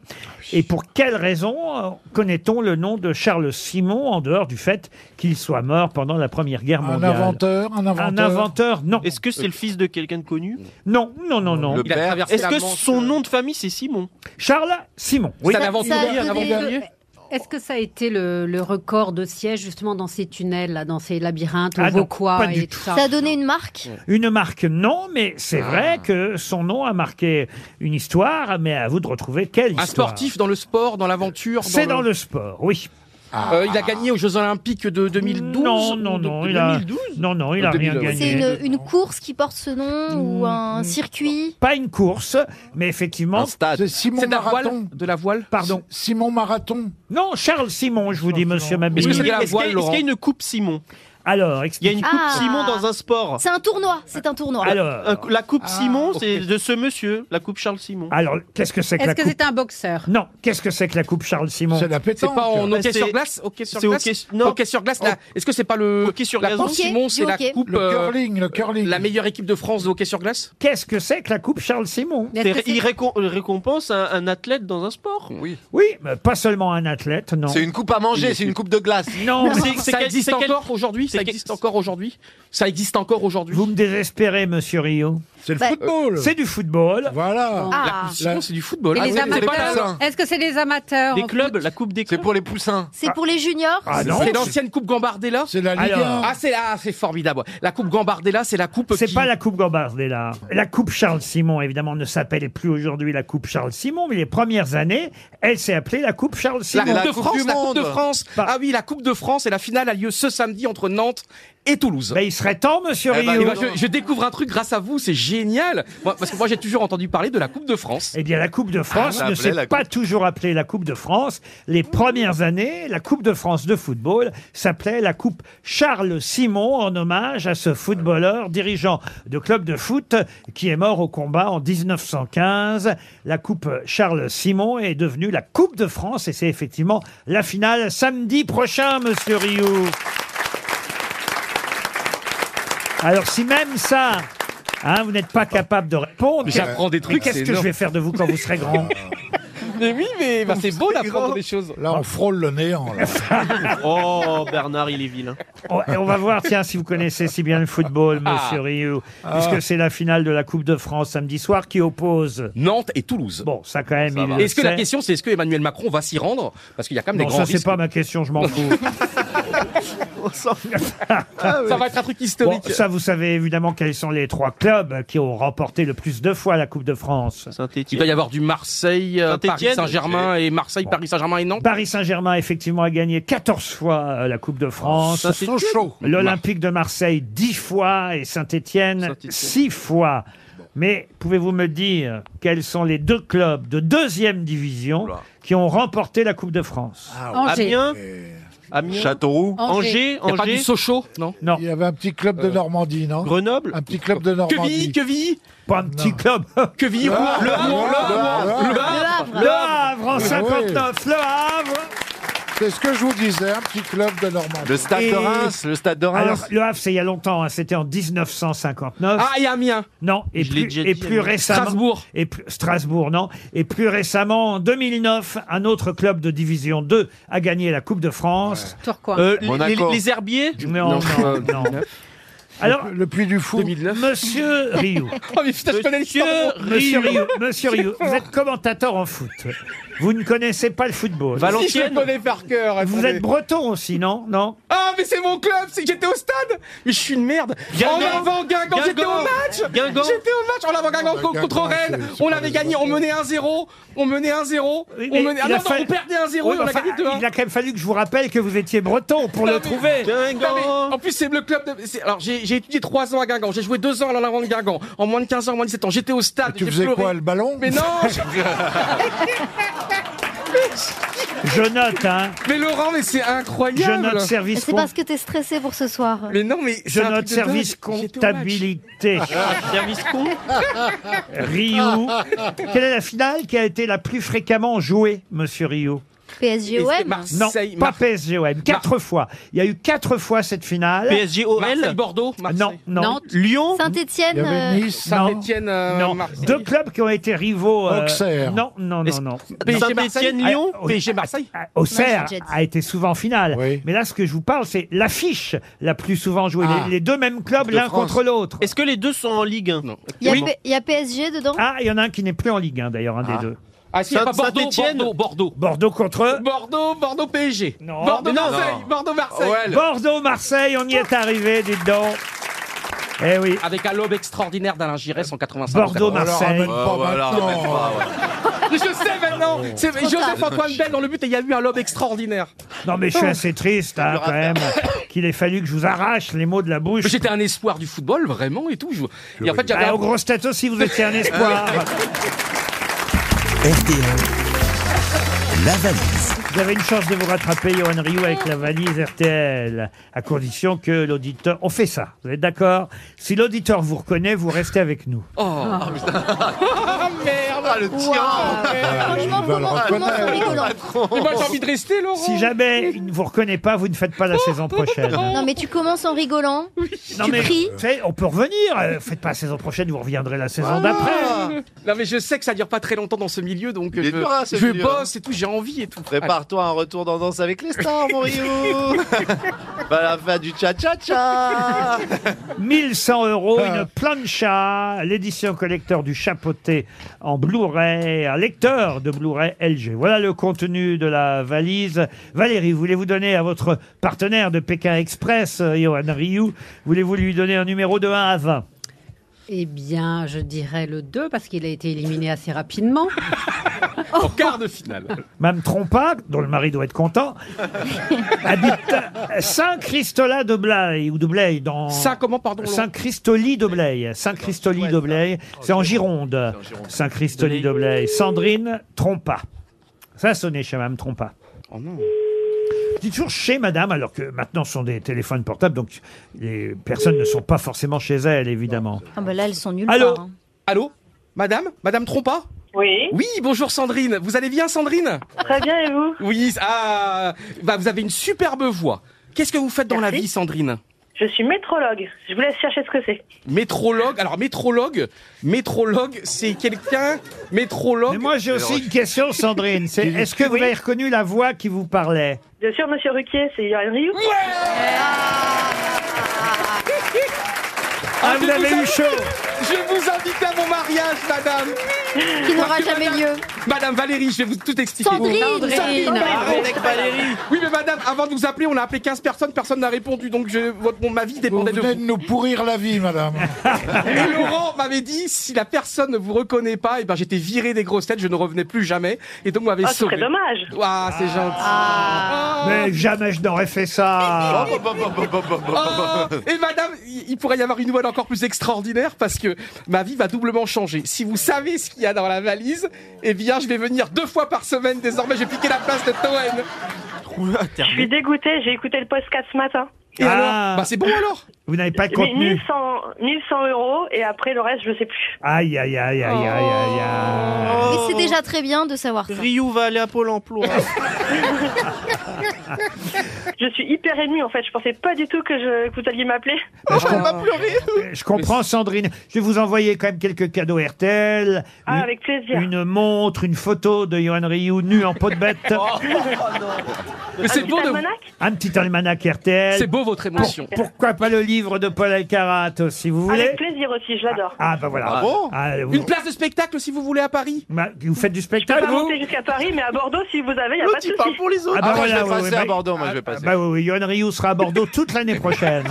Et pour quelle raison euh, connaît-on le nom de Charles Simon en dehors du fait qu'il soit mort pendant la Première Guerre
Un
mondiale
inventeur, un inventeur.
un inventeur, non.
Est-ce que c'est le fils de quelqu'un de connu
Non, non, non, non.
Il a traversé Est-ce que son
euh,
nom de famille c'est Simon
Charles Simon.
Oui.
Ça- ça a
un
donné
aventurier
le- Est-ce que ça a été le, le record de sièges justement dans ces tunnels, là, dans ces labyrinthes,
Ah
au
non,
Vauquois
pas du
et
tout.
tout
Ça a donné une marque
Une marque, non, mais c'est
Ah.
vrai que son nom a marqué une histoire, mais à vous de retrouver quelle
Un
histoire.
sportif dans le sport, dans l'aventure. dans
C'est
le-
dans le sport, oui.
Euh, il a gagné aux Jeux Olympiques de 2012
Ah. Non,
ou
non,
de-
non,
de
il a,
2012.
non, non, il a rien
2000, ouais.
gagné.
C'est une, une course qui porte ce nom
Mmh.
ou un circuit
Pas une course, mais effectivement.
C'est Simon
C'est de la
Marathon.
voile De la voile
Pardon.
Simon Marathon.
Non, Charles Simon, je vous dis, monsieur Mabille.
Est-ce que c'est de la Est-ce qu'il y a- voile, est-ce qu'il y a Laurent une
coupe Simon Alors,
Il y
expliquez.
a une coupe
Ah.
Simon dans un sport.
C'est un tournoi, c'est un tournoi.
Alors-
Oh, Un- la coupe Simon,
ok.
c'est de ce monsieur, la coupe Charles Simon.
Alors, qu'est-ce que c'est que
Est-ce
la
que
coupe
c'était un boxeur
Non, qu'est-ce que c'est que la coupe Charles Simon
C'est la
C'est pas en
Bah,
hockey
c'est-
sur glace Hockey sur Oh.
c'est
glace
hockey- non.
Hockey sur glace, la- est-ce que c'est pas le.
Hockey sur
la
gazon.
coupe Simon,
Hockey,
c'est la
hockey.
coupe.
Le
euh,
curling, le curling.
La meilleure équipe de France de hockey sur glace
Qu'est-ce que c'est que la coupe Charles Simon
C'est- Il récom- récompense un, un athlète dans un sport.
Oui.
Oui, mais pas seulement un athlète, non.
C'est une coupe à manger, c'est une coupe de glace.
Non, mais-
C'est- c'est
ça
quel-
existe
c'est quel-
encore aujourd'hui
c'est
Ça
quel-
existe encore aujourd'hui Ça existe encore aujourd'hui
Vous me désespérez, monsieur Rio.
C'est le
Bah-
football.
C'est du football.
Voilà.
Ah.
La coupe Simon, c'est du football.
Et les
Ah, c'est pas
amateurs
ça.
Est-ce que c'est les amateurs
Des
en
clubs, la coupe des
C'est
clubs.
pour les poussins.
C'est pour les juniors
Ah non,
C'est l'ancienne coupe Gambardella
C'est la Ligue
Alors-
1.
Ah, c'est là, c'est formidable. La coupe Gambardella, c'est la coupe
C'est
qui...
pas la Coupe Gambardella. La Coupe Charles Simon, évidemment, ne s'appelle plus aujourd'hui la Coupe Charles Simon, mais les premières années, elle s'est appelée la Coupe Charles
La
Simon.
Coupe
la
de
Coupe
France,
du
la Coupe de
Monde.
France. Ah oui, la Coupe de France et la finale a lieu ce samedi entre Nantes et Toulouse.
Ben, il serait temps, monsieur
Eh ben,
Rio.
il
Eh ben,
non.
je, je découvre un truc grâce à vous, c'est génial. Moi, parce que moi j'ai toujours entendu parler de la Coupe de France.
Eh bien, la Coupe de France
Ah, on
ne
l'appelait
s'est
la
pas toujours appelée la Coupe de France. Les premières années, la Coupe de France de football s'appelait la Coupe Charles Simon en hommage à ce footballeur dirigeant de club de foot qui est mort au combat en 1915. La Coupe Charles Simon est devenue la Coupe de France et c'est effectivement la finale samedi prochain, monsieur Rioux. Alors si même ça, hein, vous n'êtes pas capable de répondre,
J'apprends des
mais
trucs,
qu'est-ce
c'est
que je vais
énorme.
faire de vous quand vous serez grand
Mais oui, mais bah, c'est beau d'apprendre des choses.
Là, on frôle le néant. là.
Oh, Bernard, il est vilain.
On, et on va voir, tiens, si vous connaissez si bien le football,
Ah.
monsieur Rioux,
Ah.
puisque c'est la finale de la Coupe de France samedi soir qui oppose
Nantes et Toulouse.
Bon, ça quand même, il le
Est-ce que la
sait.
question, c'est est-ce que Emmanuel Macron va s'y rendre Parce qu'il y a quand même
Non,
des grands
ça c'est
risques.
pas ma question, je m'en fous.
Ça va être un truc historique.
Bon, ça, vous savez évidemment quels sont les trois clubs qui ont remporté le plus de fois la Coupe de France.
Il doit y avoir du Marseille, euh, Paris
Saint-Étienne.
Saint-Germain et Marseille, Paris Saint-Germain et Nantes.
Paris Saint-Germain, effectivement, a gagné 14 fois euh, la Coupe de France.
Ah, Ça, c'est chaud.
L'Olympique de Marseille, 10 fois. Et Saint-Etienne, 6 fois. Mais pouvez-vous me dire quels sont les deux clubs de deuxième division qui ont remporté la Coupe de France
Angers.
Ah, Amiens
Châteauroux.
Angers,
Y a pas
Angers.
du
Sochaux, non
Non.
Il y avait un petit club de
Euh,
Normandie, non
Grenoble
Un petit club de Normandie.
Quevilly
Pas un petit club.
Quevilly,
Le Havre,
Rouen,
Le
Le Havre,
Havre,
Le Havre, Le Havre.
Le Havre en
Ah ouais.
59, Le Havre.
C'est ce que je vous disais, un petit club de Normandie.
Le Stade de
Et-
Reims, le Stade de Reims.
Alors, le Havre, c'est il y a longtemps, hein, c'était en 1959.
Ah, et Amiens
Non, et
Je l'ai
plus,
déjà
et
dit,
plus
Amiens.
récemment.
Strasbourg.
Et plus- Strasbourg, non. Et plus récemment, en 2009, un autre club de Division 2 a gagné la Coupe de France.
Turquois.
Euh, les- les, les herbiers
Non, non, non. Alors,
le Puy du Fou.
Monsieur Rioux.
Oh, mais putain, je connais
Monsieur
l'histoire.
Monsieur Rioux, Monsieur Rioux, vous êtes commentateur en foot. Vous ne connaissez pas le football.
Si je le connais par cœur.
Vous
attendez.
êtes breton aussi, non Non
Ah, mais c'est mon club, c'est que j'étais au stade. Mais je suis une merde.
Guingamp.
en avant Guingamp,
Guingamp.
j'étais au match.
Guingamp.
J'étais au match en avant Guingamp co- contre
Guingamp,
Rennes.
c'est- c'est
On
pas
avait
les
gagné, on menait 1-0, on menait 1-0,
Oui,
on
mais
menait ah
il
non,
a
non,
fallu-
on perdait 1-0
Oui,
et on a
enfin,
gagné 2-1.
Il a quand même fallu que je vous rappelle que vous étiez breton pour le trouver.
Putain, mais En plus, c'est le club de. c'est- Alors, j'ai j'ai étudié 3 ans à Guingamp, j'ai joué 2 ans à l'avant de Guingamp. En moins de 15 ans, en moins de 17 ans, j'étais au stade.
Tu
j'ai
faisais
pleuré.
quoi, le ballon
Mais non je-
Je note, hein.
Mais Laurent, mais c'est incroyable
C'est parce que t'es stressé pour ce soir.
Mais non, mais.
Je
c'est un
note
truc de dingue.
service
J'étais au match. Ah,
comptabilité.
Service con
Rio. Quelle est la finale qui a été la plus fréquemment jouée, monsieur Rio
PSG OM
Non, pas PSG-OM. Quatre fois. Il y a eu quatre fois cette finale.
PSG-OL
Bordeaux
Non, non.
Nantes.
Lyon
Saint-Étienne.
Saint-Étienne, euh,
Non.
Marseille.
Deux clubs qui ont été rivaux. euh,
Auxerre.
Non, non, non, non.
PSG Marseille
Saint-Étienne, Lyon
Ah, oui.
PSG Marseille
Auxerre
Non, c'est Jets.
a été souvent en finale. Mais là, ce que je vous parle, c'est l'affiche la plus souvent jouée.
Ah.
Les, les deux mêmes clubs, l'un contre l'autre.
Est-ce que les deux sont en Ligue 1
Il y, a P- il y a PSG dedans
Ah, il y en a un qui n'est plus en Ligue 1, d'ailleurs, un des deux.
Ah, si, y a
Saint-
pas Bordeaux,
Saint-Étienne.
Bordeaux, Bordeaux.
Bordeaux contre
Bordeaux, Bordeaux PSG.
Non.
Bordeaux
Mais non.
Marseille, Bordeaux Marseille.
Bordeaux-Marseille, on y est arrivé, dites donc. Eh oui.
Avec un lobe extraordinaire d'Alain Giresse en 85.
Bordeaux-Marseille.
Oh,
Je sais maintenant. C'est
Oh. Trop tard.
Joseph Antoine Bell dans le but et il y a eu un lobe extraordinaire.
Non, mais je suis assez triste, hein, quand même, qu'il ait fallu que je vous arrache les mots de la bouche.
Mais J'étais un espoir du football vraiment et tout. Je- Et en fait, j'avais
Ah,
un- Ah.
aux grosses têtes aussi, vous étiez un espoir. euh,
La valise.
Vous avez une chance de vous rattraper, Johan Rioux, avec la valise RTL, à condition que l'auditeur... On fait ça, vous êtes d'accord Si l'auditeur vous reconnaît, vous restez avec nous.
Oh,
Ah.
Ah,
merde, le tien.
Franchement,
Il va le
comment, comment hein.
reconnaître.
c'est rigolant
Mais moi, j'ai envie de rester, Laurent. Oh,
Si jamais il ne vous reconnaît pas, vous ne faites pas la saison prochaine.
Non mais tu commences en rigolant, tu
Non, mais,
pries.
vous savez, on peut revenir. Euh, Faites pas la saison prochaine, vous reviendrez la
Ah.
saison d'après.
Ah. Non mais je sais que ça dure pas très longtemps dans ce milieu donc
Il est
je,
dur, hein, ce
je
milieu,
bosse et tout, j'ai envie et tout.
Prépare-toi à un retour dans Danse avec les stars, mon Rio. Va la fin du cha-cha-cha.
1100 euros, une plancha, l'édition collecteur du chapeauté en Blu-ray, un lecteur de Blu-ray LG. Voilà le contenu de la valise. Valérie, voulez-vous donner à votre partenaire de Pékin Express, euh, Johan Rioux, voulez-vous lui donner un numéro de 1 à 20
Eh bien, je dirais le 2 parce qu'il a été éliminé assez rapidement.
En quart de finale.
Mme Trompa, dont le mari doit être content, habite Saint-Christola de Blaye, ou de Blaye, dans...
Saint comment pardon Laurent
Saint-Christoli de Blaye. Saint-Christoli de Blaye. C'est en Gironde. Saint-Christoli de Blaye. Sandrine Trompa. Ça a sonné chez Madame Trompa.
Oh non.
Je dis toujours chez Madame, alors que maintenant ce sont des téléphones portables, donc les personnes ne sont pas forcément chez elle, évidemment.
Ah bah là elles sont nulles.
Allô
Allô Madame Madame Trompa
Oui.
Oui, bonjour Sandrine. Vous allez bien Sandrine
Très bien, et vous
Oui, ah, bah, vous avez une superbe voix. Qu'est-ce que vous faites dans la vie Sandrine
Je
Je suis métrologue. Je vous laisse chercher ce que c'est.
Métrologue, alors métrologue, métrologue, c'est quelqu'un, métrologue.
moi j'ai aussi une question, Sandrine. C'est est-ce que vous avez reconnu la voix qui vous parlait
Bien sûr, monsieur Ruquier, c'est Yoann Ryu.
Ah, vous avez eu chaud.
Je vous invite à mon mariage, madame.
Qui n'aura jamais
lieu. Madame Valérie, je vais vous tout expliquer.
Sandrine, Sandrine. Sandrine.
Avec Valérie. Oui, mais madame, avant de vous appeler, on a appelé 15 personnes, personne n'a répondu, donc je, votre, mon, ma vie
Vous
dépendait de
venez de
vous.
nous pourrir la vie, madame.
Et Laurent m'avait dit, si la personne ne vous reconnaît pas, et ben j'étais viré des grosses têtes, je ne revenais plus jamais. Et donc, vous m'avez
Ah, c'est
sauvé.
très dommage.
Ah, c'est gentil.
Ah.
Oh.
Mais jamais je n'aurais fait ça.
bah, Ah, et madame, il il pourrait y avoir une nouvelle encore plus extraordinaire parce que ma vie va doublement changer. Si vous savez ce qu'il y a dans la valise, eh bien, je vais venir deux fois par semaine désormais. J'ai piqué la place de Toen.
Je suis dégoûtée, j'ai écouté le podcast ce matin.
Et alors Bah, c'est bon alors
Ah. Vous n'avez pas
Mais
contenu.
1100, 1100 euros et après le reste, je sais plus.
Aïe, aïe, aïe, aïe, aïe, aïe, aïe.
Et
Oh.
c'est déjà très bien de savoir ça.
Ryu va aller à Pôle emploi.
Je suis hyper émue en fait. Je pensais pas du tout que, je, que vous alliez m'appeler.
Je comprends, Sandrine. Je vais vous envoyer quand même quelques cadeaux RTL.
Ah,
Une-
avec plaisir.
Une montre, une photo de Johan Ryu nu en peau de bête.
Oh,
Oh. Ah,
Mais c'est beau de vous.
Un petit almanach RTL.
C'est beau votre émotion.
Pour- pourquoi pas le livre de Paul Alcarat, euh, si vous voulez
Avec plaisir aussi, je l'adore.
Ah, bah voilà.
Ah bon
Ah, vous,
Une place de spectacle si vous voulez à Paris.
bah, vous faites du
Je peux
spectacle,
pas
vous
monter Ah, jusqu'à Paris, mais à Bordeaux, si vous avez, il a
L'autre,
pas de
il parle
souci.
pour les autres.
Ah, moi, je vais
ouais,
passer
ouais,
à
bah-
Bordeaux, moi, je vais passer.
Bah oui, oui, Johan Ryu sera à Bordeaux toute l'année prochaine.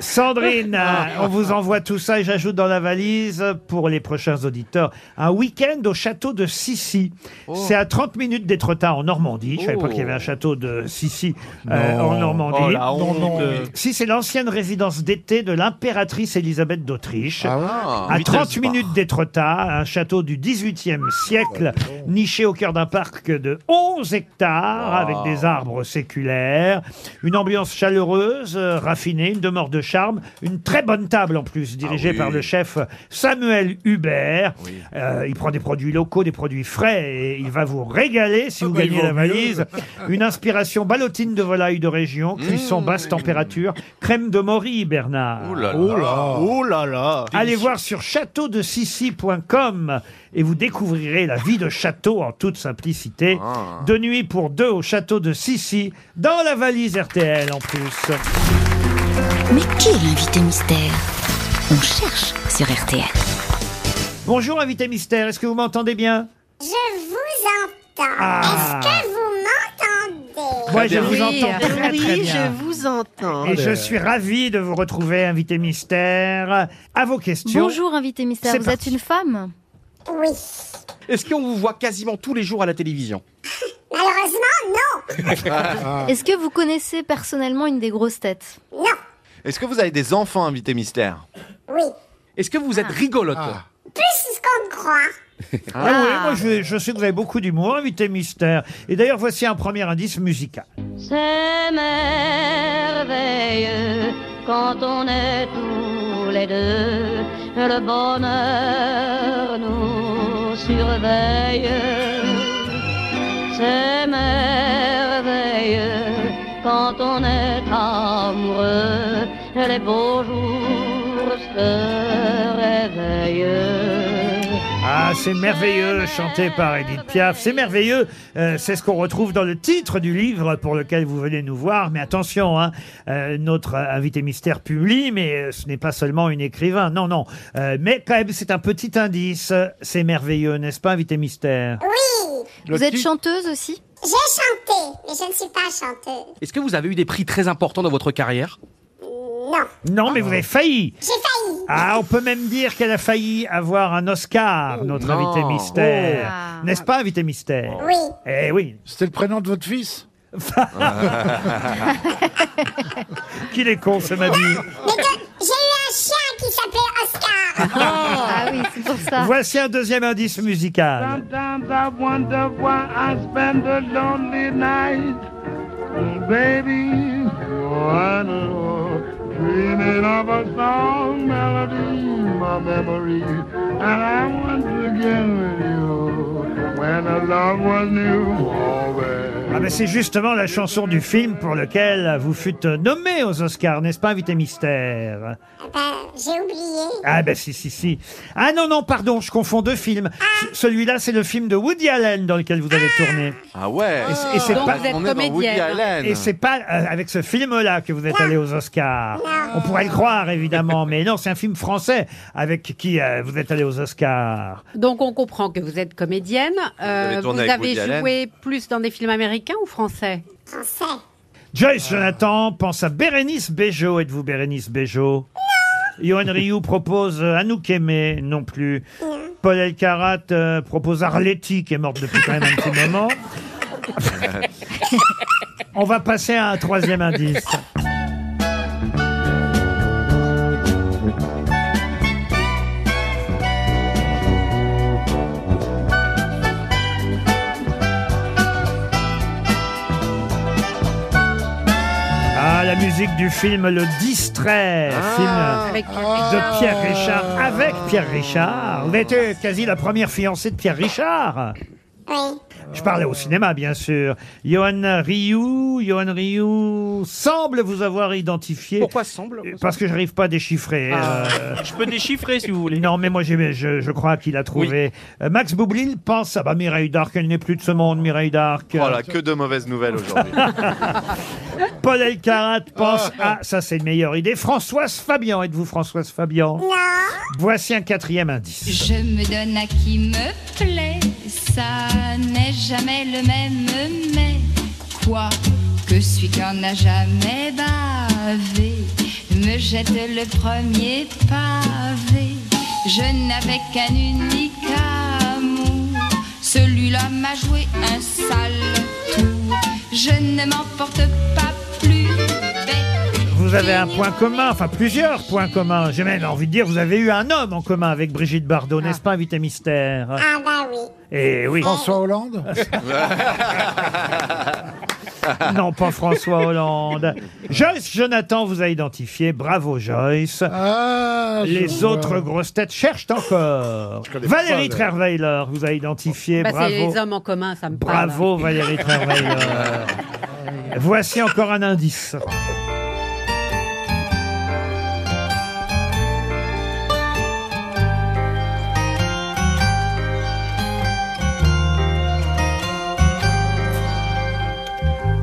Sandrine, euh, on vous envoie tout ça et j'ajoute dans la valise pour les prochains auditeurs un week-end au château de Sissi.
Oh.
C'est à 30 minutes d'Étretat en Normandie. Je savais pas qu'il y avait un château de Sissi euh, en Normandie.
Oh la honte.
Si c'est l'ancienne résidence d'été de l'impératrice Élisabeth d'Autriche,
Ah.
à 30 minutes d'Étretat, un château du 18e siècle, niché au cœur d'un parc de 11 hectares
Ah.
avec des arbres séculaires, une ambiance chaleureuse, euh, raffinée, une demeure de charme, une très bonne table en plus,
Ah
dirigée par le chef Samuel Hubert. Euh, il prend des produits locaux, des produits frais et il va vous régaler si vous
bah, il
gagnez
vaut
la
mieux.
valise. Une inspiration ballotine de volaille de région,
Mmh.
cuisson basse température, crème de morille, Bernard.
Oh là
Oh là là.
Allez voir sur châteaudesissi.com et vous découvrirez la vie de château en toute simplicité.
Ah.
De nuit pour deux au château de Sissi, dans la valise RTL en plus.
Mais qui est l'invité mystère On cherche sur RTL.
Bonjour invité mystère, est-ce que vous m'entendez bien
Je vous entends.
Ah.
Est-ce que vous m'entendez
Moi je vous entends
euh,
très, très bien.
vous entends.
Et je suis ravi de vous retrouver invité mystère. À vos questions.
Bonjour, invité mystère.
C'est
Vous
parti.
êtes une femme
Oui.
Est-ce qu'on vous voit quasiment tous les jours à la télévision
Malheureusement, non.
Est-ce que vous connaissez personnellement une des grosses têtes
Non.
Est-ce que vous avez des enfants invités mystère
Oui.
Est-ce que
Ah.
vous êtes rigolote
Plus qu'on croit.
Ah, oui, moi je, je sais que vous avez beaucoup d'humour, invité mystère. Et d'ailleurs voici un premier indice musical.
C'est merveilleux quand on est tous les deux. Le bonheur nous surveille. C'est merveilleux quand on est amoureux. Les beaux jours se réveillent.
Ah, c'est merveilleux, chanté par Edith Piaf. C'est merveilleux. euh, c'est ce qu'on retrouve dans le titre du livre pour lequel vous venez nous voir. Mais attention, hein, euh, notre invité mystère publie, mais euh, ce n'est pas seulement une écrivain. Non, non. Euh, mais quand même, c'est un petit indice. C'est merveilleux, n'est-ce pas, invité mystère
Oui,
Vous êtes chanteuse aussi
j'ai chanté, mais je ne suis pas chanteuse.
Est-ce que vous avez eu des prix très importants dans votre carrière
Non,
Non, mais vous avez failli.
j'ai failli.
Ah, on peut même dire qu'elle a failli avoir un
Oh.
Oscar, notre invité mystère.
Ah.
N'est-ce pas, invité mystère
Oui,
Eh oui,
C'était le prénom de votre fils
Ah. qu'il est con, ce mamie.
mais que- j'ai eu un chien qui s'appelait Oscar.
Ah oui, c'est pour ça.
Voici un deuxième indice musical.
Ah
Sometimes I wonder why I spend a lonely night. Baby, I know, dreaming of a song melody in my memory. And I want to get with you. When
Ah ben c'est justement la chanson du film pour lequel vous fûtes nommé aux Oscars, n'est-ce pas, invité mystère
ben,
J'ai oublié.
Ah ben si, si, si. Ah non, non, pardon, je confonds deux films. C- Celui-là, c'est le film de Woody Allen dans lequel vous avez tourné.
Ah. Ah ouais.
Et c'est- et c'est
Donc
pas-
vous êtes On est dans comédienne, Woody hein. Allen.
Et c'est pas euh, avec ce film-là que vous êtes allé aux Oscars. On pourrait le croire, évidemment, mais non, c'est un film français avec qui euh, vous êtes allé aux Oscars.
Donc on comprend que vous êtes comédienne. Euh,
Vous avez
vous
tourné
avez,
avec Woody
joué plus dans des films américains ou français
Français.
Ah.
Joyce Jonathan pense à Bérénice Bejo. Êtes-vous Bérénice Bejo Yoann Ryu propose euh, Anouk Aimé, non plus. Paul Elkarat euh, propose Arletty, qui est morte depuis quand même un petit moment. On va passer à un troisième indice. Ah, la musique du film Le Distrait, film
Oh.
Avec Pierre
de
Richard.
Pierre Ah. Richard, avec Pierre Richard. Vous étiez quasi la première fiancée de Pierre Richard.
Oui.
Je parlais au cinéma, bien sûr. Johan Ryu, Johan Ryu semble vous avoir identifié. Pourquoi semble Parce que je n'arrive pas à déchiffrer. euh,
Ah. Je peux déchiffrer si vous voulez.
non, mais moi, j'ai- je, je crois qu'il a trouvé. Euh, Max Boublil pense à bah, Mireille Darc, elle n'est plus de ce monde, Mireille Darc.
Oh,
Voilà, Oh que de mauvaises nouvelles aujourd'hui.
Paul Elkarat pense à. Ça, c'est une meilleure idée. Françoise Fabian, êtes-vous Françoise Fabian
Non.
Voici un quatrième indice.
Je me donne à qui me plaît, ça n'est jamais le même, mais quoi que celui qui en a jamais bavé me jette le premier pavé. Je n'avais qu'un unique amour, celui-là m'a joué un sale tour. Je ne m'en porte pas plus bête.
Vous avez un point commun, enfin plusieurs points communs. J'ai même envie de dire, vous avez eu un homme en commun avec Brigitte
Ah.
Bardot, n'est-ce pas, invité mystère
Ah bah oui.
Et oui.
François Hollande
Non, pas François Hollande. Joyce Jonathan vous a identifié. Bravo, Joyce. Les
Ah, je vois.
autres grosses têtes cherchent encore.
pas,
Valérie
là.
Trierweiler vous a identifié.
Bah, C'est
Bravo.
les hommes en commun, ça me parle.
Bravo, Valérie Trierweiler. Voici encore un indice.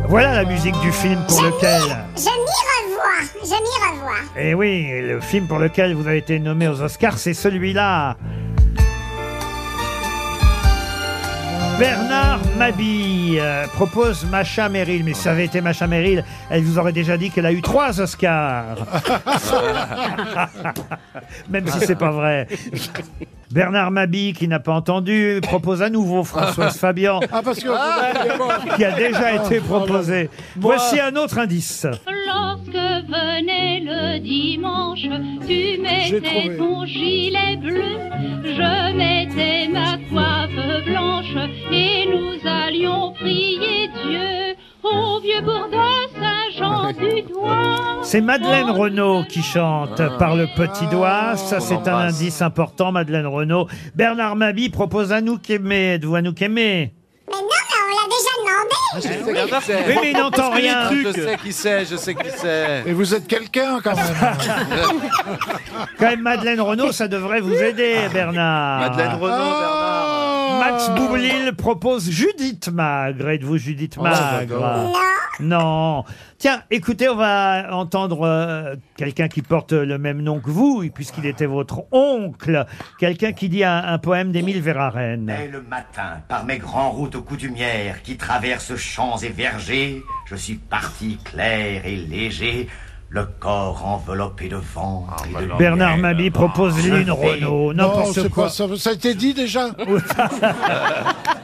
Voilà la musique du film pour lequel.
Je m'y revois. Je m'y revois.
Et Eh oui, le film pour lequel vous avez été nommé aux Oscars, c'est celui-là. Bernard Mabille euh, propose Macha Merrill, mais si ça avait été Macha Merrill, elle vous aurait déjà dit qu'elle a eu trois Oscars. Même si c'est pas vrai. Bernard Mabille, qui n'a pas entendu, propose à nouveau Françoise Fabian,
Ah, parce que.
qui a déjà été proposé.
Moi-
Voici un autre indice.
Lorsque venait le dimanche, tu mettais
trouvé.
ton gilet bleu, je mettais ma coiffe blanche et nous allions prier Dieu au vieux bourg de Saint-Jean du Doigt.
C'est Madeleine Renaud qui chante
Ah.
par le petit doigt. Ça,
On
c'est un
l'embrasse.
indice important, Madeleine Renaud. Bernard Mabi propose à nous qu'aimer. Êtes-vous à nous qu'aimer
Mais non, mais on l'a déjà demandé.
Oui, mais il n'entend rien.
Je sais qui c'est, je sais qui c'est.
Et vous êtes quelqu'un quand même.
Quand même, Madeleine Renaud, ça devrait vous aider, Bernard.
Madeleine Renaud,
Bernard. Max Boublil propose Judith Magre. Êtes-vous Judith
Oh,
Magre
j'adore.
Non. Tiens, écoutez, on va entendre euh, quelqu'un qui porte le même nom que vous, et puisqu'il était votre oncle. Quelqu'un qui dit un, un poème d'Émile Verhaeren.
Dès le matin, par mes grands routes coutumières qui traversent champs et vergers, je suis parti clair et léger, le corps enveloppé de vent et de lumière.
Bernard Mabi propose
Je
Lune
vais-
Renault. N'importe
c'est
quoi.
pas ça. Ça a été dit déjà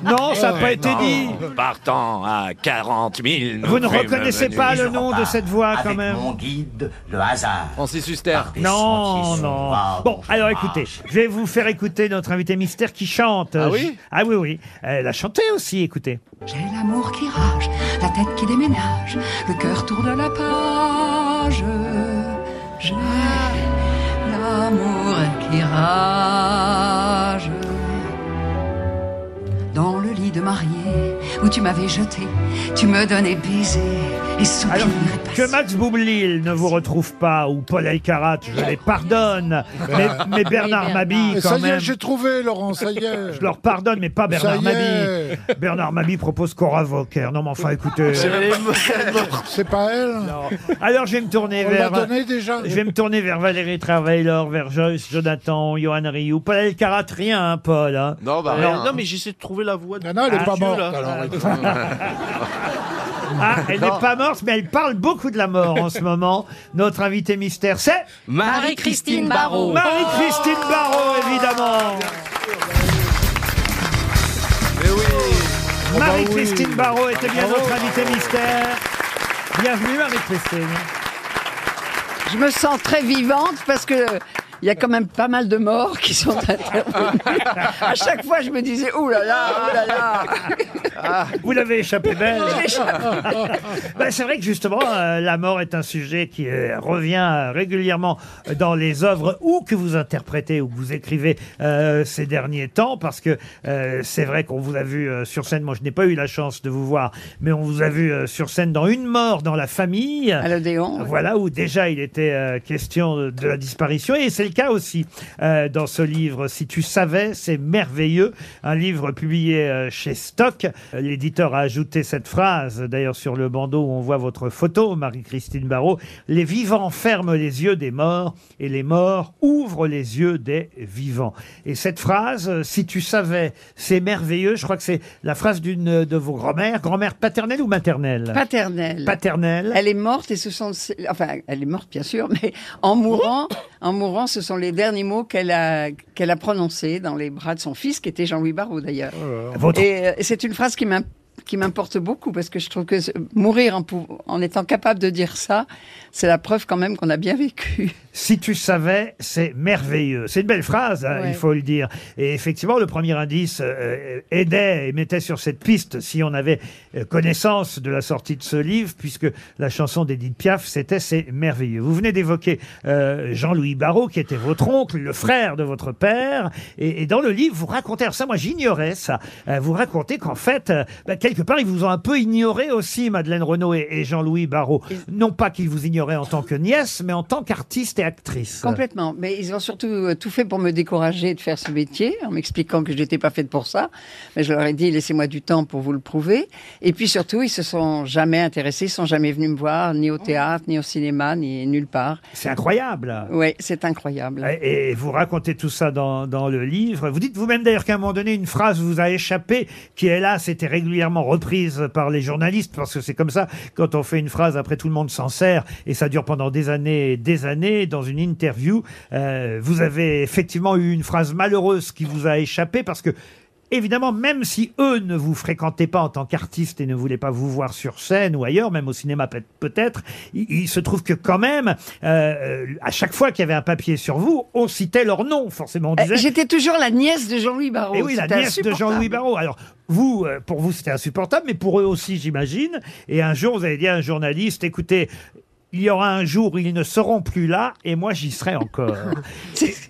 Non,
Oh,
ça n'a pas été dit.
Partant à 40 000.
Vous ne reconnaissez pas le nom de cette voix quand même.
Mon guide, le hasard. Francis Huster.
Non, non. Bon, alors écoutez, je vais vous faire écouter notre invité mystère qui chante.
Ah oui
Ah oui, oui. Elle a chanté aussi, écoutez.
J'ai l'amour qui rage, la tête qui déménage, le cœur tourne la page. J'ai l'amour qui rage. Dans le de mariée, où tu m'avais jeté, tu me donnais baiser et soupir.
Alors, que Max Boublil ne vous retrouve pas, ou Paul Elkarat, je les pardonne, mais, mais Bernard Mabille,
Eh Ça
quand
y est,
même.
j'ai trouvé, Laurent, ça y est.
Je leur pardonne, mais pas Bernard
Ça y
Mabille.
est.
Bernard Mabille propose Cora Vauquer. Non, mais enfin, écoutez.
C'est
euh,
C'est pas elle
Alors, je vais me tourner
On l'a
vers.
donné déjà
Je vais me tourner vers Valérie Travailor, vers Joyce, Jonathan, Johan Rioux. Paul Elkarat, rien, hein, Paul. hein.
Non,
Euh, non, mais j'essaie de trouver la voix de.
non, elle est
Ah,
pas
Dieu,
morte,
là.
Ah, elle n'est pas morte, mais elle parle beaucoup de la mort en ce moment. Notre invité mystère, c'est
Marie-Christine Barrault. Oh.
Marie-Christine Barrault, évidemment. Eh Oh, bah Marie-Christine Barrault était bien notre invitée mystère. Bienvenue Marie-Christine.
Je me sens très vivante parce que euh, il y a quand même pas mal de morts qui sont intervenus. À chaque fois, je me disais, ouh là
Ah,
là,
oh
ouh là là.
Vous l'avez échappé belle.
Je l'ai échappé.
Ben, c'est vrai que justement, euh, la mort est un sujet qui euh, revient euh, régulièrement dans les œuvres ou que vous interprétez ou que vous écrivez euh, ces derniers temps, parce que euh, c'est vrai qu'on vous a vu euh, sur scène. Moi, je n'ai pas eu la chance de vous voir, mais on vous a vu euh, sur scène dans Une mort dans la famille. À
l'Odéon.
Voilà où déjà il était euh, question de- de la disparition, et c'est le cas aussi euh, dans ce livre. Si tu savais, c'est merveilleux. Un livre publié euh, chez Stock. Euh, L'éditeur a ajouté cette phrase, d'ailleurs sur le bandeau où on voit votre photo, Marie-Christine Barrault. Les vivants ferment les yeux des morts et les morts ouvrent les yeux des vivants. Et cette phrase, euh, si tu savais, c'est merveilleux. Je crois que c'est la phrase d'une de vos grand-mères, grand-mère paternelle ou maternelle
Paternelle.
Paternelle.
Elle est morte et ce sont, enfin, elle est morte bien sûr, mais en mourant, en mourant, ce sont les derniers mots qu'elle a qu'elle a prononcés dans les bras de son fils, qui était Jean-Louis Barrault d'ailleurs.
Votre-
Et euh, c'est une phrase qui m'im- qui m'importe beaucoup parce que je trouve que ce- mourir en, pou- en étant capable de dire ça, c'est la preuve quand même qu'on a bien vécu.
Si tu savais, c'est merveilleux. C'est une belle phrase, hein,
Ouais.
il faut le dire. Et effectivement, le premier indice euh, aidait et mettait sur cette piste si on avait euh, connaissance de la sortie de ce livre, puisque la chanson d'Edith Piaf, c'était C'est merveilleux. Vous venez d'évoquer euh, Jean-Louis Barrault, qui était votre oncle, le frère de votre père. Et, et dans le livre, vous racontez, alors ça, moi j'ignorais ça, Euh, vous racontez qu'en fait, euh, bah, quelque part, ils vous ont un peu ignoré aussi, Madeleine Renaud et, et Jean-Louis Barrault. Non pas qu'ils vous ignoraient en tant que nièce, mais en tant qu'artiste et actrice.
Complètement. Mais ils ont surtout euh, tout fait pour me décourager de faire ce métier, en m'expliquant que je n'étais pas faite pour ça. Mais je leur ai dit, laissez-moi du temps pour vous le prouver. Et puis surtout, ils se sont jamais intéressés, ils sont jamais venus me voir, ni au théâtre, ni au cinéma, ni nulle part.
C'est incroyable.
Oui, c'est incroyable.
Et et vous racontez tout ça dans, dans le livre. Vous dites vous-même d'ailleurs qu'à un moment donné, une phrase vous a échappé, qui hélas était régulièrement reprise par les journalistes, parce que c'est comme ça, quand on fait une phrase, après tout le monde s'en sert, et ça dure pendant des années et des années. Dans une interview, euh, vous avez effectivement eu une phrase malheureuse qui vous a échappé, parce que Évidemment, même si eux ne vous fréquentaient pas en tant qu'artiste et ne voulaient pas vous voir sur scène ou ailleurs, même au cinéma peut- peut-être, il, il se trouve que quand même, euh, euh, à chaque fois qu'il y avait un papier sur vous, on citait leur nom, forcément. On
Euh,
disait,
J'étais toujours la nièce de Jean-Louis Barrault.
eh oui, la
Ah oh, C'était
nièce de Jean-Louis
insupportable.
Barrault. Alors, vous, euh, pour vous, c'était insupportable, mais pour eux aussi, j'imagine. Et un jour, vous avez dit à un journaliste, écoutez, il y aura un jour où ils ne seront plus là, et moi, j'y serai encore.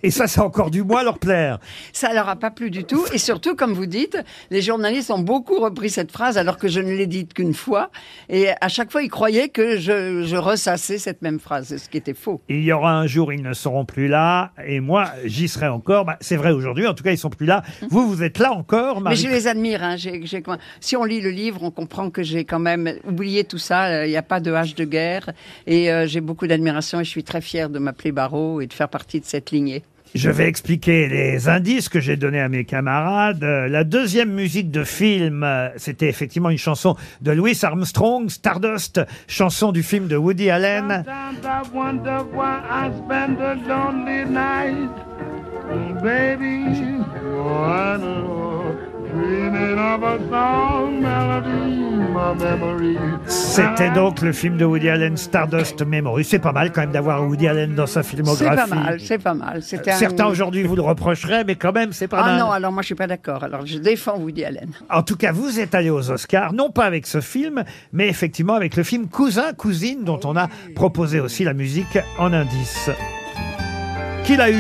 et ça, c'est encore du moins leur plaire.
Ça leur a pas plu du tout. Et surtout, comme vous dites, les journalistes ont beaucoup repris cette phrase alors que je ne l'ai dite qu'une fois. Et à chaque fois, ils croyaient que je, je ressassais cette même phrase, ce qui était faux.
Il y aura un jour, ils ne seront plus là, et moi, j'y serai encore. Bah, c'est vrai aujourd'hui, en tout cas, ils sont plus là. Vous, vous êtes là encore,
Hum. Mais
Oh, Marie.
je les admire. hein. J'ai- j'ai quand- Si on lit le livre, on comprend que j'ai quand même oublié tout ça. Il n'y a pas de hache de guerre. Et euh, j'ai beaucoup d'admiration et je suis très fière de m'appeler Barreau et de faire partie de cette lignée.
Je vais expliquer les indices que j'ai donnés à mes camarades. Euh, La deuxième musique de film, euh, c'était effectivement une chanson de Louis Armstrong, Stardust, chanson du film de Woody Allen.
Sometimes I wonder why I spend a lonely night, baby. One dreaming of a song melody, my memory.
C'était donc le film de Woody Allen, Stardust Memory. C'est pas mal quand même d'avoir Woody Allen dans sa
C'est
filmographie.
pas mal, c'est pas mal. C'était un-
Euh, Certains aujourd'hui vous le reprocheraient, mais quand même, c'est pas
Ah
mal.
non, alors moi je suis pas d'accord. Alors je défends Woody Allen.
En tout cas, vous êtes allé aux Oscars, non pas avec ce film, mais effectivement avec le film Cousin, Cousine, dont on a proposé aussi la musique en indice. Qui l'a eu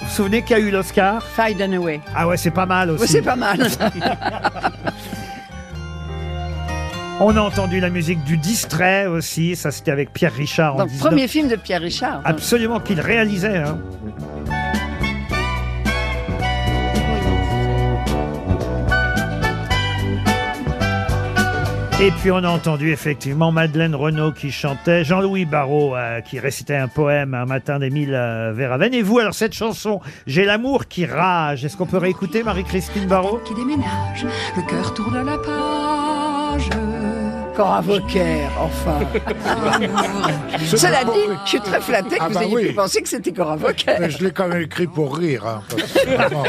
Vous vous souvenez qui a eu l'Oscar
Faye Dunaway.
Ah ouais, c'est pas mal aussi.
C'est pas mal.
On a entendu la musique du distrait aussi. Ça, c'était avec Pierre Richard. en
Donc,
19.
premier film de Pierre Richard.
Absolument, qu'il réalisait. hein. Et puis on a entendu effectivement Madeleine Renaud qui chantait, Jean-Louis Barrault euh, qui récitait un poème un matin d'Émile euh, Verhaven. Et vous, alors cette chanson, J'ai l'amour qui rage, est-ce qu'on peut réécouter Marie-Christine Barrault
qui déménage, le cœur tourne la page.
Encore un Vauquer, enfin. Cela dit, je suis très flatté que
Ah
vous
bah
ayez
oui.
pu penser que c'était Cora
Mais
Vauquer.
je l'ai quand même écrit pour rire. hein, parce que vraiment.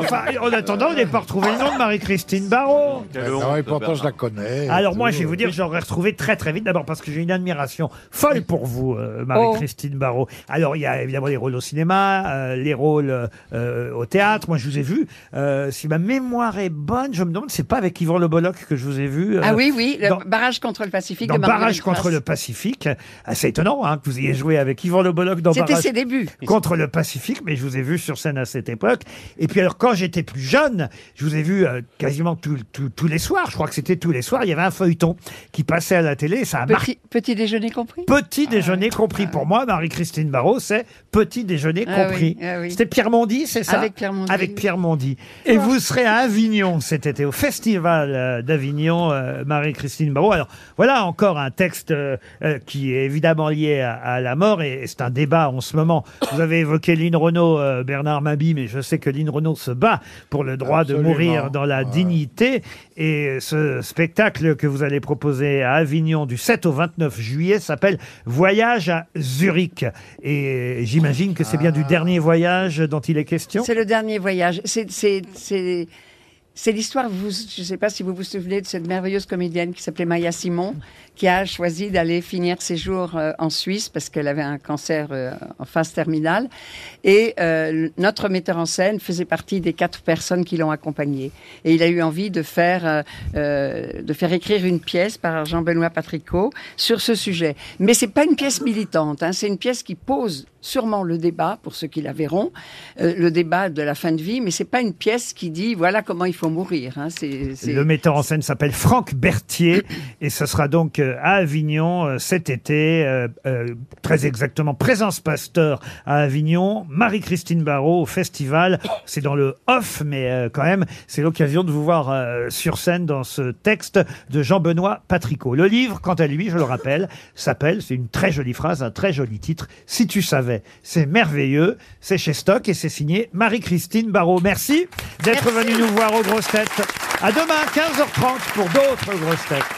Enfin, en attendant, on n'est pas retrouvé le nom de Marie-Christine Barrault.
Non, et pourtant, je la connais.
Alors moi, je vais vous dire, j'aurais retrouvé très très vite. D'abord parce que j'ai une admiration folle pour vous, euh, Marie-Christine Barrault. Alors il y a évidemment les rôles au cinéma, euh, les rôles euh, au théâtre. Moi, je vous ai vu. euh, si ma mémoire est bonne, je me demande, c'est pas avec Yvan Le Bolloc que je vous ai vu. euh,
Ah oui, oui, le
dans-
barrage contre le Pacifique.
dans
de Marguerite
Barrage contre
Duras.
le Pacifique. Ah, C'est étonnant hein, que vous ayez joué avec Yvan Le Bolloc dans
C'était
Barrage
ses débuts.
contre le Pacifique, mais je vous ai vu sur scène à cette époque. Et puis alors, quand j'étais plus jeune, je vous ai vu euh, quasiment tout- tout- tous les soirs, je crois que c'était tous les soirs, il y avait un feuilleton qui passait à la télé, et ça a marqué.
Petit, petit déjeuner compris. Ah
Petit déjeuner compris pour moi, Marie-Christine Barrault, c'est petit déjeuner
Ah
compris.
oui, ah oui.
C'était Pierre Mondy, c'est ça
Avec Pierre Mondy,
Avec
oui.
Pierre Mondy. Et vous serez à Avignon cet été, au Festival euh, d'Avignon, euh, Marie-Christine Barrault. Alors voilà encore un texte euh, euh, qui est évidemment lié à, à la mort et, c'est un débat en ce moment. Vous avez évoqué Lynn Renault, euh, Bernard Mabi, mais je sais que Lynn Renault se bat pour le droit de
Absolument.
mourir dans la dignité. Et ce spectacle que vous allez proposer à Avignon du 7 au 29 juillet s'appelle Voyage à Zurich. Et j'imagine que c'est bien du dernier voyage dont il est question.
Ah. C'est le dernier voyage. C'est- C'est c'est- c'est l'histoire, vous- je ne sais pas si vous vous souvenez de cette merveilleuse comédienne qui s'appelait Maya Simon, qui a choisi d'aller finir ses jours euh, en Suisse parce qu'elle avait un cancer euh, en phase terminale. Et euh, le- notre metteur en scène faisait partie des quatre personnes qui l'ont accompagnée. Et il a eu envie de faire, euh, euh, de faire écrire une pièce par Jean-Benoît Patricot sur ce sujet. Mais c'est pas une pièce militante, hein, c'est une pièce qui pose sûrement le débat, pour ceux qui la verront, euh, le débat de la fin de vie, mais c'est pas une pièce qui dit voilà comment il faut mourir. hein, c'est- c'est-
Le metteur en scène s'appelle Franck Berthier et ce sera donc euh, à Avignon euh, cet été, euh, euh, très exactement Présence Pasteur à Avignon, Marie-Christine Barrault au festival, c'est dans le off mais euh, quand même c'est l'occasion de vous voir euh, sur scène dans ce texte de Jean-Benoît Patricot. Le livre, quant à lui, je le rappelle, s'appelle, c'est une très jolie phrase, un très joli titre, Si tu savais, c'est merveilleux, c'est chez Stock et c'est signé Marie-Christine Barrault. Merci d'être venue nous voir aux grosses têtes. À demain, 15h30 pour d'autres grosses têtes.